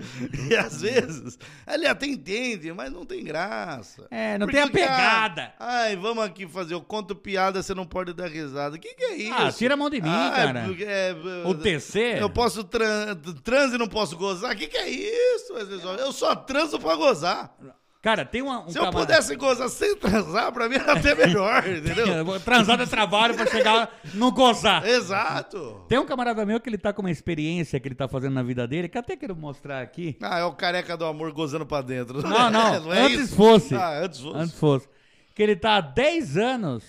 [SPEAKER 2] E às vezes ele até entende, mas não tem graça.
[SPEAKER 3] É, não
[SPEAKER 2] Porque
[SPEAKER 3] tem a
[SPEAKER 2] o cara-
[SPEAKER 3] pegada.
[SPEAKER 2] Ai, vamos aqui fazer. Eu conto piada, você não pode dar risada. O que, que é isso?
[SPEAKER 3] Ah, tira a mão de mim,
[SPEAKER 2] Ai,
[SPEAKER 3] cara.
[SPEAKER 2] porque é-
[SPEAKER 3] O TC?
[SPEAKER 2] Eu posso tran trans e não posso gozar? O que, que é isso? Wesley Zop? Eu só transo pra gozar.
[SPEAKER 3] Cara, tem uma, um
[SPEAKER 2] Se eu
[SPEAKER 3] camarada-
[SPEAKER 2] pudesse gozar sem transar, pra mim era até melhor, entendeu? É.
[SPEAKER 3] Transar é trabalho pra chegar no gozar.
[SPEAKER 2] Exato.
[SPEAKER 3] Tem um camarada meu que ele tá com uma experiência que ele tá fazendo na vida dele, que até quero mostrar aqui.
[SPEAKER 2] Ah, é o careca do amor gozando pra dentro.
[SPEAKER 3] Não, não,
[SPEAKER 2] é
[SPEAKER 3] antes
[SPEAKER 2] isso?
[SPEAKER 3] fosse.
[SPEAKER 2] Ah, antes fosse.
[SPEAKER 3] Antes fosse. Que ele tá há 10 anos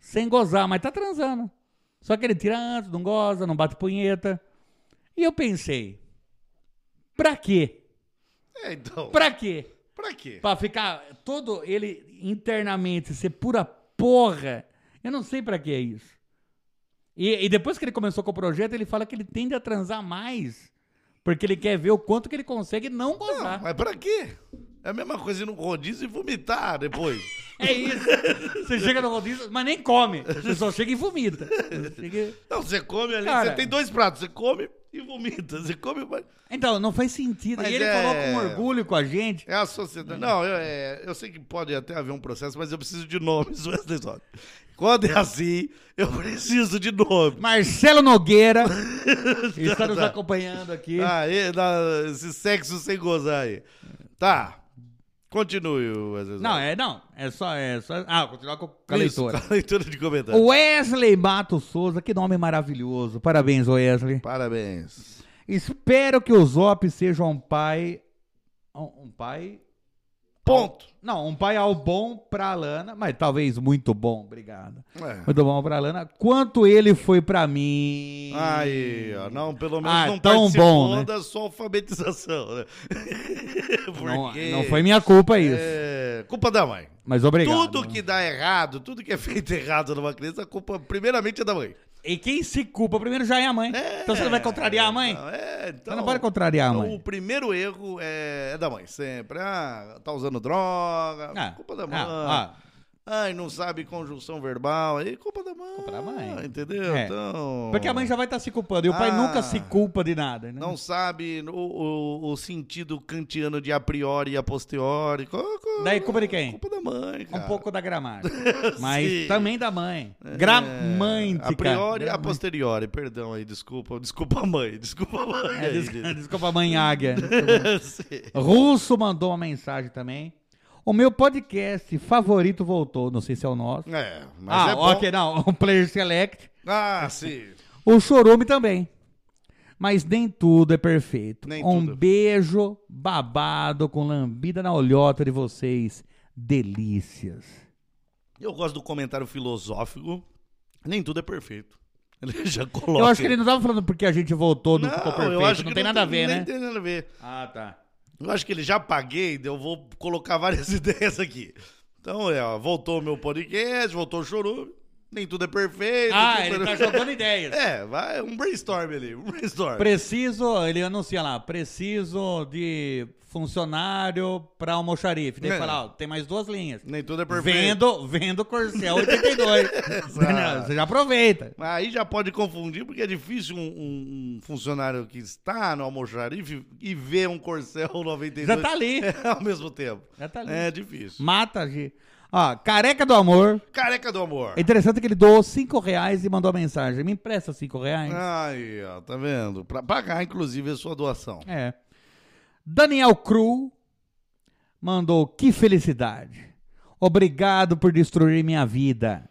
[SPEAKER 3] sem gozar, mas tá transando. Só que ele tira antes, não goza, não bate punheta. E eu pensei, pra quê?
[SPEAKER 2] É, então. Pra,
[SPEAKER 3] Pra quê?
[SPEAKER 2] quê?
[SPEAKER 3] Pra ficar todo ele internamente ser pura porra. Eu não sei pra que é isso. E, e depois que ele começou com o projeto, ele fala que ele tende a transar mais. Porque ele quer ver o quanto que ele consegue não gozar.
[SPEAKER 2] Mas pra quê? É a mesma coisa ir no rodízio e vomitar depois.
[SPEAKER 3] É isso. Você chega no rodízio, mas nem come. Você só chega e vomita. Chega-
[SPEAKER 2] Não, você come ali,
[SPEAKER 3] Cara.
[SPEAKER 2] você tem dois pratos. Você come e vomita. Você come mas
[SPEAKER 3] Então, não faz sentido.
[SPEAKER 2] Mas
[SPEAKER 3] e ele
[SPEAKER 2] é-
[SPEAKER 3] falou com orgulho com a gente.
[SPEAKER 2] É a sociedade. Não, eu, é, eu sei que pode até haver um processo, mas eu preciso de nomes, Wesley Zop. Quando é assim, eu preciso de nome.
[SPEAKER 3] Marcelo Nogueira está nos acompanhando aqui.
[SPEAKER 2] Ah, e- na- esse sexo sem gozar aí. Tá. Continue, Wesley Zop.
[SPEAKER 3] Não, é não. É só. É só ah, continuar com, com a
[SPEAKER 2] Isso,
[SPEAKER 3] leitora.
[SPEAKER 2] com a leitura de comentários.
[SPEAKER 3] Wesley Mato Souza, que nome maravilhoso. Parabéns, Wesley.
[SPEAKER 2] Parabéns.
[SPEAKER 3] Espero que o Zop seja um pai. Um um pai.
[SPEAKER 2] Ponto.
[SPEAKER 3] Não, um pai ao bom pra Lana, mas talvez muito bom, obrigado.
[SPEAKER 2] É.
[SPEAKER 3] Muito bom pra Lana. Quanto ele foi pra mim.
[SPEAKER 2] Aí, ó, não, pelo menos
[SPEAKER 3] Ah,
[SPEAKER 2] não
[SPEAKER 3] tão
[SPEAKER 2] participou
[SPEAKER 3] bom, né?
[SPEAKER 2] da sua alfabetização, né?
[SPEAKER 3] não,
[SPEAKER 2] Porque
[SPEAKER 3] não foi minha culpa isso.
[SPEAKER 2] é, culpa da mãe.
[SPEAKER 3] Mas obrigado.
[SPEAKER 2] Tudo que dá errado, tudo que é feito errado numa criança, a culpa primeiramente é da mãe.
[SPEAKER 3] E quem se culpa primeiro já é a mãe. Então você não vai contrariar a mãe?
[SPEAKER 2] Então, é, então,
[SPEAKER 3] Você não pode contrariar a
[SPEAKER 2] então,
[SPEAKER 3] mãe.
[SPEAKER 2] O primeiro erro é, é da mãe, sempre. Ah, tá usando droga,
[SPEAKER 3] Ah,
[SPEAKER 2] culpa da
[SPEAKER 3] ah,
[SPEAKER 2] mãe.
[SPEAKER 3] ah.
[SPEAKER 2] Ai, não sabe conjunção verbal, aí culpa da mãe.
[SPEAKER 3] Culpa da mãe.
[SPEAKER 2] Entendeu?
[SPEAKER 3] É.
[SPEAKER 2] Então...
[SPEAKER 3] Porque a mãe já vai estar se culpando. E o pai
[SPEAKER 2] Ah.
[SPEAKER 3] nunca se culpa de nada. Né?
[SPEAKER 2] Não sabe o, o- o sentido kantiano de a priori e a posteriori. Co- co-
[SPEAKER 3] Daí culpa de quem?
[SPEAKER 2] Culpa da mãe, cara.
[SPEAKER 3] Um pouco da gramática. Mas
[SPEAKER 2] Sim.
[SPEAKER 3] também da mãe.
[SPEAKER 2] A
[SPEAKER 3] Gramântica.
[SPEAKER 2] priori e É, a
[SPEAKER 3] Gra-
[SPEAKER 2] posteriori, perdão aí, desculpa. Desculpa a mãe, desculpa a mãe.
[SPEAKER 3] É,
[SPEAKER 2] aí,
[SPEAKER 3] des-
[SPEAKER 2] gente.
[SPEAKER 3] Desculpa, mãe águia.
[SPEAKER 2] Sim.
[SPEAKER 3] Russo mandou uma mensagem também. O meu podcast favorito voltou. Não sei se é o nosso.
[SPEAKER 2] É, mas
[SPEAKER 3] ah,
[SPEAKER 2] é bom.
[SPEAKER 3] ok, não. O Player Select.
[SPEAKER 2] Ah, sim.
[SPEAKER 3] O Chorume também. Mas nem tudo é perfeito.
[SPEAKER 2] Nem
[SPEAKER 3] um
[SPEAKER 2] tudo.
[SPEAKER 3] beijo babado com lambida na olhota de vocês. Delícias.
[SPEAKER 2] Eu gosto do comentário filosófico. Nem tudo é perfeito. Ele já coloca.
[SPEAKER 3] Eu acho que ele não tava falando porque a gente voltou, não, ficou perfeito.
[SPEAKER 2] eu acho
[SPEAKER 3] não
[SPEAKER 2] que
[SPEAKER 3] tem nada a ver,
[SPEAKER 2] nem
[SPEAKER 3] né?
[SPEAKER 2] tem nada a ver.
[SPEAKER 3] Ah, tá.
[SPEAKER 2] Eu acho que ele já paguei, então eu vou colocar várias ideias aqui. Então, é, ó, voltou o meu podcast, voltou o chorume. Nem tudo é perfeito.
[SPEAKER 3] Ah,
[SPEAKER 2] tudo
[SPEAKER 3] ele tá
[SPEAKER 2] é-
[SPEAKER 3] jogando ideias.
[SPEAKER 2] É, vai, um brainstorm ali, um brainstorm.
[SPEAKER 3] Preciso, ele anuncia lá, preciso de funcionário pra almoxarife. Daí
[SPEAKER 2] É.
[SPEAKER 3] fala, ó, tem mais duas linhas.
[SPEAKER 2] Nem tudo é perfeito.
[SPEAKER 3] Vendo, vendo Corcel 82. Entendeu? Você já aproveita.
[SPEAKER 2] Mas Aí já pode confundir, porque é difícil um, um- um funcionário que está no almoxarife e ver um Corcel 92
[SPEAKER 3] Já tá ali.
[SPEAKER 2] ao mesmo tempo.
[SPEAKER 3] Já tá ali.
[SPEAKER 2] É difícil.
[SPEAKER 3] Mata, G. Ó, careca do amor.
[SPEAKER 2] Careca do amor.
[SPEAKER 3] É interessante que ele doou cinco reais e mandou a mensagem. Me empresta cinco reais.
[SPEAKER 2] Aí, ó, tá vendo? Pra pagar, inclusive, a sua doação.
[SPEAKER 3] É. Daniel Cru mandou que felicidade. Obrigado por destruir minha vida.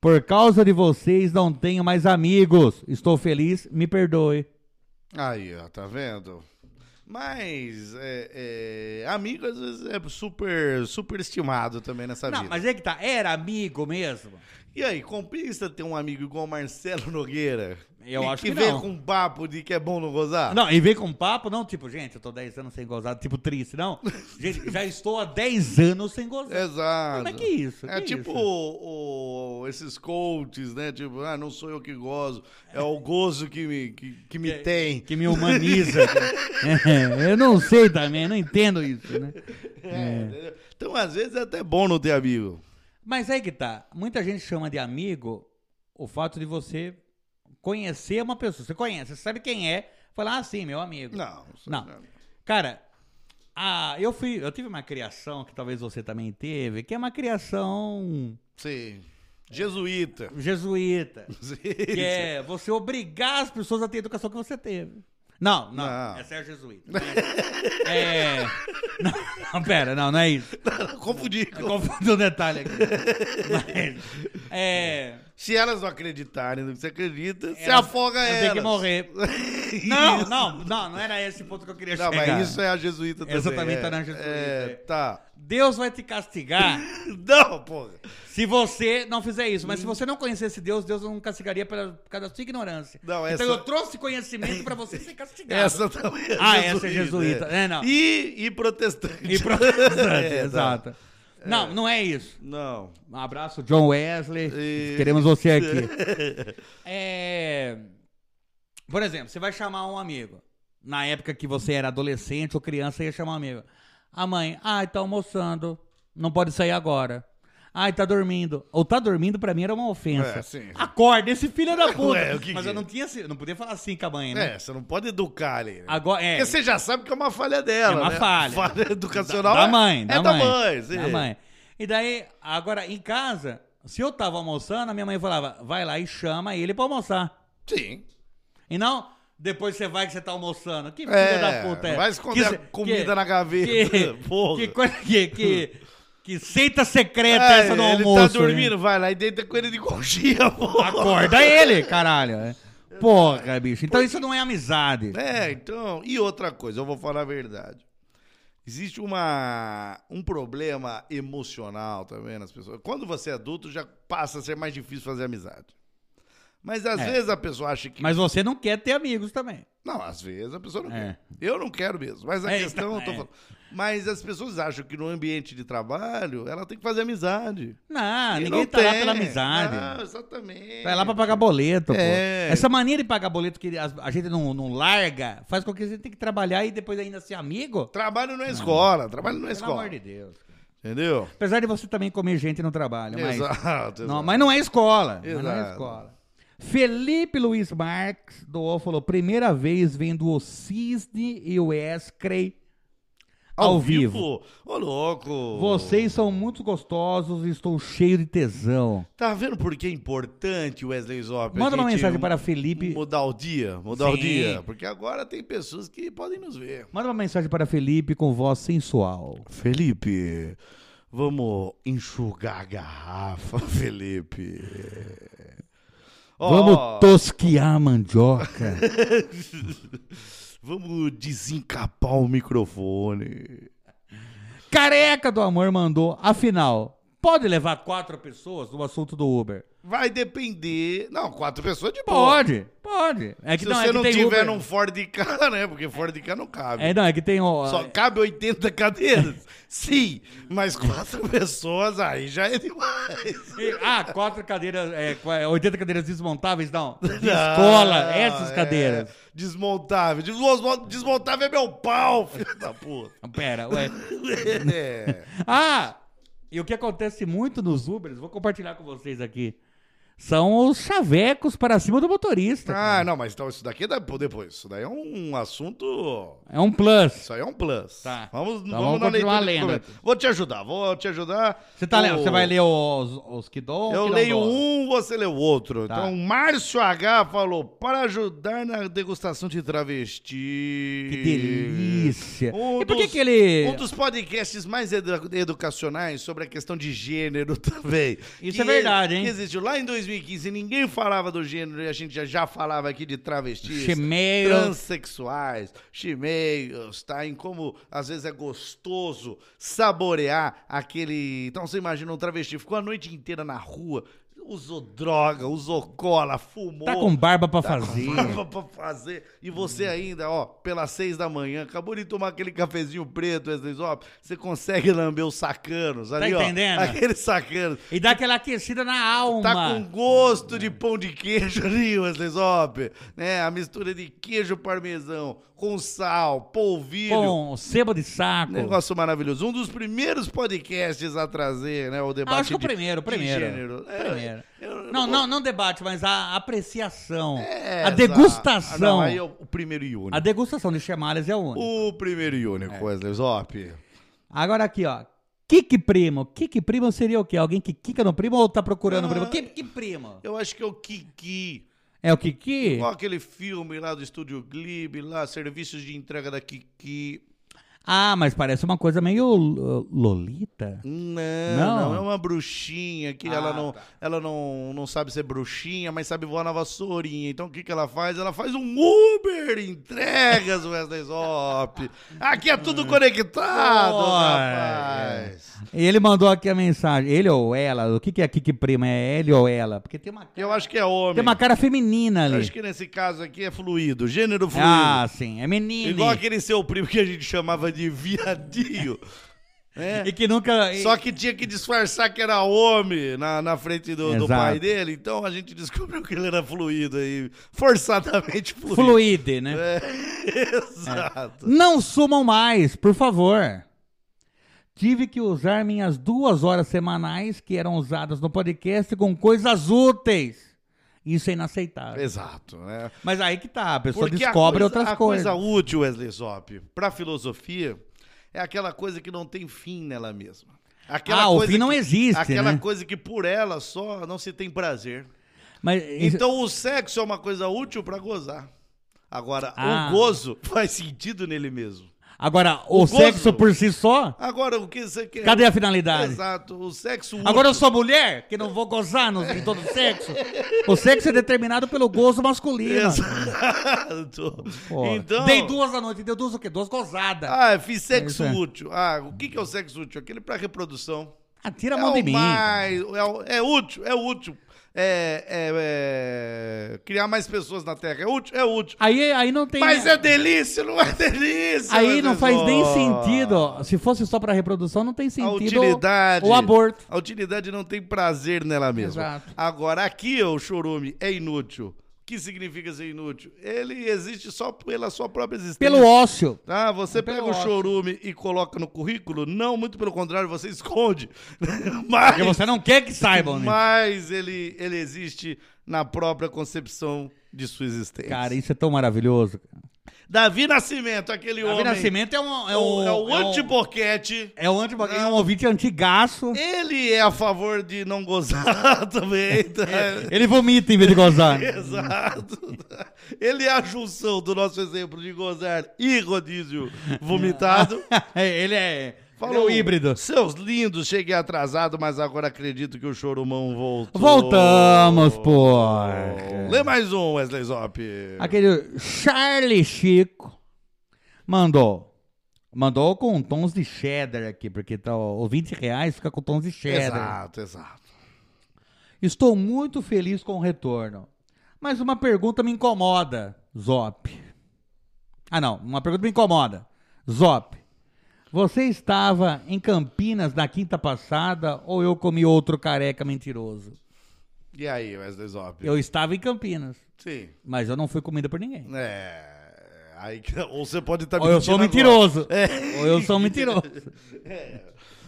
[SPEAKER 3] Por causa de vocês não tenho mais amigos. Estou feliz, me perdoe.
[SPEAKER 2] Aí, ó, tá vendo? Mas, é, é, amigo, às vezes, é super, super estimado também nessa
[SPEAKER 3] Não,
[SPEAKER 2] vida.
[SPEAKER 3] mas é que tá, era amigo mesmo.
[SPEAKER 2] E aí, compensa ter um amigo igual Marcelo Nogueira?
[SPEAKER 3] Eu
[SPEAKER 2] e
[SPEAKER 3] acho
[SPEAKER 2] que
[SPEAKER 3] que
[SPEAKER 2] vem
[SPEAKER 3] não.
[SPEAKER 2] com papo de que é bom não gozar?
[SPEAKER 3] Não, e vem com papo, não tipo, gente, eu tô 10 anos sem gozar, tipo triste, não. Gente, já estou há 10 anos sem gozar.
[SPEAKER 2] Exato.
[SPEAKER 3] Como é que é isso?
[SPEAKER 2] É
[SPEAKER 3] Que
[SPEAKER 2] tipo
[SPEAKER 3] isso?
[SPEAKER 2] o- o- esses coaches, né? Tipo, ah, não sou eu que gozo, é o gozo que me, que, que me
[SPEAKER 3] É.
[SPEAKER 2] tem.
[SPEAKER 3] Que me humaniza. É, eu não sei também, eu não entendo isso, né?
[SPEAKER 2] É, entendeu? Então, às vezes, é até bom não ter amigo.
[SPEAKER 3] Mas aí que tá. Muita gente chama de amigo o fato de você conhecer uma pessoa. Você conhece, você sabe quem é. Fala, ah, sim, meu amigo.
[SPEAKER 2] Não. isso
[SPEAKER 3] Não. Cara, a, eu fui. Eu tive uma criação que talvez você também teve, que é uma criação
[SPEAKER 2] Sim. Jesuíta.
[SPEAKER 3] jesuíta.
[SPEAKER 2] Sim.
[SPEAKER 3] Que é você obrigar as pessoas a ter a educação que você teve. Não, não.
[SPEAKER 2] Não.
[SPEAKER 3] Essa é a jesuíta. é. Não, não, pera, não, não é isso.
[SPEAKER 2] Tá Confundi.
[SPEAKER 3] Eu confundi um detalhe aqui. Mas, é.
[SPEAKER 2] Se elas não acreditarem no que você acredita, você
[SPEAKER 3] Elas-
[SPEAKER 2] afoga
[SPEAKER 3] eu
[SPEAKER 2] elas.
[SPEAKER 3] tenho que morrer. Não, não, não, não era esse ponto que eu queria
[SPEAKER 2] Não,
[SPEAKER 3] chegar.
[SPEAKER 2] mas isso é a jesuíta também.
[SPEAKER 3] Essa também
[SPEAKER 2] é.
[SPEAKER 3] tá na jesuíta,
[SPEAKER 2] É,
[SPEAKER 3] é.
[SPEAKER 2] tá.
[SPEAKER 3] Deus vai te castigar
[SPEAKER 2] Não, porra.
[SPEAKER 3] se você não fizer isso. Mas se você não conhecesse Deus, Deus não castigaria pela- por causa da sua ignorância.
[SPEAKER 2] Não, essa-
[SPEAKER 3] Então eu trouxe conhecimento pra você ser castigado.
[SPEAKER 2] Essa também é
[SPEAKER 3] Ah, essa é jesuíta. É, não.
[SPEAKER 2] E, e protestante.
[SPEAKER 3] E protestante,
[SPEAKER 2] É, tá.
[SPEAKER 3] exato. Não, não é isso.
[SPEAKER 2] Não.
[SPEAKER 3] Um abraço, John Wesley.
[SPEAKER 2] E-
[SPEAKER 3] Queremos você aqui. É, Por exemplo, você vai chamar um amigo. Na época que você era adolescente ou criança, ia chamar um amigo. A mãe, ai, tá almoçando. Não pode sair agora. Ai, tá dormindo. Ou tá dormindo, pra mim era uma ofensa.
[SPEAKER 2] É, sim.
[SPEAKER 3] Acorda, esse filho da puta.
[SPEAKER 2] Ué, o que
[SPEAKER 3] Mas
[SPEAKER 2] que
[SPEAKER 3] eu
[SPEAKER 2] é?
[SPEAKER 3] não tinha assim, não podia falar assim com a mãe, né?
[SPEAKER 2] É, você não pode educar ali. Né?
[SPEAKER 3] Agora, é.
[SPEAKER 2] Porque você já sabe que é uma falha dela.
[SPEAKER 3] É uma
[SPEAKER 2] né?
[SPEAKER 3] falha.
[SPEAKER 2] educacional.
[SPEAKER 3] da
[SPEAKER 2] é-
[SPEAKER 3] mãe,
[SPEAKER 2] é
[SPEAKER 3] da, mãe,
[SPEAKER 2] sim.
[SPEAKER 3] da mãe. E daí, agora em casa, se eu tava almoçando, a minha mãe falava, vai lá e chama ele pra almoçar.
[SPEAKER 2] Sim.
[SPEAKER 3] E não, depois você vai que você tá almoçando. Que filha
[SPEAKER 2] É,
[SPEAKER 3] da puta é?
[SPEAKER 2] vai esconder
[SPEAKER 3] Que
[SPEAKER 2] a
[SPEAKER 3] se-
[SPEAKER 2] comida
[SPEAKER 3] que-
[SPEAKER 2] na gaveta.
[SPEAKER 3] Que,
[SPEAKER 2] Porra.
[SPEAKER 3] que coisa que, que, que seita secreta
[SPEAKER 2] É,
[SPEAKER 3] essa do
[SPEAKER 2] ele
[SPEAKER 3] almoço.
[SPEAKER 2] tá dormindo,
[SPEAKER 3] né?
[SPEAKER 2] vai lá e deita com ele de conchinha, porra.
[SPEAKER 3] Acorda ele, caralho. é. Porra, bicho. Então isso não é amizade.
[SPEAKER 2] É, então. E outra coisa, eu vou falar a verdade. Existe uma, um problema emocional também nas pessoas. Quando você é adulto, já passa a ser mais difícil fazer amizade. Mas às
[SPEAKER 3] É.
[SPEAKER 2] vezes a pessoa acha que.
[SPEAKER 3] Mas você não quer ter amigos também.
[SPEAKER 2] Não, às vezes a pessoa não
[SPEAKER 3] É.
[SPEAKER 2] quer. Eu não quero mesmo. Mas a
[SPEAKER 3] É,
[SPEAKER 2] questão
[SPEAKER 3] então,
[SPEAKER 2] eu tô
[SPEAKER 3] é.
[SPEAKER 2] falando. Mas as pessoas acham que no ambiente de trabalho ela tem que fazer amizade.
[SPEAKER 3] Não,
[SPEAKER 2] E
[SPEAKER 3] ninguém
[SPEAKER 2] não
[SPEAKER 3] tá lá
[SPEAKER 2] tem.
[SPEAKER 3] pela amizade.
[SPEAKER 2] Não, exatamente.
[SPEAKER 3] Vai lá pra pagar boleto, pô.
[SPEAKER 2] É.
[SPEAKER 3] Essa mania de pagar boleto que as- a, gente não, não larga faz com que a gente tenha que trabalhar e depois ainda ser amigo.
[SPEAKER 2] Trabalho não é escola, trabalho não é
[SPEAKER 3] Pelo amor
[SPEAKER 2] escola.
[SPEAKER 3] de Deus.
[SPEAKER 2] Entendeu?
[SPEAKER 3] Apesar de você também comer gente no trabalho, mas.
[SPEAKER 2] Exato,
[SPEAKER 3] Não,
[SPEAKER 2] exato.
[SPEAKER 3] mas não é escola. Mas não é
[SPEAKER 2] Exato.
[SPEAKER 3] escola. Felipe Luiz Marques doou, falou: primeira vez vendo o Cisne e o Escrey ao, vivo.
[SPEAKER 2] Ô, louco.
[SPEAKER 3] Vocês são muito gostosos e estou cheio de tesão.
[SPEAKER 2] Tá vendo por que é importante o Wesley Zop?
[SPEAKER 3] Manda uma mensagem para Felipe.
[SPEAKER 2] Mudar o dia, mudar o
[SPEAKER 3] Sim.
[SPEAKER 2] dia. Porque agora tem pessoas que podem nos ver.
[SPEAKER 3] Manda uma mensagem para Felipe com voz sensual.
[SPEAKER 2] Felipe, vamos enxugar a garrafa, Felipe. Ó,
[SPEAKER 3] Vamos tosquear a mandioca.
[SPEAKER 2] vamos desencapar o microfone.
[SPEAKER 3] Careca do Amor mandou. Afinal, pode levar quatro pessoas no assunto do Uber?
[SPEAKER 2] Vai depender. Não, quatro pessoas de boa.
[SPEAKER 3] Pode, pode. É que
[SPEAKER 2] Se
[SPEAKER 3] não,
[SPEAKER 2] você
[SPEAKER 3] é que
[SPEAKER 2] não
[SPEAKER 3] tem
[SPEAKER 2] tiver
[SPEAKER 3] Uber.
[SPEAKER 2] num Ford K, né? Porque Ford K não cabe.
[SPEAKER 3] É, não, é que tem o...
[SPEAKER 2] Só cabe 80 cadeiras? Sim, mas quatro pessoas aí já é demais.
[SPEAKER 3] E- Ah, quatro cadeiras, é, qu- é, 80 cadeiras desmontáveis, não. De
[SPEAKER 2] Não,
[SPEAKER 3] escola, essas
[SPEAKER 2] é.
[SPEAKER 3] cadeiras.
[SPEAKER 2] Desmontável. Desmo- Desmontável é meu pau, filho da puta.
[SPEAKER 3] Pera, ué.
[SPEAKER 2] É.
[SPEAKER 3] Ah, e o que acontece muito nos Ubers, vou compartilhar com vocês aqui, são os chavecos para cima do motorista.
[SPEAKER 2] Ah, não, mas então isso daqui dá pro depois. Isso daí é um assunto.
[SPEAKER 3] É um plus.
[SPEAKER 2] Isso aí é um plus.
[SPEAKER 3] Tá.
[SPEAKER 2] Vamos,
[SPEAKER 3] Então vamos
[SPEAKER 2] na leitura
[SPEAKER 3] continuar
[SPEAKER 2] de
[SPEAKER 3] lendo.
[SPEAKER 2] comentário. Vou te ajudar, vou te ajudar.
[SPEAKER 3] Você, tá, le-
[SPEAKER 2] O-
[SPEAKER 3] você vai ler os, os que dão?
[SPEAKER 2] Eu
[SPEAKER 3] que não
[SPEAKER 2] leio
[SPEAKER 3] dão?
[SPEAKER 2] um, você lê o outro.
[SPEAKER 3] Tá.
[SPEAKER 2] Então, Márcio H falou: para ajudar na degustação de travesti.
[SPEAKER 3] Que delícia.
[SPEAKER 2] Um
[SPEAKER 3] e por que
[SPEAKER 2] dos-
[SPEAKER 3] que ele...
[SPEAKER 2] Um dos podcasts mais edu- educacionais sobre a questão de gênero também.
[SPEAKER 3] Isso
[SPEAKER 2] Que
[SPEAKER 3] é verdade, hein?
[SPEAKER 2] Que existiu lá em 2015, ninguém falava do gênero e a gente já, já falava aqui de travestis.
[SPEAKER 3] Chimeiros.
[SPEAKER 2] Transsexuais, chimeiros, tá? Em como às vezes é gostoso saborear aquele. Então você imagina um travesti, ficou a noite inteira na rua. usou droga, usou cola, fumou.
[SPEAKER 3] Tá com barba pra
[SPEAKER 2] tá com
[SPEAKER 3] fazer.
[SPEAKER 2] barba pra fazer. E você ainda, ó, pelas seis da manhã, acabou de tomar aquele cafezinho preto, Wesley Zop, você consegue lamber os sacanos ali, ó.
[SPEAKER 3] Tá entendendo?
[SPEAKER 2] Aqueles sacanos.
[SPEAKER 3] E dá aquela aquecida na alma.
[SPEAKER 2] Tá com gosto de pão de queijo ali, Wesley Zop. Né? A mistura de queijo parmesão com sal, polvilho.
[SPEAKER 3] com sebo de saco.
[SPEAKER 2] Negócio maravilhoso. Um dos primeiros podcasts a trazer, né? O debate
[SPEAKER 3] Ah, acho que o
[SPEAKER 2] de-
[SPEAKER 3] primeiro, o
[SPEAKER 2] de
[SPEAKER 3] primeiro.
[SPEAKER 2] gênero. É,
[SPEAKER 3] Primeiro.
[SPEAKER 2] eu- eu
[SPEAKER 3] Não,
[SPEAKER 2] vou-
[SPEAKER 3] não, não debate, mas a apreciação.
[SPEAKER 2] É,
[SPEAKER 3] a
[SPEAKER 2] essa-
[SPEAKER 3] degustação.
[SPEAKER 2] Ah, não, aí é o o primeiro e único.
[SPEAKER 3] A degustação de É. chamales é o único.
[SPEAKER 2] O primeiro e único, Wesley Zop.
[SPEAKER 3] Agora aqui, ó. Kik primo. Kik primo seria o quê? Alguém que quica no primo ou tá procurando o
[SPEAKER 2] Ah.
[SPEAKER 3] primo? Kik primo.
[SPEAKER 2] Eu acho que é o Kiki.
[SPEAKER 3] É o Kiki?
[SPEAKER 2] Qual aquele filme lá do Estúdio Glibe, lá, serviços de entrega da Kiki.
[SPEAKER 3] Ah, mas parece uma coisa meio uh, Lolita.
[SPEAKER 2] Não,
[SPEAKER 3] Não.
[SPEAKER 2] não, é uma bruxinha que
[SPEAKER 3] Ah,
[SPEAKER 2] ela, não,
[SPEAKER 3] tá.
[SPEAKER 2] ela não, não sabe ser bruxinha, mas sabe voar na vassourinha. Então o que, que ela faz? Ela faz um Uber entregas, Wesley Zop. Aqui é tudo conectado,
[SPEAKER 3] Olha.
[SPEAKER 2] rapaz.
[SPEAKER 3] E ele mandou aqui a mensagem. Ele ou ela? O que, que é Kiki primo? É ele ou ela? Porque tem uma,
[SPEAKER 2] Eu acho que é homem.
[SPEAKER 3] tem uma cara feminina
[SPEAKER 2] Eu
[SPEAKER 3] ali.
[SPEAKER 2] Acho que nesse caso aqui é fluido, gênero fluido.
[SPEAKER 3] Ah, sim. É menino.
[SPEAKER 2] Igual aquele seu primo que a gente chamava de viadinho. né?
[SPEAKER 3] E que nunca...
[SPEAKER 2] Só que tinha que disfarçar que era homem na, na frente do, do
[SPEAKER 3] Exato.
[SPEAKER 2] pai dele, então a gente descobriu que ele era fluido aí, forçadamente fluido.
[SPEAKER 3] Fluide, né?
[SPEAKER 2] É, exato.
[SPEAKER 3] Não sumam mais, por favor. Tive que usar minhas duas horas semanais que eram usadas no podcast com coisas úteis. Isso é inaceitável.
[SPEAKER 2] Exato, né?
[SPEAKER 3] Mas aí que tá, a pessoa
[SPEAKER 2] Porque a
[SPEAKER 3] descobre
[SPEAKER 2] coisa-
[SPEAKER 3] outras
[SPEAKER 2] a
[SPEAKER 3] coisas.
[SPEAKER 2] coisa útil, Wesley Zop, pra filosofia, é aquela coisa que não tem fim nela mesma. Aquela
[SPEAKER 3] Ah, o
[SPEAKER 2] coisa
[SPEAKER 3] fim não
[SPEAKER 2] que-
[SPEAKER 3] existe,
[SPEAKER 2] Aquela
[SPEAKER 3] né?
[SPEAKER 2] coisa que por ela só não se tem prazer.
[SPEAKER 3] Mas isso-
[SPEAKER 2] Então o sexo é uma coisa útil pra gozar. Agora,
[SPEAKER 3] Ah.
[SPEAKER 2] o gozo faz sentido nele mesmo.
[SPEAKER 3] agora, o,
[SPEAKER 2] o gozo-
[SPEAKER 3] sexo por si só,
[SPEAKER 2] Agora, o que você quer?
[SPEAKER 3] cadê a finalidade?
[SPEAKER 2] Exato, o sexo útil.
[SPEAKER 3] Agora eu sou mulher, que não vou gozar no, em todo sexo. O sexo é determinado pelo gozo masculino.
[SPEAKER 2] Exato.
[SPEAKER 3] Pô,
[SPEAKER 2] Então...
[SPEAKER 3] Dei duas à noite, deu duas o quê? Duas gozadas. Ah,
[SPEAKER 2] Ah, eu fiz sexo
[SPEAKER 3] É isso aí.
[SPEAKER 2] útil. Ah, o que que é o sexo útil? Aquele pra reprodução.
[SPEAKER 3] Ah, tira a
[SPEAKER 2] é
[SPEAKER 3] mão
[SPEAKER 2] o
[SPEAKER 3] de mim.
[SPEAKER 2] mais- é, o- é útil, é útil. É, é- é- criar mais pessoas na Terra. É útil, é útil.
[SPEAKER 3] Aí, aí não tem...
[SPEAKER 2] Mas é delícia, não é delícia?
[SPEAKER 3] Aí não
[SPEAKER 2] Wesley
[SPEAKER 3] faz nem
[SPEAKER 2] Zop.
[SPEAKER 3] sentido. Se fosse só pra reprodução, não tem sentido.
[SPEAKER 2] a utilidade.
[SPEAKER 3] O aborto.
[SPEAKER 2] A utilidade não tem prazer nela mesma.
[SPEAKER 3] Exato.
[SPEAKER 2] Agora, aqui, o chorume é inútil. O que significa ser inútil? Ele existe só pela sua própria existência.
[SPEAKER 3] Pelo ócio.
[SPEAKER 2] Ah, você
[SPEAKER 3] É pelo
[SPEAKER 2] pega o
[SPEAKER 3] ócio.
[SPEAKER 2] chorume e coloca no currículo? Não, muito pelo contrário, você esconde. Mas,
[SPEAKER 3] Porque você não quer que saibam, né?
[SPEAKER 2] mas ele, ele existe na própria concepção de sua existência.
[SPEAKER 3] Cara, isso é tão maravilhoso.
[SPEAKER 2] Davi Nascimento, aquele
[SPEAKER 3] O
[SPEAKER 2] homem.
[SPEAKER 3] Nascimento é um. É
[SPEAKER 2] é o,
[SPEAKER 3] um,
[SPEAKER 2] é o
[SPEAKER 3] é um-
[SPEAKER 2] antiboquete.
[SPEAKER 3] É um, anti- é um ouvinte antigaço.
[SPEAKER 2] Ele é a favor de não gozar também. Tá?
[SPEAKER 3] Ele vomita em vez de gozar.
[SPEAKER 2] Exato. Ele é a junção do nosso exemplo de gozar e rodízio vomitado.
[SPEAKER 3] É, ele é.
[SPEAKER 2] Falou
[SPEAKER 3] Falou híbrido.
[SPEAKER 2] Seus lindos, cheguei atrasado, mas agora acredito que o chorumão voltou.
[SPEAKER 3] Voltamos, pô.
[SPEAKER 2] Lê mais um, Wesley Zop.
[SPEAKER 3] É. Aquele Charlie Chico mandou. Mandou com tons de cheddar aqui, porque tá, ó, o 20 reais fica com tons de cheddar.
[SPEAKER 2] Exato, exato.
[SPEAKER 3] Estou muito feliz com o retorno. Mas uma pergunta me incomoda, Zop. Ah, não. Uma pergunta me incomoda. Zop, você estava em Campinas na quinta passada ou eu comi outro careca mentiroso?
[SPEAKER 2] E aí, Wesley Zop?
[SPEAKER 3] Eu estava em Campinas,
[SPEAKER 2] Sim.
[SPEAKER 3] mas eu não fui comida por ninguém.
[SPEAKER 2] É. Aí, que- ou você pode tá estar
[SPEAKER 3] Ou eu sou mentiroso.
[SPEAKER 2] É.
[SPEAKER 3] Ou eu sou mentiroso.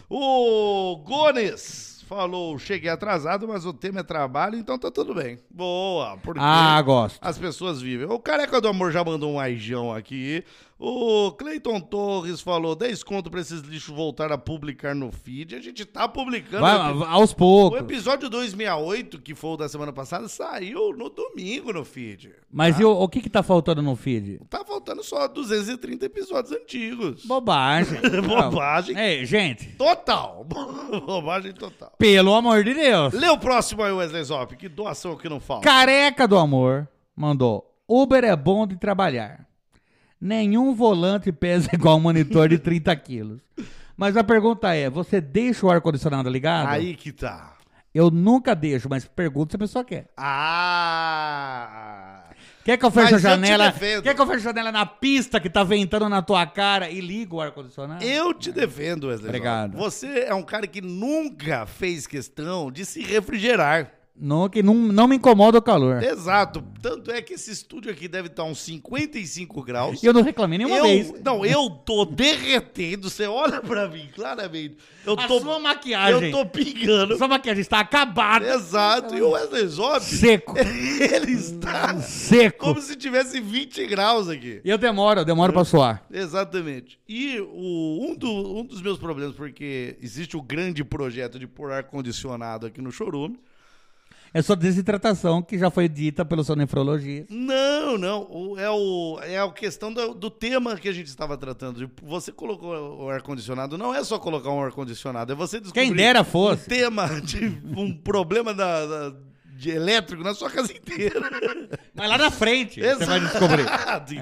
[SPEAKER 2] O Gones falou: cheguei atrasado, mas o tema é trabalho, então tá tudo bem. Boa, porque
[SPEAKER 3] Ah, gosto.
[SPEAKER 2] as pessoas vivem. O Careca do Amor já mandou um aijão aqui. O Cleiton Torres falou: 10 conto pra esses lixos voltar a publicar no feed. A gente tá publicando.
[SPEAKER 3] Vai,
[SPEAKER 2] O epi-
[SPEAKER 3] aos
[SPEAKER 2] o
[SPEAKER 3] poucos.
[SPEAKER 2] episódio 268, que foi o da semana passada, saiu no domingo no feed.
[SPEAKER 3] Mas e o, o que que tá faltando no feed?
[SPEAKER 2] Tá faltando só 230 episódios antigos.
[SPEAKER 3] Bobagem.
[SPEAKER 2] Bobagem.
[SPEAKER 3] É, gente,
[SPEAKER 2] Total. Bobagem total.
[SPEAKER 3] pelo amor de Deus.
[SPEAKER 2] Lê o próximo aí, Wesley Zop. Que doação que não falta.
[SPEAKER 3] Careca do Amor mandou: Uber é bom de trabalhar. Nenhum volante pesa igual um monitor de 30 quilos. Mas a pergunta é: você deixa o ar-condicionado ligado?
[SPEAKER 2] Aí que tá.
[SPEAKER 3] Eu nunca deixo, mas pergunto se a pessoa quer.
[SPEAKER 2] Ah!
[SPEAKER 3] Quer que eu
[SPEAKER 2] Mas
[SPEAKER 3] feche a
[SPEAKER 2] eu te
[SPEAKER 3] janela?
[SPEAKER 2] defendo.
[SPEAKER 3] Quer que eu feche a janela na pista que tá ventando na tua cara e ligo o ar-condicionado?
[SPEAKER 2] Eu te defendo, Wesley.
[SPEAKER 3] Ah. Obrigado.
[SPEAKER 2] Zop. Você é um cara que nunca fez questão de se refrigerar.
[SPEAKER 3] Não, que não, não me incomoda o calor.
[SPEAKER 2] Exato. Tanto é que esse estúdio aqui deve estar uns 55 graus.
[SPEAKER 3] Eu não reclamei nenhuma
[SPEAKER 2] Eu-
[SPEAKER 3] vez.
[SPEAKER 2] Não, eu tô derretendo. Você olha pra mim, claramente. Eu
[SPEAKER 3] A
[SPEAKER 2] tô,
[SPEAKER 3] sua
[SPEAKER 2] eu
[SPEAKER 3] maquiagem.
[SPEAKER 2] tô pingando.
[SPEAKER 3] Sua maquiagem está acabada.
[SPEAKER 2] Exato. E o Wesley Zop,
[SPEAKER 3] Seco. é
[SPEAKER 2] ele está
[SPEAKER 3] um Seco.
[SPEAKER 2] como se tivesse 20 graus aqui.
[SPEAKER 3] E eu demoro, eu demoro pra suar.
[SPEAKER 2] Exatamente. E o- um, do- um dos meus problemas, porque existe o grande projeto de pôr ar-condicionado aqui no Chorume.
[SPEAKER 3] É só desidratação que já foi dita pelo seu nefrologista.
[SPEAKER 2] Não, não. O- é, o, é a questão do, do tema que a gente estava tratando. de- Você colocou o ar-condicionado. Não é só colocar um ar-condicionado, é você descobrir
[SPEAKER 3] Quem dera
[SPEAKER 2] um
[SPEAKER 3] fosse.
[SPEAKER 2] tema de um problema da- da- de elétrico na sua casa inteira.
[SPEAKER 3] Mas lá na frente você vai
[SPEAKER 2] Exato.
[SPEAKER 3] descobrir.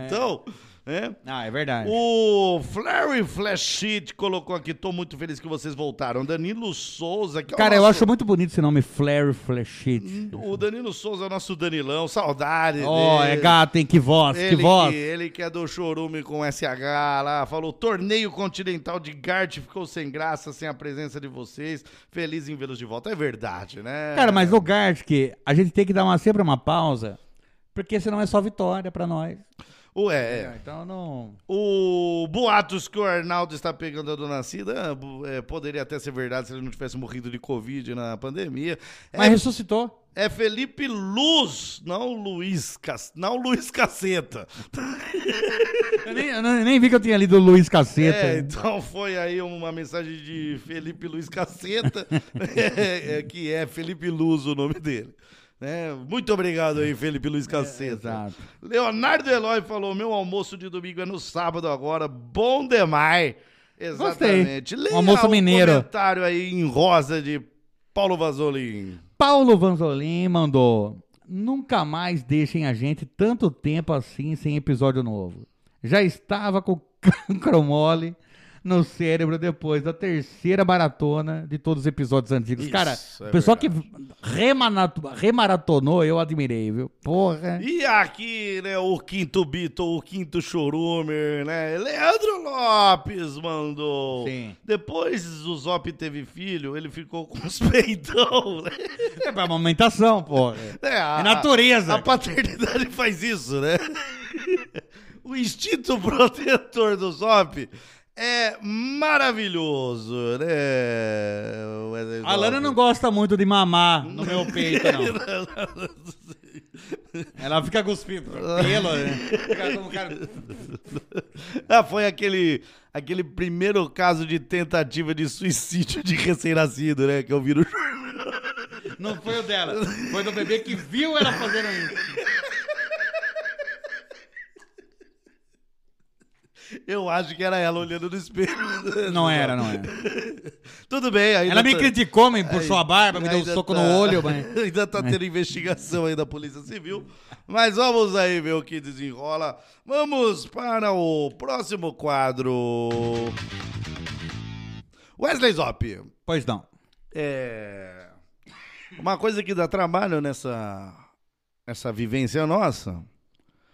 [SPEAKER 2] Então, né?
[SPEAKER 3] Ah, é verdade.
[SPEAKER 2] O Flary Flash Sheet colocou aqui, tô muito feliz que vocês voltaram. Danilo Souza, que é o
[SPEAKER 3] Cara, eu
[SPEAKER 2] nosso-
[SPEAKER 3] acho muito bonito esse nome, Flare Flashit.
[SPEAKER 2] O Danilo Souza é o nosso Danilão, saudade
[SPEAKER 3] Oh,
[SPEAKER 2] dele.
[SPEAKER 3] é gato, hein? Que voz,
[SPEAKER 2] Ele
[SPEAKER 3] que voz.
[SPEAKER 2] ele que é do Chorume com SH lá, falou: torneio continental de Gart ficou sem graça, sem a presença de vocês. Feliz em vê-los de volta. É verdade, né?
[SPEAKER 3] Cara, mas o Gartic, a gente tem que dar uma, sempre uma pausa, porque senão é só vitória pra nós.
[SPEAKER 2] Ué, é.
[SPEAKER 3] Então não.
[SPEAKER 2] O boatos que o Arnaldo está pegando a dona Cida ah, bo- é, poderia até ser verdade se ele não tivesse morrido de Covid na pandemia.
[SPEAKER 3] Mas
[SPEAKER 2] É,
[SPEAKER 3] ressuscitou.
[SPEAKER 2] é Felipe Luz, não Luiz, Cas- não Luiz Caceta.
[SPEAKER 3] Eu nem, eu nem- nem vi que eu tinha lido o Luiz Caceta.
[SPEAKER 2] É, então foi aí uma mensagem de Felipe Luiz Caceta, é, é, que é Felipe Luz o nome dele. né? muito obrigado aí, Felipe Luiz Caceta.
[SPEAKER 3] É, exato.
[SPEAKER 2] Leonardo Eloy falou: meu almoço de domingo é no sábado agora, bom demais. Exatamente. Leia
[SPEAKER 3] Almoço
[SPEAKER 2] o
[SPEAKER 3] mineiro.
[SPEAKER 2] comentário aí em rosa de Paulo Vasolin.
[SPEAKER 3] Paulo Vanzolin mandou. Nunca mais deixem a gente tanto tempo assim sem episódio novo. Já estava com cancro mole no cérebro depois da terceira maratona de todos os episódios antigos.
[SPEAKER 2] Isso,
[SPEAKER 3] Cara,
[SPEAKER 2] é
[SPEAKER 3] o pessoal que remanato- remaratonou, eu admirei, viu? Porra.
[SPEAKER 2] E aqui, né, o quinto Beatle, o quinto Chorumer, né? Leandro Lopes mandou.
[SPEAKER 3] Sim.
[SPEAKER 2] Depois o Zop teve filho, ele ficou com os peitão, né?
[SPEAKER 3] É pra amamentação, porra.
[SPEAKER 2] É, a,
[SPEAKER 3] É natureza.
[SPEAKER 2] A paternidade faz isso, né? O instinto protetor do Zop é maravilhoso, né? Wesley
[SPEAKER 3] A Lana
[SPEAKER 2] Zop?
[SPEAKER 3] não gosta muito de mamar no meu peito, não. Ela fica cuspindo. Pelo, né? Fica como cara...
[SPEAKER 2] Ah, foi aquele, aquele primeiro caso de tentativa de suicídio de recém-nascido, né? Que eu vi no jornal.
[SPEAKER 3] Não foi o dela, foi do bebê que viu ela fazendo isso.
[SPEAKER 2] Eu acho que era ela olhando no espelho.
[SPEAKER 3] Não era, não era.
[SPEAKER 2] Tudo bem, ainda
[SPEAKER 3] Ela me
[SPEAKER 2] tá-
[SPEAKER 3] criticou, me puxou a barba, me deu um
[SPEAKER 2] ainda
[SPEAKER 3] soco
[SPEAKER 2] tá-
[SPEAKER 3] no olho, mas. É.
[SPEAKER 2] Ainda tá tendo investigação aí da Polícia Civil. Mas vamos aí ver o que desenrola. Vamos para o próximo quadro. Wesley Zop.
[SPEAKER 3] Pois não.
[SPEAKER 2] É. Uma coisa que dá trabalho nessa essa vivência nossa,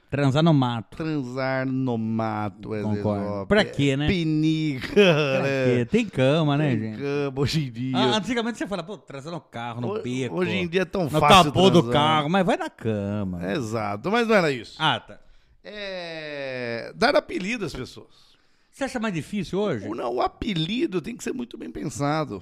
[SPEAKER 3] Transar no mato.
[SPEAKER 2] transar no mato, é Wesley
[SPEAKER 3] Concordo.
[SPEAKER 2] Zop.
[SPEAKER 3] Pra quê, né?
[SPEAKER 2] Pinica,
[SPEAKER 3] Pra
[SPEAKER 2] né?
[SPEAKER 3] quê? Tem cama, né,
[SPEAKER 2] Em
[SPEAKER 3] gente?
[SPEAKER 2] campo, Hoje em dia.
[SPEAKER 3] Ah, antigamente você fala, pô, transar no carro, no
[SPEAKER 2] Ho-
[SPEAKER 3] beco.
[SPEAKER 2] Hoje em dia é tão
[SPEAKER 3] no
[SPEAKER 2] fácil.
[SPEAKER 3] capô do
[SPEAKER 2] transar. É.
[SPEAKER 3] carro, mas vai na cama.
[SPEAKER 2] Exato, mas não era isso.
[SPEAKER 3] Ah, tá.
[SPEAKER 2] É. Dar apelido às pessoas.
[SPEAKER 3] Você acha mais difícil hoje?
[SPEAKER 2] O, não, o apelido tem que ser muito bem pensado.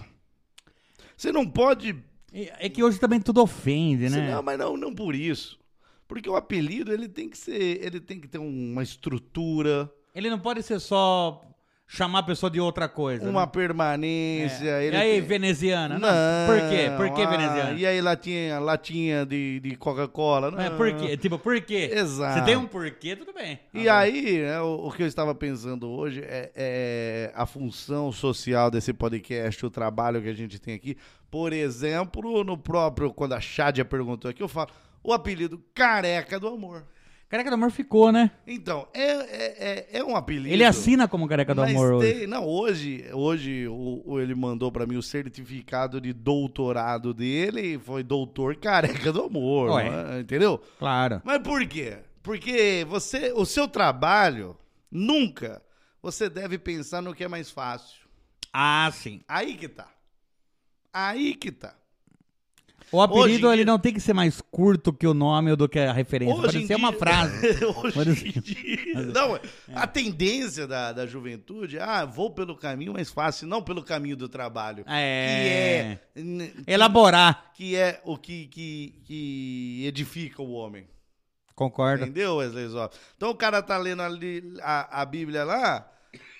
[SPEAKER 2] Você não pode.
[SPEAKER 3] É é que hoje também tudo ofende,
[SPEAKER 2] você
[SPEAKER 3] né?
[SPEAKER 2] não, mas não, não por isso. Porque o apelido ele tem que ser. Ele tem que ter uma estrutura,
[SPEAKER 3] Ele não pode ser só chamar a pessoa de outra coisa.
[SPEAKER 2] uma
[SPEAKER 3] né?
[SPEAKER 2] permanência.
[SPEAKER 3] É. E
[SPEAKER 2] ele
[SPEAKER 3] aí,
[SPEAKER 2] tem-
[SPEAKER 3] veneziana? Não. Por quê? Por que
[SPEAKER 2] ah,
[SPEAKER 3] veneziana?
[SPEAKER 2] E aí, latinha, latinha de, de Coca-Cola.
[SPEAKER 3] Mas
[SPEAKER 2] não.
[SPEAKER 3] por quê? Tipo, por quê?
[SPEAKER 2] Ah. Exato.
[SPEAKER 3] Se tem um porquê, tudo bem. Ah.
[SPEAKER 2] E aí, né, o, o que eu estava pensando hoje é, é a função social desse podcast, o trabalho que a gente tem aqui. Por exemplo, no próprio, quando a Chádia perguntou aqui, eu falo o apelido Careca do Amor.
[SPEAKER 3] Careca do Amor ficou, né?
[SPEAKER 2] Então, é, é, é, é um apelido.
[SPEAKER 3] Ele assim assina como Careca do
[SPEAKER 2] Mas
[SPEAKER 3] Amor hoje.
[SPEAKER 2] tem- Não, hoje, hoje o, o- ele mandou pra mim o certificado de doutorado dele e foi doutor careca do amor.
[SPEAKER 3] Ué.
[SPEAKER 2] né? Entendeu?
[SPEAKER 3] Claro.
[SPEAKER 2] Mas por quê? Porque você, o seu trabalho, nunca você deve pensar no que é mais fácil.
[SPEAKER 3] Ah, sim.
[SPEAKER 2] Aí que tá. Aí que tá.
[SPEAKER 3] O apelido
[SPEAKER 2] em
[SPEAKER 3] ele
[SPEAKER 2] dia-
[SPEAKER 3] não tem que ser mais curto que o nome ou do que a referência.
[SPEAKER 2] Hoje
[SPEAKER 3] Pode
[SPEAKER 2] em
[SPEAKER 3] ser uma
[SPEAKER 2] dia-
[SPEAKER 3] frase.
[SPEAKER 2] Hoje
[SPEAKER 3] Pode ser.
[SPEAKER 2] em dia. Não, a tendência da, da juventude, ah, vou pelo caminho mais fácil, não pelo caminho do trabalho.
[SPEAKER 3] É.
[SPEAKER 2] Que é. n- que-
[SPEAKER 3] Elaborar.
[SPEAKER 2] Que é o que, que, que edifica o homem.
[SPEAKER 3] Concordo.
[SPEAKER 2] Entendeu, Wesley Zop? Então o cara tá lendo ali a, a Bíblia lá.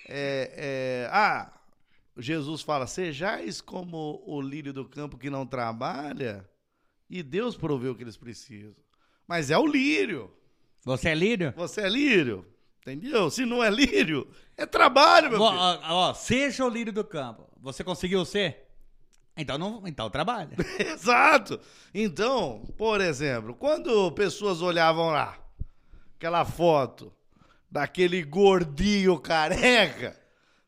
[SPEAKER 2] é, é, ah, Jesus fala: Sejais como o lírio do campo que não trabalha, e Deus proveu o que eles precisam. Mas é o lírio.
[SPEAKER 3] Você é líder?
[SPEAKER 2] Você é lírio. Entendeu? Se não é lírio, é trabalho, meu
[SPEAKER 3] Ó,
[SPEAKER 2] filho.
[SPEAKER 3] ó, ó, seja o líder do campo. Você conseguiu ser? Então não, então trabalha.
[SPEAKER 2] Exato. Então, por exemplo, quando pessoas olhavam lá aquela foto daquele gordinho careca,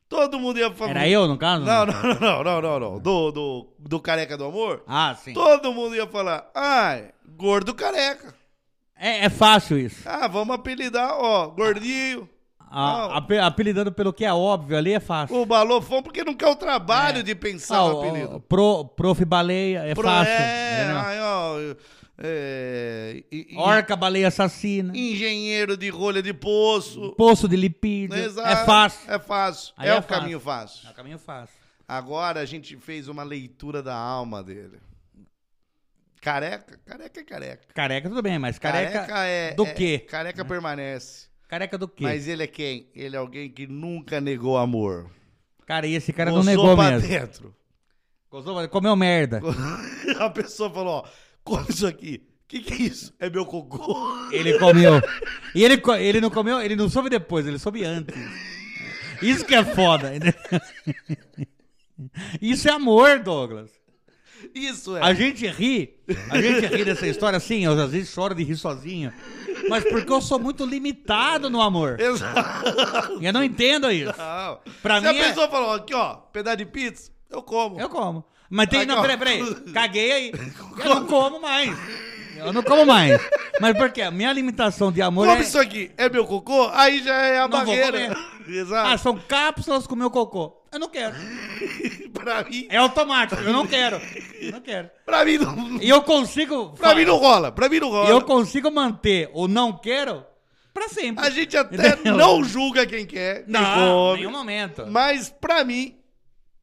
[SPEAKER 2] todo mundo ia falar.
[SPEAKER 3] Era eu, no caso?
[SPEAKER 2] Não, não, não, não, não, não, não. Do, do, do careca do amor,
[SPEAKER 3] Ah, sim.
[SPEAKER 2] todo mundo ia falar, ai, gordo careca.
[SPEAKER 3] É, é fácil isso.
[SPEAKER 2] Ah, vamos apelidar, ó, gordinho.
[SPEAKER 3] A-
[SPEAKER 2] Ah,
[SPEAKER 3] ape- apelidando pelo que é óbvio ali é fácil.
[SPEAKER 2] o balofão, porque não quer o trabalho de
[SPEAKER 3] Ah,
[SPEAKER 2] pensar
[SPEAKER 3] o-
[SPEAKER 2] no apelido.
[SPEAKER 3] o- pro, prof baleia é
[SPEAKER 2] Pro-
[SPEAKER 3] fácil.
[SPEAKER 2] É,
[SPEAKER 3] entendeu?
[SPEAKER 2] ai, ó, é, e- e-
[SPEAKER 3] Orca baleia assassina.
[SPEAKER 2] engenheiro de rolha de poço. né?
[SPEAKER 3] Poço de lipídio.
[SPEAKER 2] Exato.
[SPEAKER 3] É fácil.
[SPEAKER 2] É fácil.
[SPEAKER 3] Aí
[SPEAKER 2] é,
[SPEAKER 3] é
[SPEAKER 2] o
[SPEAKER 3] fácil.
[SPEAKER 2] caminho fácil.
[SPEAKER 3] É o caminho fácil.
[SPEAKER 2] Agora a gente fez uma leitura da alma dele. Careca? Careca é careca.
[SPEAKER 3] Careca tudo bem, mas careca,
[SPEAKER 2] é.
[SPEAKER 3] do
[SPEAKER 2] é-
[SPEAKER 3] quê?
[SPEAKER 2] Careca permanece.
[SPEAKER 3] Careca do quê?
[SPEAKER 2] Mas ele é quem? Ele é alguém que nunca negou amor.
[SPEAKER 3] Cara, e esse cara não
[SPEAKER 2] Gozou
[SPEAKER 3] negou
[SPEAKER 2] pra
[SPEAKER 3] mesmo.
[SPEAKER 2] dentro.
[SPEAKER 3] Gozou, mas comeu merda.
[SPEAKER 2] A pessoa falou: ó, come isso aqui. O que, que é isso? É meu cocô.
[SPEAKER 3] Ele comeu. E ele, co- ele não comeu, ele não soube depois, ele soube antes. Isso que é foda. entendeu? Isso é amor, Douglas.
[SPEAKER 2] Isso é.
[SPEAKER 3] A gente ri, a gente ri dessa história assim, eu às vezes choro de rir sozinho. Mas porque eu sou muito limitado no amor.
[SPEAKER 2] Exato.
[SPEAKER 3] E eu não entendo isso.
[SPEAKER 2] Não.
[SPEAKER 3] Pra
[SPEAKER 2] Se
[SPEAKER 3] mim
[SPEAKER 2] a
[SPEAKER 3] é-
[SPEAKER 2] pessoa falou, aqui ó, pedaço de pizza, eu como.
[SPEAKER 3] Eu como. Mas tem.
[SPEAKER 2] Aqui,
[SPEAKER 3] não,
[SPEAKER 2] ó.
[SPEAKER 3] peraí, peraí. Caguei aí. Eu não como mais. Eu não como mais. Mas por quê? A minha limitação de amor
[SPEAKER 2] Come
[SPEAKER 3] é.
[SPEAKER 2] isso aqui, é meu cocô? Aí já é a
[SPEAKER 3] Não vou
[SPEAKER 2] barreira.
[SPEAKER 3] Ah,
[SPEAKER 2] Exato.
[SPEAKER 3] são cápsulas com meu cocô. Eu não quero.
[SPEAKER 2] pra mim,
[SPEAKER 3] É automático. Eu não quero. Eu não quero.
[SPEAKER 2] pra mim não.
[SPEAKER 3] E eu consigo.
[SPEAKER 2] Pra mim não rola, pra mim não rola.
[SPEAKER 3] E eu consigo manter o não quero pra sempre.
[SPEAKER 2] A gente até
[SPEAKER 3] Entendeu?
[SPEAKER 2] não julga quem quer, quem
[SPEAKER 3] Não, em
[SPEAKER 2] come.
[SPEAKER 3] nenhum momento.
[SPEAKER 2] Mas pra mim,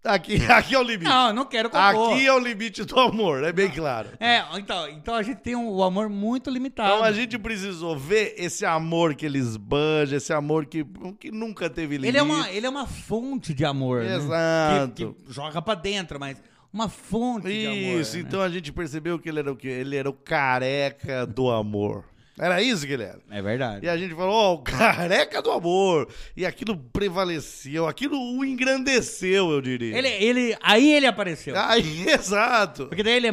[SPEAKER 2] aqui, aqui é o limite.
[SPEAKER 3] Não, eu não quero cocô.
[SPEAKER 2] aqui é o limite do amor, é bem claro.
[SPEAKER 3] É, então, então a gente tem um, o amor muito limitado.
[SPEAKER 2] Então a gente precisou ver esse amor que ele esbanja, esse amor que, que nunca teve limite.
[SPEAKER 3] Ele é, uma, ele é uma fonte de amor. né?
[SPEAKER 2] Exato.
[SPEAKER 3] Que, que joga pra dentro, mas uma fonte de amor.
[SPEAKER 2] Isso,
[SPEAKER 3] né?
[SPEAKER 2] então a gente percebeu que ele era o quê? Ele era o careca do amor. Era isso que ele era.
[SPEAKER 3] É verdade.
[SPEAKER 2] E a gente falou, ó, o careca do amor. E aquilo prevaleceu, aquilo o engrandeceu, eu diria.
[SPEAKER 3] Ele, é ele, aí ele apareceu.
[SPEAKER 2] Aí, exato.
[SPEAKER 3] Porque daí ele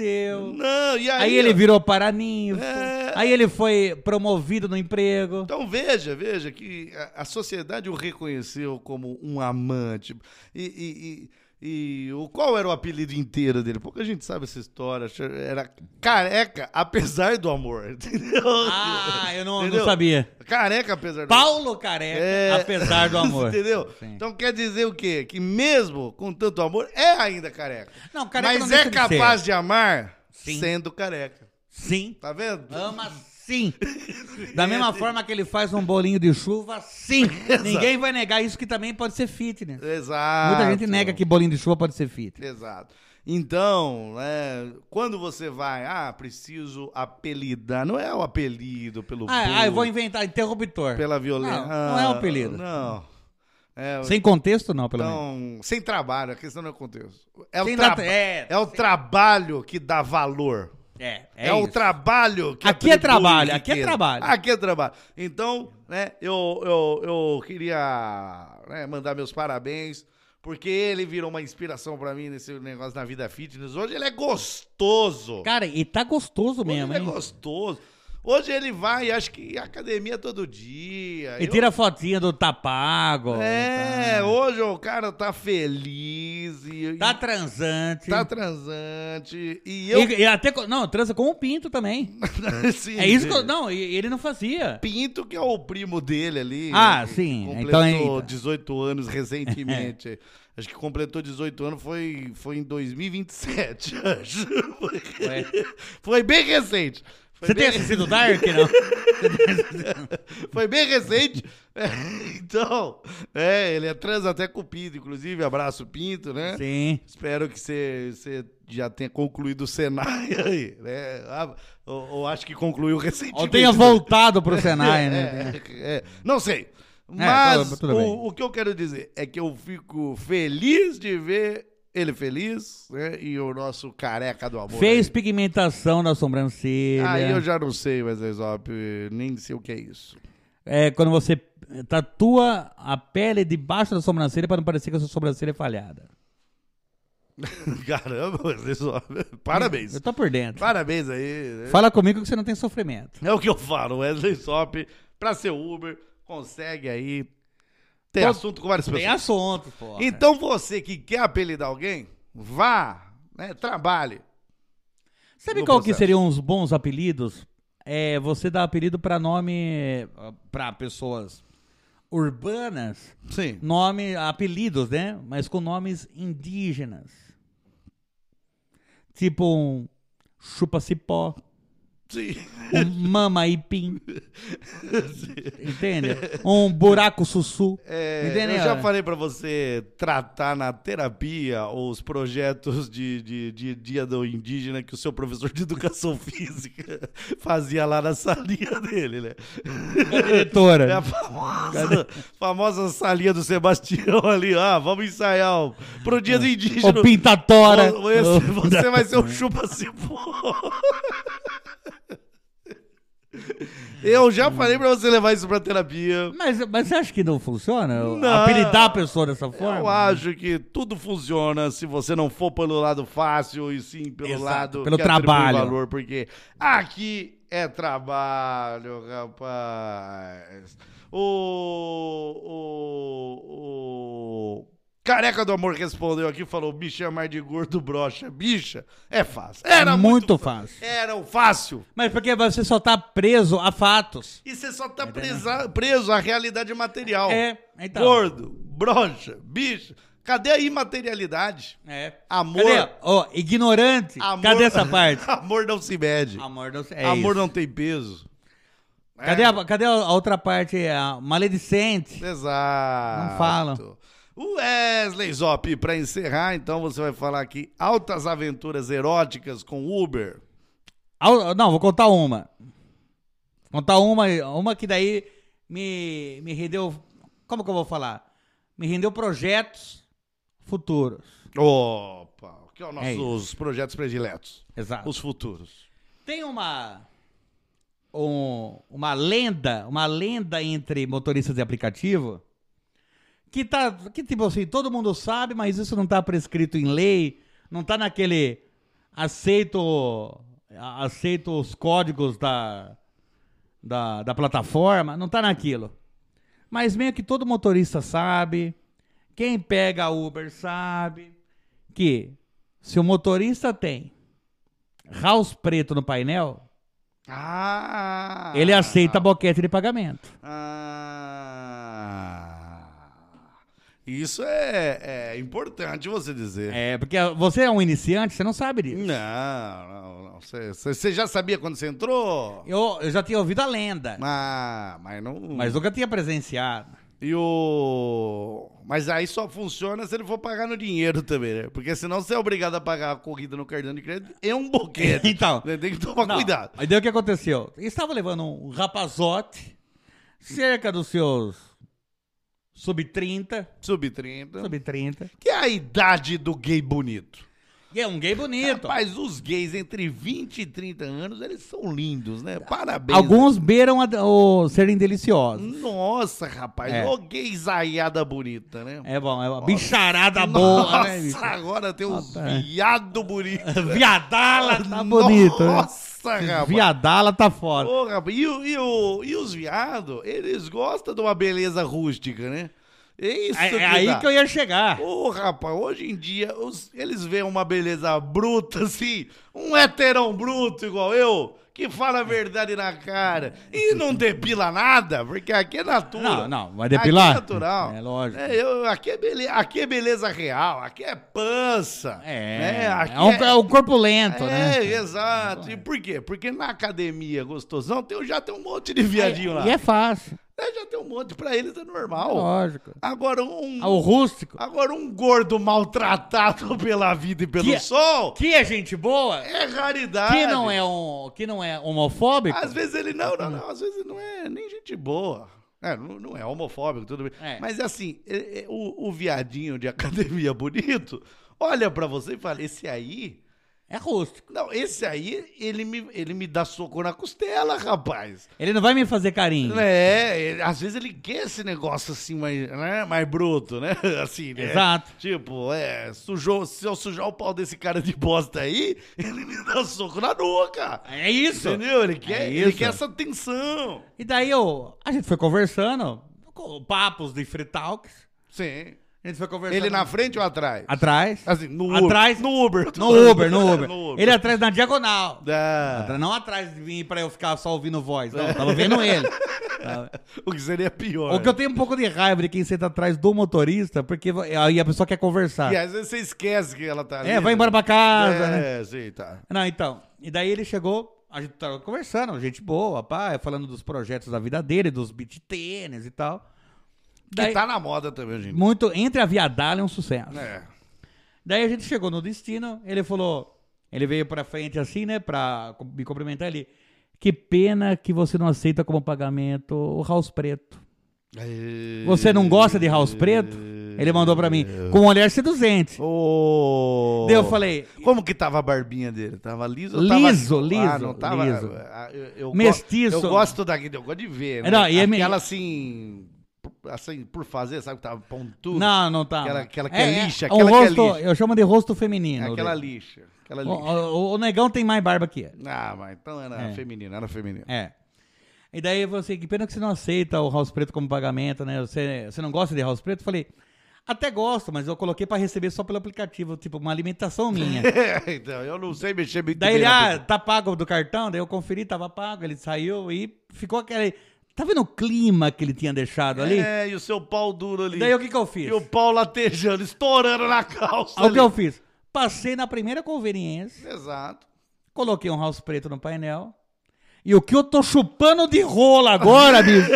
[SPEAKER 3] emagreceu.
[SPEAKER 2] Não, e Ah. aí...
[SPEAKER 3] Aí ele virou paraninfo.
[SPEAKER 2] É.
[SPEAKER 3] Aí ele foi promovido no emprego.
[SPEAKER 2] Então veja, veja que a, a sociedade o reconheceu como um amante. E, e- e- e o, qual era o apelido inteiro dele? Pouca gente sabe essa história. Era careca, apesar do amor. Entendeu?
[SPEAKER 3] Ah, eu não, não
[SPEAKER 2] Entendeu?
[SPEAKER 3] sabia.
[SPEAKER 2] Careca, apesar do
[SPEAKER 3] Paulo Careca,
[SPEAKER 2] É.
[SPEAKER 3] apesar do amor.
[SPEAKER 2] Entendeu?
[SPEAKER 3] Sim.
[SPEAKER 2] Então quer dizer o quê? Que mesmo com tanto amor, é ainda careca.
[SPEAKER 3] Não, careca
[SPEAKER 2] Mas
[SPEAKER 3] não
[SPEAKER 2] é
[SPEAKER 3] deixa de
[SPEAKER 2] capaz
[SPEAKER 3] ser.
[SPEAKER 2] de amar
[SPEAKER 3] Sim.
[SPEAKER 2] sendo careca.
[SPEAKER 3] Sim.
[SPEAKER 2] Tá vendo?
[SPEAKER 3] Ama sim. Da mesma forma que ele faz um bolinho de chuva, sim. Ninguém vai negar isso que também pode ser fitness.
[SPEAKER 2] Exato.
[SPEAKER 3] Muita gente nega que bolinho de chuva pode ser fitness.
[SPEAKER 2] Exato. Então, é, quando você vai, ah, preciso apelidar, não é o apelido pelo
[SPEAKER 3] Ah,
[SPEAKER 2] bullying,
[SPEAKER 3] ah, eu vou inventar interruptor.
[SPEAKER 2] pela violência.
[SPEAKER 3] Não, não é o
[SPEAKER 2] Ah,
[SPEAKER 3] apelido.
[SPEAKER 2] Não. É,
[SPEAKER 3] Sem contexto, não, pelo menos.
[SPEAKER 2] então, sem trabalho, a questão não é contexto. É o,
[SPEAKER 3] Sem
[SPEAKER 2] traba-
[SPEAKER 3] nada- é,
[SPEAKER 2] é o trabalho que dá valor.
[SPEAKER 3] É,
[SPEAKER 2] É, o
[SPEAKER 3] isso.
[SPEAKER 2] trabalho que
[SPEAKER 3] Aqui é
[SPEAKER 2] atribui
[SPEAKER 3] trabalho, aqui é
[SPEAKER 2] riqueza.
[SPEAKER 3] trabalho.
[SPEAKER 2] Aqui é trabalho. Então, né, eu, eu, eu queria né, mandar meus parabéns, porque ele virou uma inspiração pra mim nesse negócio na vida fitness. Hoje ele é gostoso.
[SPEAKER 3] Cara, e tá gostoso
[SPEAKER 2] Hoje
[SPEAKER 3] mesmo,
[SPEAKER 2] ele é
[SPEAKER 3] hein?
[SPEAKER 2] gostoso. Hoje ele vai, acho que academia todo dia.
[SPEAKER 3] E
[SPEAKER 2] Eu-
[SPEAKER 3] tira a fotinha do tapago.
[SPEAKER 2] É,
[SPEAKER 3] tá,
[SPEAKER 2] hoje o cara tá feliz e
[SPEAKER 3] Tá transante.
[SPEAKER 2] tá transante. E
[SPEAKER 3] E-
[SPEAKER 2] eu.
[SPEAKER 3] e, até. co- Não, transa com o pinto também.
[SPEAKER 2] Sim,
[SPEAKER 3] É isso que eu. Não, e- ele não fazia.
[SPEAKER 2] Pinto, que é o primo dele ali.
[SPEAKER 3] Ah,
[SPEAKER 2] que
[SPEAKER 3] sim.
[SPEAKER 2] Completou
[SPEAKER 3] Então, é-
[SPEAKER 2] 18 anos recentemente. É. Acho que completou 18 anos foi, foi em 2027, acho. Foi,
[SPEAKER 3] Ué.
[SPEAKER 2] foi bem recente. Foi
[SPEAKER 3] Você tem
[SPEAKER 2] bem,
[SPEAKER 3] assistido Dark, não?
[SPEAKER 2] foi bem recente. É, então, é, ele é trans até com o Pinto, inclusive. Abraço, Pinto, né?
[SPEAKER 3] Sim.
[SPEAKER 2] Espero que você você já tenha concluído o Senai aí, né? Ah, ou, ou acho que concluiu recentemente.
[SPEAKER 3] Ou tenha voltado pro Senai, né?
[SPEAKER 2] né?
[SPEAKER 3] tá
[SPEAKER 2] É, é, não sei. Mas
[SPEAKER 3] tudo- tudo bem.
[SPEAKER 2] o, o que eu quero dizer é que eu fico feliz de ver ele feliz né? e o nosso careca do amor.
[SPEAKER 3] Fez né?
[SPEAKER 2] aí.
[SPEAKER 3] pigmentação na sobrancelha.
[SPEAKER 2] é. Aí eu já não sei, Wesley Zop, nem sei o que é isso.
[SPEAKER 3] É quando você tatua a pele debaixo da sobrancelha pra não parecer que a sua sobrancelha é falhada.
[SPEAKER 2] Caramba, Wesley Zop. Parabéns.
[SPEAKER 3] Eu tô por dentro.
[SPEAKER 2] Parabéns aí. né?
[SPEAKER 3] Fala comigo que você não tem sofrimento.
[SPEAKER 2] É o que eu falo, Wesley Zop, pra ser Uber, consegue aí ter
[SPEAKER 3] Pô,
[SPEAKER 2] assunto com várias
[SPEAKER 3] Então, Tem
[SPEAKER 2] pessoas.
[SPEAKER 3] assunto, né? pô.
[SPEAKER 2] Então você que quer apelidar alguém, vá, né? Trabalhe.
[SPEAKER 3] Sabe
[SPEAKER 2] no
[SPEAKER 3] qual que
[SPEAKER 2] processo.
[SPEAKER 3] seriam uns bons apelidos? É você dar apelido pra nome pra pessoas urbanas,
[SPEAKER 2] Sim.
[SPEAKER 3] nome apelidos, né? Mas com nomes indígenas. Tipo um chupa-cipó,
[SPEAKER 2] Sim.
[SPEAKER 3] um mama-ipim. Entende? Um buraco sussu.
[SPEAKER 2] É,
[SPEAKER 3] Entendeu?
[SPEAKER 2] Eu já falei pra você tratar na terapia os projetos de, de, de dia do indígena que o seu professor de educação física fazia lá na salinha dele, né? É
[SPEAKER 3] diretora.
[SPEAKER 2] a famosa, famosa salinha do Sebastião ali. Ah, vamos ensaiar o, pro dia do
[SPEAKER 3] Ou
[SPEAKER 2] indígena.
[SPEAKER 3] pintatora.
[SPEAKER 2] Ô, esse-
[SPEAKER 3] Ô,
[SPEAKER 2] você vai ser um chupa-cipó. Eu já falei pra você levar isso pra terapia.
[SPEAKER 3] Mas, mas você acha que não funciona?
[SPEAKER 2] Não.
[SPEAKER 3] Apelidar a pessoa dessa forma? né?
[SPEAKER 2] Eu acho que tudo funciona se você não for pelo lado fácil e sim pelo
[SPEAKER 3] Exato,
[SPEAKER 2] lado
[SPEAKER 3] pelo
[SPEAKER 2] que atribui
[SPEAKER 3] trabalho.
[SPEAKER 2] valor, porque aqui é trabalho, rapaz. O, o, o Careca do Amor respondeu aqui, falou, me chamar de gordo brocha, bicha, é fácil. Era
[SPEAKER 3] É
[SPEAKER 2] muito,
[SPEAKER 3] muito fácil.
[SPEAKER 2] era o fácil.
[SPEAKER 3] Mas porque você só tá preso a fatos.
[SPEAKER 2] E você só tá presa- preso à realidade material.
[SPEAKER 3] É, então.
[SPEAKER 2] Gordo, brocha, bicho. Cadê a imaterialidade?
[SPEAKER 3] É.
[SPEAKER 2] Amor.
[SPEAKER 3] Cadê? Ó, ignorante.
[SPEAKER 2] Amor-
[SPEAKER 3] Cadê essa parte?
[SPEAKER 2] Amor não se mede.
[SPEAKER 3] Amor não é
[SPEAKER 2] Amor
[SPEAKER 3] isso. É.
[SPEAKER 2] não tem peso. É,
[SPEAKER 3] Cadê, a, cadê a a outra parte? A maledicente.
[SPEAKER 2] Exato.
[SPEAKER 3] Não fala.
[SPEAKER 2] O Wesley Zop, pra encerrar, então você vai falar aqui altas aventuras eróticas com Uber.
[SPEAKER 3] Au- Não, vou contar uma. Contar uma, uma que daí me, me rendeu. Como que eu vou falar? Me rendeu projetos futuros.
[SPEAKER 2] Opa, que é o
[SPEAKER 3] É Ah.
[SPEAKER 2] nossos projetos prediletos.
[SPEAKER 3] Exato.
[SPEAKER 2] Os futuros.
[SPEAKER 3] Tem uma um- uma lenda, uma lenda entre motoristas de aplicativo que tá que tipo assim, todo mundo sabe, mas isso não tá prescrito em lei, não tá naquele aceito a- aceito os códigos da da, da plataforma, não tá naquilo. Mas meio que todo motorista sabe, quem pega a Uber sabe que se o motorista tem House preto no painel,
[SPEAKER 2] Ah!
[SPEAKER 3] ele aceita boquete de pagamento.
[SPEAKER 2] Ah. Isso é, é importante você dizer.
[SPEAKER 3] É, porque você é um iniciante, você não sabe disso.
[SPEAKER 2] Não, não, não. Você já sabia quando você entrou?
[SPEAKER 3] Eu, eu já tinha ouvido a lenda,
[SPEAKER 2] Ah, mas não.
[SPEAKER 3] mas nunca tinha presenciado.
[SPEAKER 2] E o. Mas aí só funciona se ele for pagar no dinheiro também, né? Porque senão você é obrigado a pagar a corrida no cartão de crédito e um boquete.
[SPEAKER 3] Então.
[SPEAKER 2] Né? Tem que tomar
[SPEAKER 3] Não,
[SPEAKER 2] cuidado.
[SPEAKER 3] Aí daí o que aconteceu? Estava levando um rapazote, cerca dos seus sub-30,
[SPEAKER 2] Sub-30.
[SPEAKER 3] sub-30,
[SPEAKER 2] Que é a idade do gay bonito.
[SPEAKER 3] e é um gay bonito.
[SPEAKER 2] Mas os gays entre 20 e 30 anos, eles são lindos, né? Parabéns.
[SPEAKER 3] Alguns beiram a- o serem deliciosos.
[SPEAKER 2] Nossa, rapaz.
[SPEAKER 3] É.
[SPEAKER 2] Ô, gay zaiada bonita, né?
[SPEAKER 3] É bom, é uma bicharada boa, né,
[SPEAKER 2] Nossa,
[SPEAKER 3] bicho? Tá,
[SPEAKER 2] agora tem uns
[SPEAKER 3] Rapaz.
[SPEAKER 2] viado bonito.
[SPEAKER 3] Viadala, tá bonito. né?
[SPEAKER 2] Nossa, gosta, rapaz.
[SPEAKER 3] Viadala tá fora.
[SPEAKER 2] Ô, rapaz, e, o- e o- e os viados, eles gostam de uma beleza rústica, né? É isso
[SPEAKER 3] É,
[SPEAKER 2] que
[SPEAKER 3] é aí
[SPEAKER 2] dá.
[SPEAKER 3] que eu ia chegar.
[SPEAKER 2] Ô, rapaz, hoje em dia os- eles veem uma beleza bruta assim, um heterão bruto igual eu, que fala a verdade na cara e não depila nada, porque aqui é natural.
[SPEAKER 3] Não, não, vai depilar?
[SPEAKER 2] Aqui é natural.
[SPEAKER 3] É lógico.
[SPEAKER 2] É, eu- aqui, é beleza, aqui é beleza real, aqui é pança.
[SPEAKER 3] É,
[SPEAKER 2] né? Aqui
[SPEAKER 3] é, um, é um corpo lento,
[SPEAKER 2] é,
[SPEAKER 3] né?
[SPEAKER 2] exato. E por quê? Porque na academia gostosão tem, já tem um monte de viadinho lá.
[SPEAKER 3] E é fácil,
[SPEAKER 2] É, já tem um monte. Pra eles é normal.
[SPEAKER 3] lógico.
[SPEAKER 2] Agora um.
[SPEAKER 3] Ah, O rústico.
[SPEAKER 2] Agora, um gordo maltratado pela vida e pelo
[SPEAKER 3] Que-
[SPEAKER 2] sol
[SPEAKER 3] Que é gente boa,
[SPEAKER 2] é raridade.
[SPEAKER 3] que não é, Hum. um, que não é homofóbico.
[SPEAKER 2] Às vezes ele não, não, não. Às vezes ele não é nem gente boa. É, não, não é homofóbico, tudo bem.
[SPEAKER 3] É.
[SPEAKER 2] Mas assim, é- é, o, o viadinho de academia bonito olha pra você e fala: esse aí.
[SPEAKER 3] É rústico.
[SPEAKER 2] Não, esse aí, ele me, ele me dá soco na costela, rapaz.
[SPEAKER 3] Ele não vai me fazer carinho.
[SPEAKER 2] É, ele- às vezes ele quer esse negócio assim, mais, né, mais bruto, né? Assim, né?
[SPEAKER 3] Exato.
[SPEAKER 2] Tipo, é, sujou, se eu sujar o pau desse cara de bosta aí, ele me dá soco na nuca.
[SPEAKER 3] É isso.
[SPEAKER 2] Entendeu? Ele quer,
[SPEAKER 3] É
[SPEAKER 2] ele
[SPEAKER 3] isso.
[SPEAKER 2] quer essa tensão.
[SPEAKER 3] E daí eu, a gente foi conversando, com papos de free talks.
[SPEAKER 2] Sim.
[SPEAKER 3] A gente foi conversando.
[SPEAKER 2] Ele na frente ou atrás?
[SPEAKER 3] Atrás.
[SPEAKER 2] Assim, no
[SPEAKER 3] Atrás.
[SPEAKER 2] Uber. No Uber.
[SPEAKER 3] No Uber, no Uber. Ele atrás na diagonal.
[SPEAKER 2] Ah,
[SPEAKER 3] Atra- Não atrás de mim pra eu ficar só ouvindo voz. Não, eu tava vendo ele. Tá?
[SPEAKER 2] o que seria pior.
[SPEAKER 3] O que eu tenho um pouco de raiva de quem senta atrás do motorista, porque vo- aí a pessoa quer conversar.
[SPEAKER 2] E às vezes você esquece que ela tá ali.
[SPEAKER 3] É, vai embora pra casa, né?
[SPEAKER 2] É, sim, tá.
[SPEAKER 3] Não, então. E daí ele chegou, a gente tava conversando, gente boa, pá, falando dos projetos da vida dele, dos beat tênis e tal. Daí,
[SPEAKER 2] Que tá na moda também, gente.
[SPEAKER 3] muito entre a viadalha é um sucesso.
[SPEAKER 2] É.
[SPEAKER 3] Daí a gente chegou no destino, ele falou, ele veio pra frente assim, né, pra cu- me cumprimentar ali. Que pena que você não aceita como pagamento o House Preto.
[SPEAKER 2] É.
[SPEAKER 3] Você não gosta de House Preto? Ele mandou pra mim, com um olhar seduzente.
[SPEAKER 2] Ô.
[SPEAKER 3] Daí eu falei,
[SPEAKER 2] Como que tava a barbinha dele? Tava liso ou
[SPEAKER 3] Liso,
[SPEAKER 2] tava... Ah,
[SPEAKER 3] liso,
[SPEAKER 2] não tava...
[SPEAKER 3] liso.
[SPEAKER 2] Ah, eu- eu go-
[SPEAKER 3] Mestiço.
[SPEAKER 2] Eu gosto daquele, eu gosto de ver, né?
[SPEAKER 3] Não, e é me-
[SPEAKER 2] Aquela assim... por- Assim, por fazer, sabe? que Tava pontudo.
[SPEAKER 3] não, não tá.
[SPEAKER 2] Aquela- aquela que é lixa,
[SPEAKER 3] o
[SPEAKER 2] aquela que é
[SPEAKER 3] rosto-
[SPEAKER 2] lixa.
[SPEAKER 3] Eu chamo de rosto feminino.
[SPEAKER 2] É Aquela
[SPEAKER 3] dele.
[SPEAKER 2] lixa. Aquela
[SPEAKER 3] O,
[SPEAKER 2] lixa.
[SPEAKER 3] o- o negão tem mais barba que ele.
[SPEAKER 2] Ah, mas então era
[SPEAKER 3] É.
[SPEAKER 2] feminino, era feminino.
[SPEAKER 3] É. E daí eu falei assim, que pena que você não aceita o House Preto como pagamento, né? Você, você não gosta de House Preto? Eu falei, até gosto, mas eu coloquei pra receber só pelo aplicativo, tipo, uma alimentação minha.
[SPEAKER 2] então, eu não sei mexer muito
[SPEAKER 3] daí
[SPEAKER 2] bem
[SPEAKER 3] ele,
[SPEAKER 2] na
[SPEAKER 3] ah, tá pago do cartão? Daí eu conferi, tava pago, ele saiu e ficou aquele... Tá vendo o clima que ele tinha deixado ali?
[SPEAKER 2] É, e o seu pau duro ali.
[SPEAKER 3] Daí o que que eu fiz?
[SPEAKER 2] E o pau latejando, estourando na calça
[SPEAKER 3] Aí o
[SPEAKER 2] ali.
[SPEAKER 3] que eu fiz? Passei na primeira conveniência,
[SPEAKER 2] Exato.
[SPEAKER 3] coloquei um house preto no painel. E o que eu tô chupando de rola agora, bicho?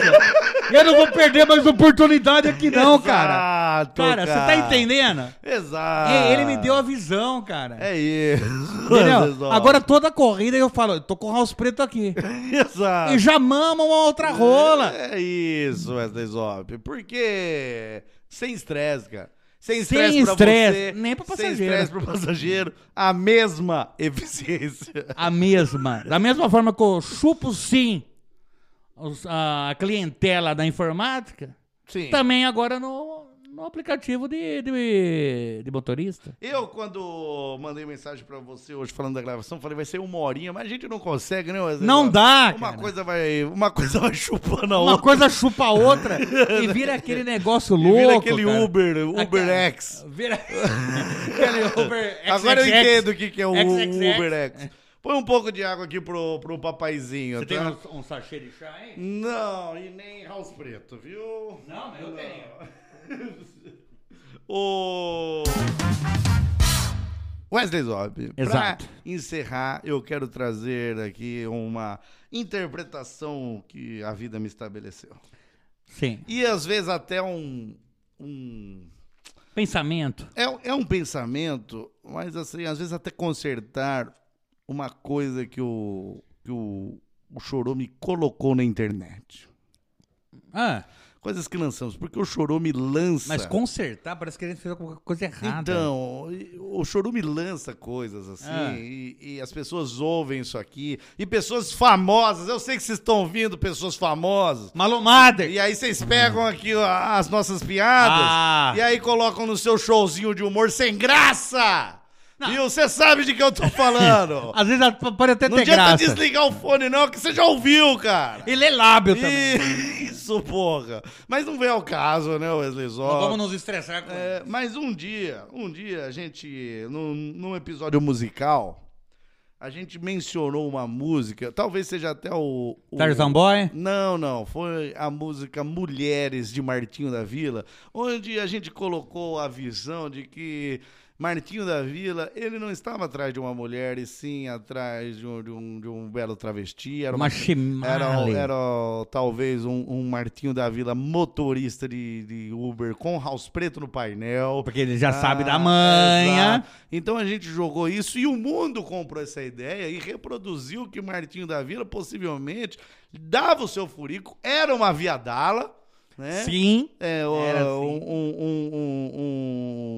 [SPEAKER 3] eu não vou perder mais oportunidade aqui, não, cara.
[SPEAKER 2] Exato,
[SPEAKER 3] Cara, você tá entendendo?
[SPEAKER 2] Exato.
[SPEAKER 3] E ele me deu a visão, cara.
[SPEAKER 2] Ah. É isso.
[SPEAKER 3] Entendeu?
[SPEAKER 2] Exato.
[SPEAKER 3] Agora toda a corrida eu falo, eu tô com o house preto aqui.
[SPEAKER 2] Exato.
[SPEAKER 3] E já mama uma outra rola.
[SPEAKER 2] É isso, Wesley Zop. Porque sem estresse, cara. Sem
[SPEAKER 3] Sem
[SPEAKER 2] estresse pra
[SPEAKER 3] estresse,
[SPEAKER 2] você.
[SPEAKER 3] nem pro
[SPEAKER 2] Sem
[SPEAKER 3] passageiro.
[SPEAKER 2] estresse pro passageiro. A mesma eficiência.
[SPEAKER 3] A mesma. Da mesma forma que eu chupo sim os- a clientela da informática,
[SPEAKER 2] Sim.
[SPEAKER 3] também agora no, no aplicativo de, de, de motorista.
[SPEAKER 2] Eu, quando mandei mensagem pra você hoje falando da gravação, falei, vai ser uma horinha, mas a gente não consegue, né, Wesley
[SPEAKER 3] Não
[SPEAKER 2] Zop?
[SPEAKER 3] dá,
[SPEAKER 2] Uma
[SPEAKER 3] cara.
[SPEAKER 2] coisa vai. Uma coisa vai chupando a
[SPEAKER 3] Uma
[SPEAKER 2] outra.
[SPEAKER 3] coisa chupa a outra e vira aquele negócio
[SPEAKER 2] e
[SPEAKER 3] louco.
[SPEAKER 2] vira aquele
[SPEAKER 3] cara.
[SPEAKER 2] Uber, Uber
[SPEAKER 3] Aquela-
[SPEAKER 2] X.
[SPEAKER 3] Vira aquele Uber XXX.
[SPEAKER 2] Agora eu entendo o que, que é o
[SPEAKER 3] XXX.
[SPEAKER 2] Uber X. Põe um pouco de água aqui pro, pro papaizinho,
[SPEAKER 3] Você tem
[SPEAKER 2] tá?
[SPEAKER 3] um, um sachê de chá aí?
[SPEAKER 2] Não, e nem House Preto, viu?
[SPEAKER 3] Não, mas eu tenho.
[SPEAKER 2] O. Wesley Zob, pra
[SPEAKER 3] Exato.
[SPEAKER 2] encerrar, eu quero trazer aqui uma interpretação que a vida me estabeleceu.
[SPEAKER 3] Sim.
[SPEAKER 2] E às vezes até um. um
[SPEAKER 3] Pensamento.
[SPEAKER 2] é, é um pensamento, mas assim, às vezes até consertar uma coisa que o, que o, o Chorome colocou na internet.
[SPEAKER 3] Ah,
[SPEAKER 2] Coisas que lançamos, porque o Chorome lança.
[SPEAKER 3] mas consertar parece que a gente fez alguma coisa errada.
[SPEAKER 2] Então, e- o Chorume lança coisas assim,
[SPEAKER 3] Ah.
[SPEAKER 2] e, e as pessoas ouvem isso aqui, e pessoas famosas, eu sei que vocês estão ouvindo pessoas famosas,
[SPEAKER 3] Malomada.
[SPEAKER 2] e aí vocês pegam aqui ó, as nossas piadas,
[SPEAKER 3] Ah.
[SPEAKER 2] e aí colocam no seu showzinho de humor sem graça! Viu? Você sabe de que eu tô falando.
[SPEAKER 3] Às vezes ela pode até
[SPEAKER 2] Não
[SPEAKER 3] ter
[SPEAKER 2] adianta
[SPEAKER 3] graça.
[SPEAKER 2] desligar o fone, não, que você já ouviu, cara.
[SPEAKER 3] Ele é lábio também.
[SPEAKER 2] Isso, porra. Mas não vem ao caso, né, Wesley
[SPEAKER 3] Não
[SPEAKER 2] Zó?
[SPEAKER 3] vamos nos estressar com
[SPEAKER 2] É, mas um dia, um dia a gente, num, num episódio musical, a gente mencionou uma música, talvez seja até o... o-
[SPEAKER 3] Tarzan Boy?
[SPEAKER 2] Não, não, foi a música Mulheres de Martinho da Vila, onde a gente colocou a visão de que Martinho da Vila, ele não estava atrás de uma mulher, e sim atrás de um, de um, de um belo travesti, era um uma
[SPEAKER 3] Uma chimale.
[SPEAKER 2] era, era talvez um, um Martinho da Vila motorista de, de Uber com House Preto no painel.
[SPEAKER 3] Porque ele já
[SPEAKER 2] Ah,
[SPEAKER 3] sabe da manha.
[SPEAKER 2] exato. Então a gente jogou isso e o mundo comprou essa ideia e reproduziu que Martinho da Vila possivelmente dava o seu furico, era uma viadala, né?
[SPEAKER 3] Sim.
[SPEAKER 2] É, o-
[SPEAKER 3] Era assim.
[SPEAKER 2] um, um, um,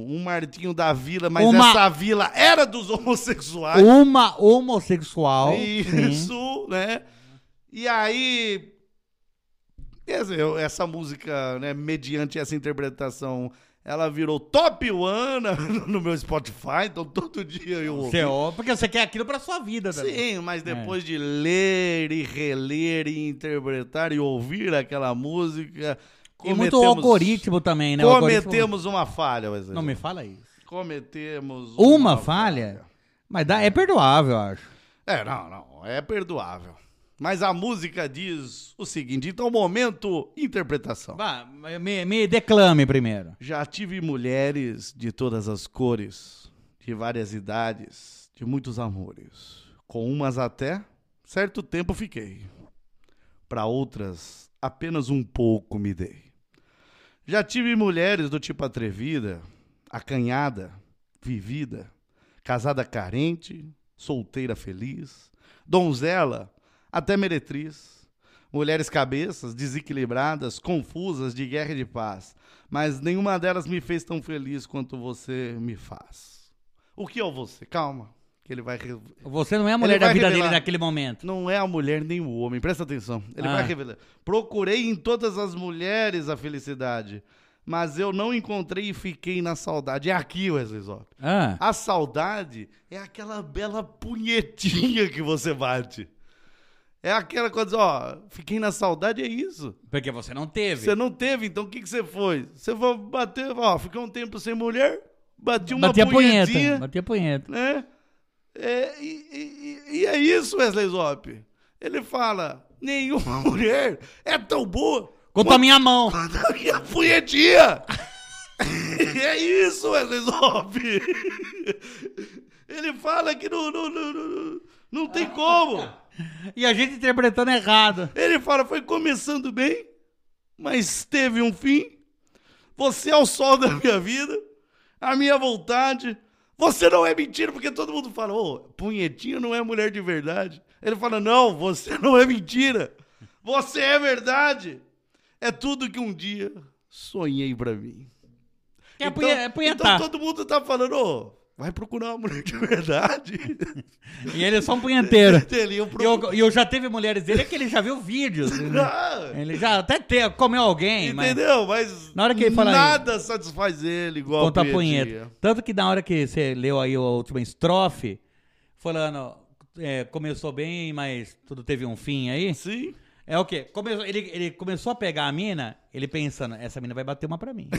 [SPEAKER 2] um- um Martinho da Vila, mas
[SPEAKER 3] Uma-
[SPEAKER 2] essa vila era dos homossexuais.
[SPEAKER 3] Uma homossexual. Sim.
[SPEAKER 2] Isso, né? E aí. quer dizer, eu- Essa música, né, mediante essa interpretação, ela virou top one no- no meu Spotify, então todo dia eu ouvi.
[SPEAKER 3] Você, É. ó, porque você quer aquilo pra sua vida né? também.
[SPEAKER 2] Sim, mas depois de ler e reler e interpretar e ouvir aquela música,
[SPEAKER 3] E muito algoritmo também, né? O algoritmo-
[SPEAKER 2] cometemos uma falha, Wesley.
[SPEAKER 3] Não me fala isso.
[SPEAKER 2] Cometemos
[SPEAKER 3] Uma falha? Mas dá, é perdoável, eu acho.
[SPEAKER 2] É, não, não, é perdoável. Mas a música diz o seguinte, então momento interpretação.
[SPEAKER 3] Vá, me, me declame primeiro.
[SPEAKER 2] Já tive mulheres de todas as cores, de várias idades, de muitos amores. Com umas até certo tempo fiquei. Para outras, apenas um pouco me dei. Já tive mulheres do tipo atrevida, acanhada, vivida, casada carente, solteira feliz, donzela, até meretriz. Mulheres cabeças, desequilibradas, confusas, de guerra e de paz. Mas nenhuma delas me fez tão feliz quanto você me faz. O que é o você? Calma, que ele vai. re-
[SPEAKER 3] Você não é a mulher
[SPEAKER 2] Ele
[SPEAKER 3] da
[SPEAKER 2] vai
[SPEAKER 3] vida
[SPEAKER 2] revelar.
[SPEAKER 3] dele naquele momento.
[SPEAKER 2] Não é a mulher nem o homem, presta atenção. Ele
[SPEAKER 3] Ah.
[SPEAKER 2] vai revelar. Procurei em todas as mulheres a felicidade, mas eu não encontrei e fiquei na saudade. É aqui, Wesley Zop.
[SPEAKER 3] Ah,
[SPEAKER 2] A saudade é aquela bela punhetinha que você bate. É aquela coisa, ó, fiquei na saudade, é isso.
[SPEAKER 3] porque você não teve.
[SPEAKER 2] Você não teve, então o que, que você foi? Você foi bater, ó, ficou um tempo sem mulher, bati uma
[SPEAKER 3] Batia punheta.
[SPEAKER 2] punhetinha,
[SPEAKER 3] Batia punheta.
[SPEAKER 2] né? É, e, e- e- e é isso, Wesley Zop. Ele fala, nenhuma mulher é tão boa
[SPEAKER 3] Quanto a minha mão.
[SPEAKER 2] quanto a minha punhetinha. é isso, Wesley Zop. Ele fala que não, não, não, não, não- não tem como.
[SPEAKER 3] E a gente interpretando errado.
[SPEAKER 2] Ele fala, foi começando bem, mas teve um fim. Você é o sol da minha vida, a minha vontade. Você não é mentira, porque todo mundo fala, ô, punhetinho não é mulher de verdade. Ele fala, não, você não é mentira. Você é verdade. É tudo que um dia sonhei pra mim.
[SPEAKER 3] Que é punhe- é punhetar.
[SPEAKER 2] então todo mundo tá falando, ô, vai procurar uma mulher de verdade.
[SPEAKER 3] E ele é só um punheteiro.
[SPEAKER 2] Ele, eu
[SPEAKER 3] E eu, e eu já teve mulheres dele, é que ele já viu vídeos. né?
[SPEAKER 2] Ah,
[SPEAKER 3] Ele já até te, comeu alguém, mas
[SPEAKER 2] Entendeu? Mas
[SPEAKER 3] Na hora que ele fala
[SPEAKER 2] nada satisfaz ele igual
[SPEAKER 3] conta a
[SPEAKER 2] punhetinha.
[SPEAKER 3] punheta. Tanto que na hora que você leu aí a última estrofe, falando, é, começou bem, mas tudo teve um fim aí.
[SPEAKER 2] Sim.
[SPEAKER 3] É o quê? Começou, ele, ele começou a pegar a mina, ele pensando, essa mina vai bater uma pra mim.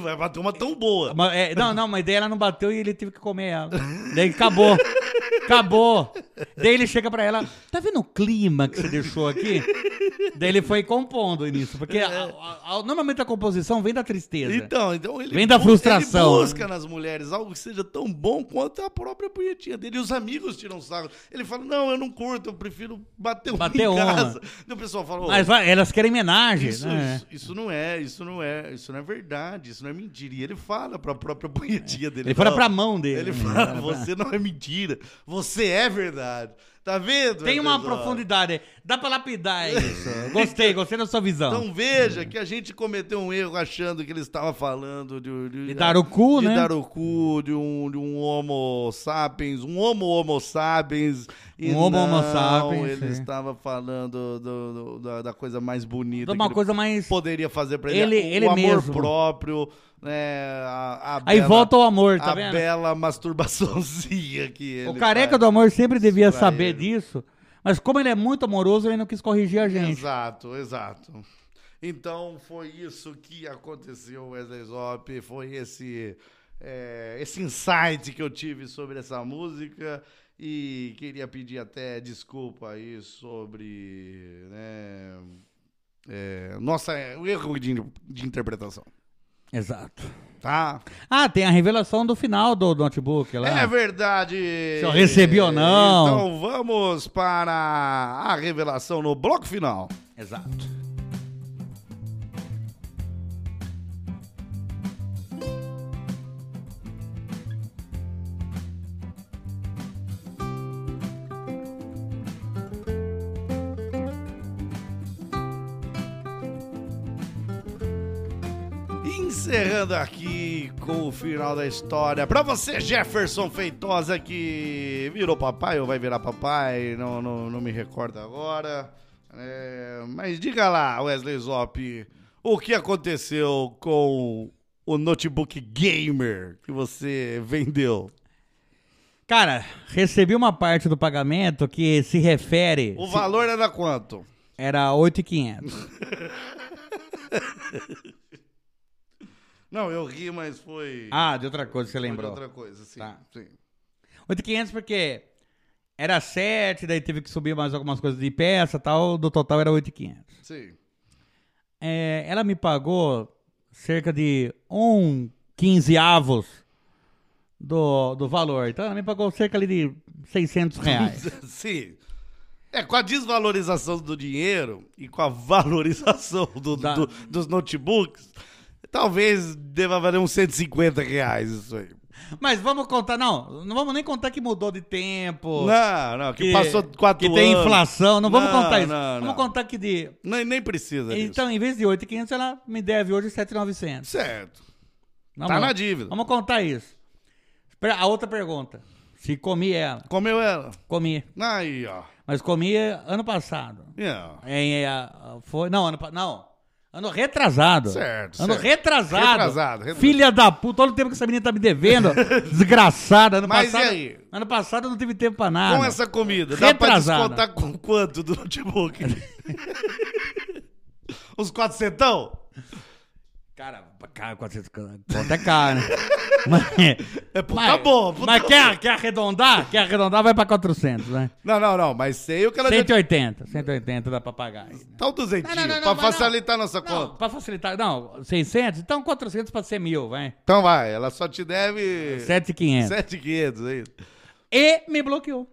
[SPEAKER 2] Vai bater uma tão boa.
[SPEAKER 3] Mas, é, não, não, mas daí ela não bateu e ele teve que comer ela. Daí acabou. Acabou. Daí ele chega pra ela, tá vendo o clima que você deixou aqui? Daí ele foi compondo nisso, porque a- a- a- normalmente a composição vem da tristeza.
[SPEAKER 2] Então, então ele
[SPEAKER 3] Vem da
[SPEAKER 2] bu-
[SPEAKER 3] frustração.
[SPEAKER 2] Ele busca nas mulheres algo que seja tão bom quanto a própria punhetinha dele. E os amigos tiram sarro. Ele fala: Não, eu não curto, eu prefiro bater uma
[SPEAKER 3] Bater
[SPEAKER 2] em
[SPEAKER 3] uma.
[SPEAKER 2] casa. E o pessoal fala: "Ô,
[SPEAKER 3] Mas vai, elas querem homenagem,
[SPEAKER 2] isso,
[SPEAKER 3] né?
[SPEAKER 2] isso, isso não é, isso não é, isso não é verdade, isso não é mentira. E ele fala pra própria punhetinha dele.
[SPEAKER 3] Ele fala
[SPEAKER 2] "Não."
[SPEAKER 3] pra mão dele.
[SPEAKER 2] Ele
[SPEAKER 3] né?
[SPEAKER 2] fala: Você não é mentira, você é verdade. Tá vendo?
[SPEAKER 3] Tem uma
[SPEAKER 2] Artesão?
[SPEAKER 3] profundidade. Dá pra lapidar isso. Gostei, gostei da sua visão.
[SPEAKER 2] Então veja que a gente cometeu um erro achando que ele estava falando de, um, de,
[SPEAKER 3] De dar o cu,
[SPEAKER 2] de
[SPEAKER 3] né?
[SPEAKER 2] dar o cu, de um, de um homo sapiens, um homo homo sapiens E
[SPEAKER 3] Um homo homo
[SPEAKER 2] não,
[SPEAKER 3] sapiens, é.
[SPEAKER 2] Ele
[SPEAKER 3] sim.
[SPEAKER 2] estava falando do- do- da, da coisa mais bonita.
[SPEAKER 3] De uma
[SPEAKER 2] que
[SPEAKER 3] coisa mais.
[SPEAKER 2] ele poderia fazer pra ele.
[SPEAKER 3] Ele-
[SPEAKER 2] o
[SPEAKER 3] ele
[SPEAKER 2] amor
[SPEAKER 3] mesmo.
[SPEAKER 2] próprio, né? A, a
[SPEAKER 3] Aí
[SPEAKER 2] bela,
[SPEAKER 3] volta o amor, tá
[SPEAKER 2] a
[SPEAKER 3] vendo?
[SPEAKER 2] bela masturbaçãozinha que ele.
[SPEAKER 3] O careca
[SPEAKER 2] faz.
[SPEAKER 3] do amor sempre devia
[SPEAKER 2] pra
[SPEAKER 3] saber
[SPEAKER 2] ele.
[SPEAKER 3] disso. Mas como ele é muito amoroso, ele não quis corrigir a gente.
[SPEAKER 2] Exato, exato. Então foi isso que aconteceu, Wesley Zop. Foi esse, é, esse insight que eu tive sobre essa música. E queria pedir até desculpa aí sobre né, é, nossa, o erro de, de interpretação,
[SPEAKER 3] Exato.
[SPEAKER 2] tá?
[SPEAKER 3] Ah, tem a revelação do final do notebook lá.
[SPEAKER 2] É verdade!
[SPEAKER 3] Se eu recebi ou não.
[SPEAKER 2] Então vamos para a revelação no bloco final.
[SPEAKER 3] Exato.
[SPEAKER 2] Encerrando aqui com o final da história. Pra você, Jefferson Feitosa, que virou papai ou vai virar papai, não, não, não me recordo agora. É, mas diga lá, Wesley Zop, o que aconteceu com o notebook gamer que você vendeu?
[SPEAKER 3] Cara, recebi uma parte do pagamento que se refere.
[SPEAKER 2] O valor era quanto?
[SPEAKER 3] Era 8,500.
[SPEAKER 2] Não, eu ri, mas foi.
[SPEAKER 3] Ah, de outra coisa que você
[SPEAKER 2] foi de
[SPEAKER 3] lembrou.
[SPEAKER 2] outra coisa, sim.
[SPEAKER 3] Tá.
[SPEAKER 2] sim.
[SPEAKER 3] 8,500 porque era 7, daí teve que subir mais algumas coisas de peça e tal. Do total era 8,500.
[SPEAKER 2] Sim.
[SPEAKER 3] É, ela me pagou cerca de um quinzeavos do, do valor. Então ela me pagou cerca ali de 600 reais.
[SPEAKER 2] Sim. É, com a desvalorização do dinheiro e com a valorização do-
[SPEAKER 3] Da-
[SPEAKER 2] do- dos notebooks, talvez deva valer uns 150 reais isso aí.
[SPEAKER 3] Mas vamos contar, não, não vamos nem contar que mudou de tempo.
[SPEAKER 2] Não, não, que, passou quatro
[SPEAKER 3] que
[SPEAKER 2] anos.
[SPEAKER 3] tem inflação, não vamos
[SPEAKER 2] Não,
[SPEAKER 3] contar isso.
[SPEAKER 2] não, é
[SPEAKER 3] vamos
[SPEAKER 2] não.
[SPEAKER 3] contar que de.
[SPEAKER 2] Nem, nem precisa disso.
[SPEAKER 3] Então, em vez de 8,500, ela me deve hoje 7,900.
[SPEAKER 2] Certo.
[SPEAKER 3] Vamos,
[SPEAKER 2] tá na dívida.
[SPEAKER 3] Vamos contar isso. Espera, A outra pergunta. Se comi ela.
[SPEAKER 2] Comeu ela.
[SPEAKER 3] Comi.
[SPEAKER 2] Aí, ó.
[SPEAKER 3] Mas comi ano passado.
[SPEAKER 2] Yeah.
[SPEAKER 3] Em, eh, foi, não, ano pa- não. Ano retrasado.
[SPEAKER 2] Certo,
[SPEAKER 3] Ano
[SPEAKER 2] certo.
[SPEAKER 3] Retrasado.
[SPEAKER 2] Retrasado, retrasado.
[SPEAKER 3] Filha da puta, olha o tempo que essa menina tá me devendo. Desgraçada. Ano
[SPEAKER 2] Mas e
[SPEAKER 3] passado.
[SPEAKER 2] aí?
[SPEAKER 3] Ano passado eu Ah, não tive tempo pra nada.
[SPEAKER 2] Com essa comida,
[SPEAKER 3] Retrasada.
[SPEAKER 2] dá pra descontar com quanto do notebook? Uns quatrocentão?
[SPEAKER 3] Cara, cara, 400 can- conta é caro, né? Mas,
[SPEAKER 2] É puta boa, puta
[SPEAKER 3] mas quer, quer arredondar? Quer arredondar, vai pra 400, né?
[SPEAKER 2] Não, não, não, mas sei o que ela já
[SPEAKER 3] 180, 180 dá pra pagar. ainda.
[SPEAKER 2] Tá um duzentinho,
[SPEAKER 3] Não, não,
[SPEAKER 2] pra
[SPEAKER 3] não, não,
[SPEAKER 2] facilitar nossa
[SPEAKER 3] Não,
[SPEAKER 2] conta.
[SPEAKER 3] pra facilitar, não, 600, então 400 pra ser mil, vai.
[SPEAKER 2] Então vai, ela só te deve... é
[SPEAKER 3] 7,500.
[SPEAKER 2] 7,500 aí.
[SPEAKER 3] E me bloqueou.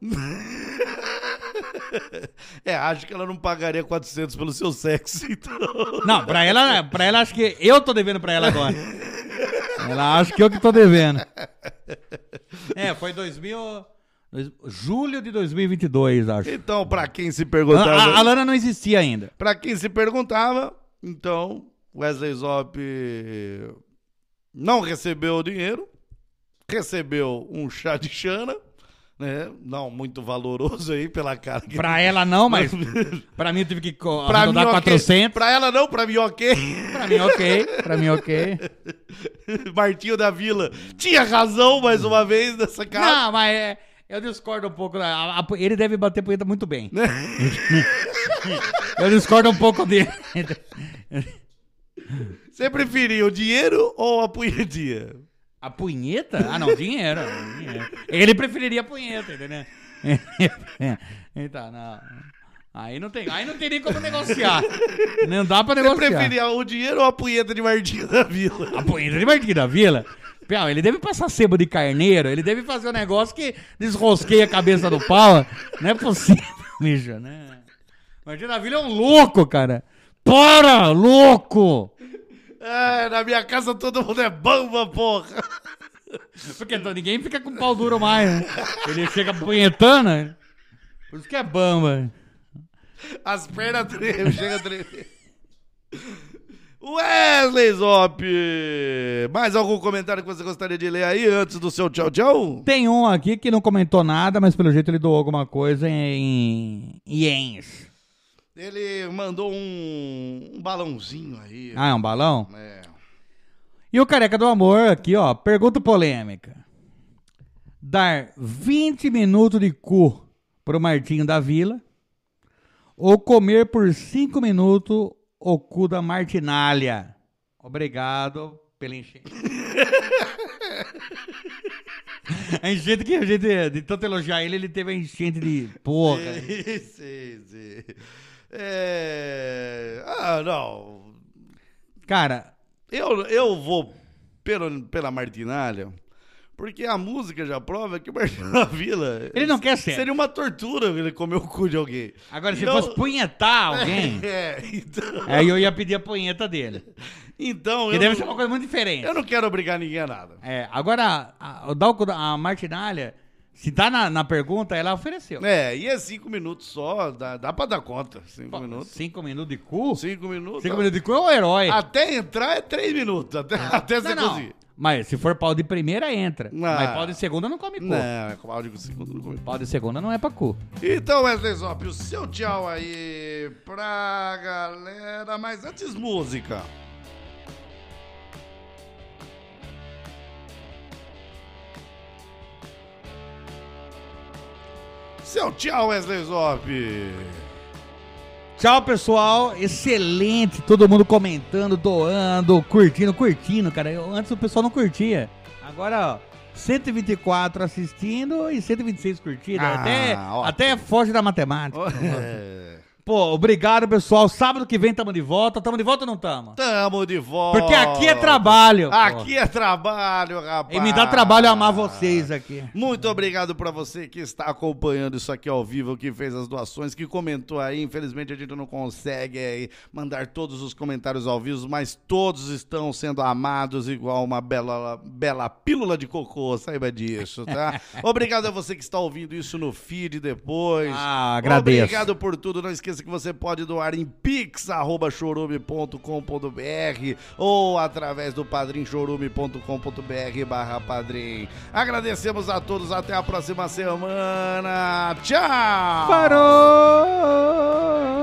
[SPEAKER 2] É, acho que ela não pagaria 400 pelo seu sexo, então...
[SPEAKER 3] Não, pra ela, pra ela acho que eu tô devendo pra ela agora. Ela acha que eu que tô devendo. É, foi 2000, dois- julho de 2022, acho.
[SPEAKER 2] Então, pra quem se
[SPEAKER 3] A,
[SPEAKER 2] perguntava...
[SPEAKER 3] a, a Lana não existia ainda.
[SPEAKER 2] Pra quem se perguntava, então, Wesley Zop não recebeu o dinheiro, recebeu um chá de chana, né? Não muito valoroso aí pela cara que...
[SPEAKER 3] Pra ela não, mas pra mim eu tive que co-
[SPEAKER 2] Pra mim,
[SPEAKER 3] arredondar
[SPEAKER 2] ok.
[SPEAKER 3] 400.
[SPEAKER 2] Pra ela não, pra mim, ok.
[SPEAKER 3] Pra mim, ok. Pra mim, ok.
[SPEAKER 2] Martinho da Vila tinha razão mais uma vez nessa cara.
[SPEAKER 3] Não, mas é, eu discordo um pouco. da- a- a- ele deve bater punheta muito bem. eu discordo um pouco dele.
[SPEAKER 2] Você preferia o dinheiro ou a punhetinha?
[SPEAKER 3] A punheta? Ah, não, dinheiro. dinheiro. É Ele preferiria a punheta, entendeu? então, não. Aí não tem, aí não tem nem como negociar. Não dá pra
[SPEAKER 2] Você
[SPEAKER 3] negociar.
[SPEAKER 2] preferia o dinheiro ou a punheta de Martinho da Vila?
[SPEAKER 3] A punheta de Marquinhos da Vila. Piau, ele deve passar sebo de carneiro, ele deve fazer um negócio que desrosqueia a cabeça do pau. Não é possível, bicho, né? Marquinhos da Vila é um louco, cara. Para, louco!
[SPEAKER 2] É, na minha casa todo mundo é bamba, porra.
[SPEAKER 3] Porque então, ninguém fica com pau duro mais, né? Ele chega punhetando, né? por isso que é bamba.
[SPEAKER 2] As pernas tremem, chega a tremer. Wesley Zop! Mais algum comentário que você gostaria de ler aí antes do seu tchau tchau?
[SPEAKER 3] Tem um aqui que não comentou nada, mas pelo jeito ele doou alguma coisa em iens.
[SPEAKER 2] Ele mandou um, um balãozinho aí.
[SPEAKER 3] Ah, é um balão?
[SPEAKER 2] É.
[SPEAKER 3] E o Careca do Amor aqui, ó. Pergunta polêmica. Dar 20 minutos de cu pro Martinho da Vila ou comer por 5 minutos o cu da Martinalha? Obrigado pela enchente. A enchente É um que a gente, de tanto elogiar ele, ele teve a enchente de porra.
[SPEAKER 2] sim, sim. É... Ah, não.
[SPEAKER 3] Cara,
[SPEAKER 2] Eu, eu vou pelo, pela Martinalha, porque a música já prova que o Martinho da Vila.
[SPEAKER 3] ele não quer ser.
[SPEAKER 2] Seria uma tortura ele comer o cu de alguém.
[SPEAKER 3] Agora, se
[SPEAKER 2] Então-
[SPEAKER 3] fosse punhetar alguém,
[SPEAKER 2] É, então.
[SPEAKER 3] aí eu ia pedir a punheta dele.
[SPEAKER 2] Então,
[SPEAKER 3] Que
[SPEAKER 2] eu,
[SPEAKER 3] deve ser
[SPEAKER 2] não,
[SPEAKER 3] uma coisa muito diferente.
[SPEAKER 2] eu não quero obrigar ninguém a nada.
[SPEAKER 3] É, agora, a, o Dalco, a Martinalha, se tá na, na pergunta, ela ofereceu.
[SPEAKER 2] É, e é cinco minutos só, dá, dá pra dar conta. Cinco
[SPEAKER 3] Pô,
[SPEAKER 2] minutos.
[SPEAKER 3] Cinco minutos de cu? Cinco,
[SPEAKER 2] Cinco minutos.
[SPEAKER 3] minutos de cu é o herói.
[SPEAKER 2] Até entrar é três minutos, até, até você
[SPEAKER 3] não, não.
[SPEAKER 2] conseguir.
[SPEAKER 3] Mas se for pau de primeira, entra.
[SPEAKER 2] Ah.
[SPEAKER 3] Mas pau de segunda não come cu.
[SPEAKER 2] Não, é com áudio com segundo não come.
[SPEAKER 3] Pau de segunda não é pra cu.
[SPEAKER 2] Então, Wesley Zop, o seu tchau aí pra galera, mas antes música. Seu tchau, Wesley Zop.
[SPEAKER 3] Tchau, pessoal. Excelente. Todo mundo comentando, doando, curtindo, curtindo, cara. Eu- antes o pessoal não curtia. Agora, ó, 124 assistindo e 126 curtidas.
[SPEAKER 2] Ah,
[SPEAKER 3] até,
[SPEAKER 2] ótimo.
[SPEAKER 3] até foge da matemática.
[SPEAKER 2] É.
[SPEAKER 3] Pô, obrigado, pessoal. Sábado que vem tamo de volta. Tamo de volta ou não tamo?
[SPEAKER 2] Tamo de volta.
[SPEAKER 3] Porque aqui é trabalho. pô.
[SPEAKER 2] Aqui é trabalho, rapaz.
[SPEAKER 3] E me dá trabalho amar vocês aqui.
[SPEAKER 2] Muito obrigado pra você que está acompanhando isso aqui ao vivo, que fez as doações, que comentou aí. Infelizmente a gente não consegue eh, mandar todos os comentários ao vivo, mas todos estão sendo amados igual uma bela, bela pílula de cocô, saiba disso, tá? obrigado a você que está ouvindo isso no feed depois.
[SPEAKER 3] Ah, agradeço.
[SPEAKER 2] Obrigado por tudo. Não esqueça que você pode doar em pix.chorume.com.br ou através do padrimchorume.com.br barra padrim. Agradecemos a todos. Até a próxima semana. Tchau!
[SPEAKER 3] Parou!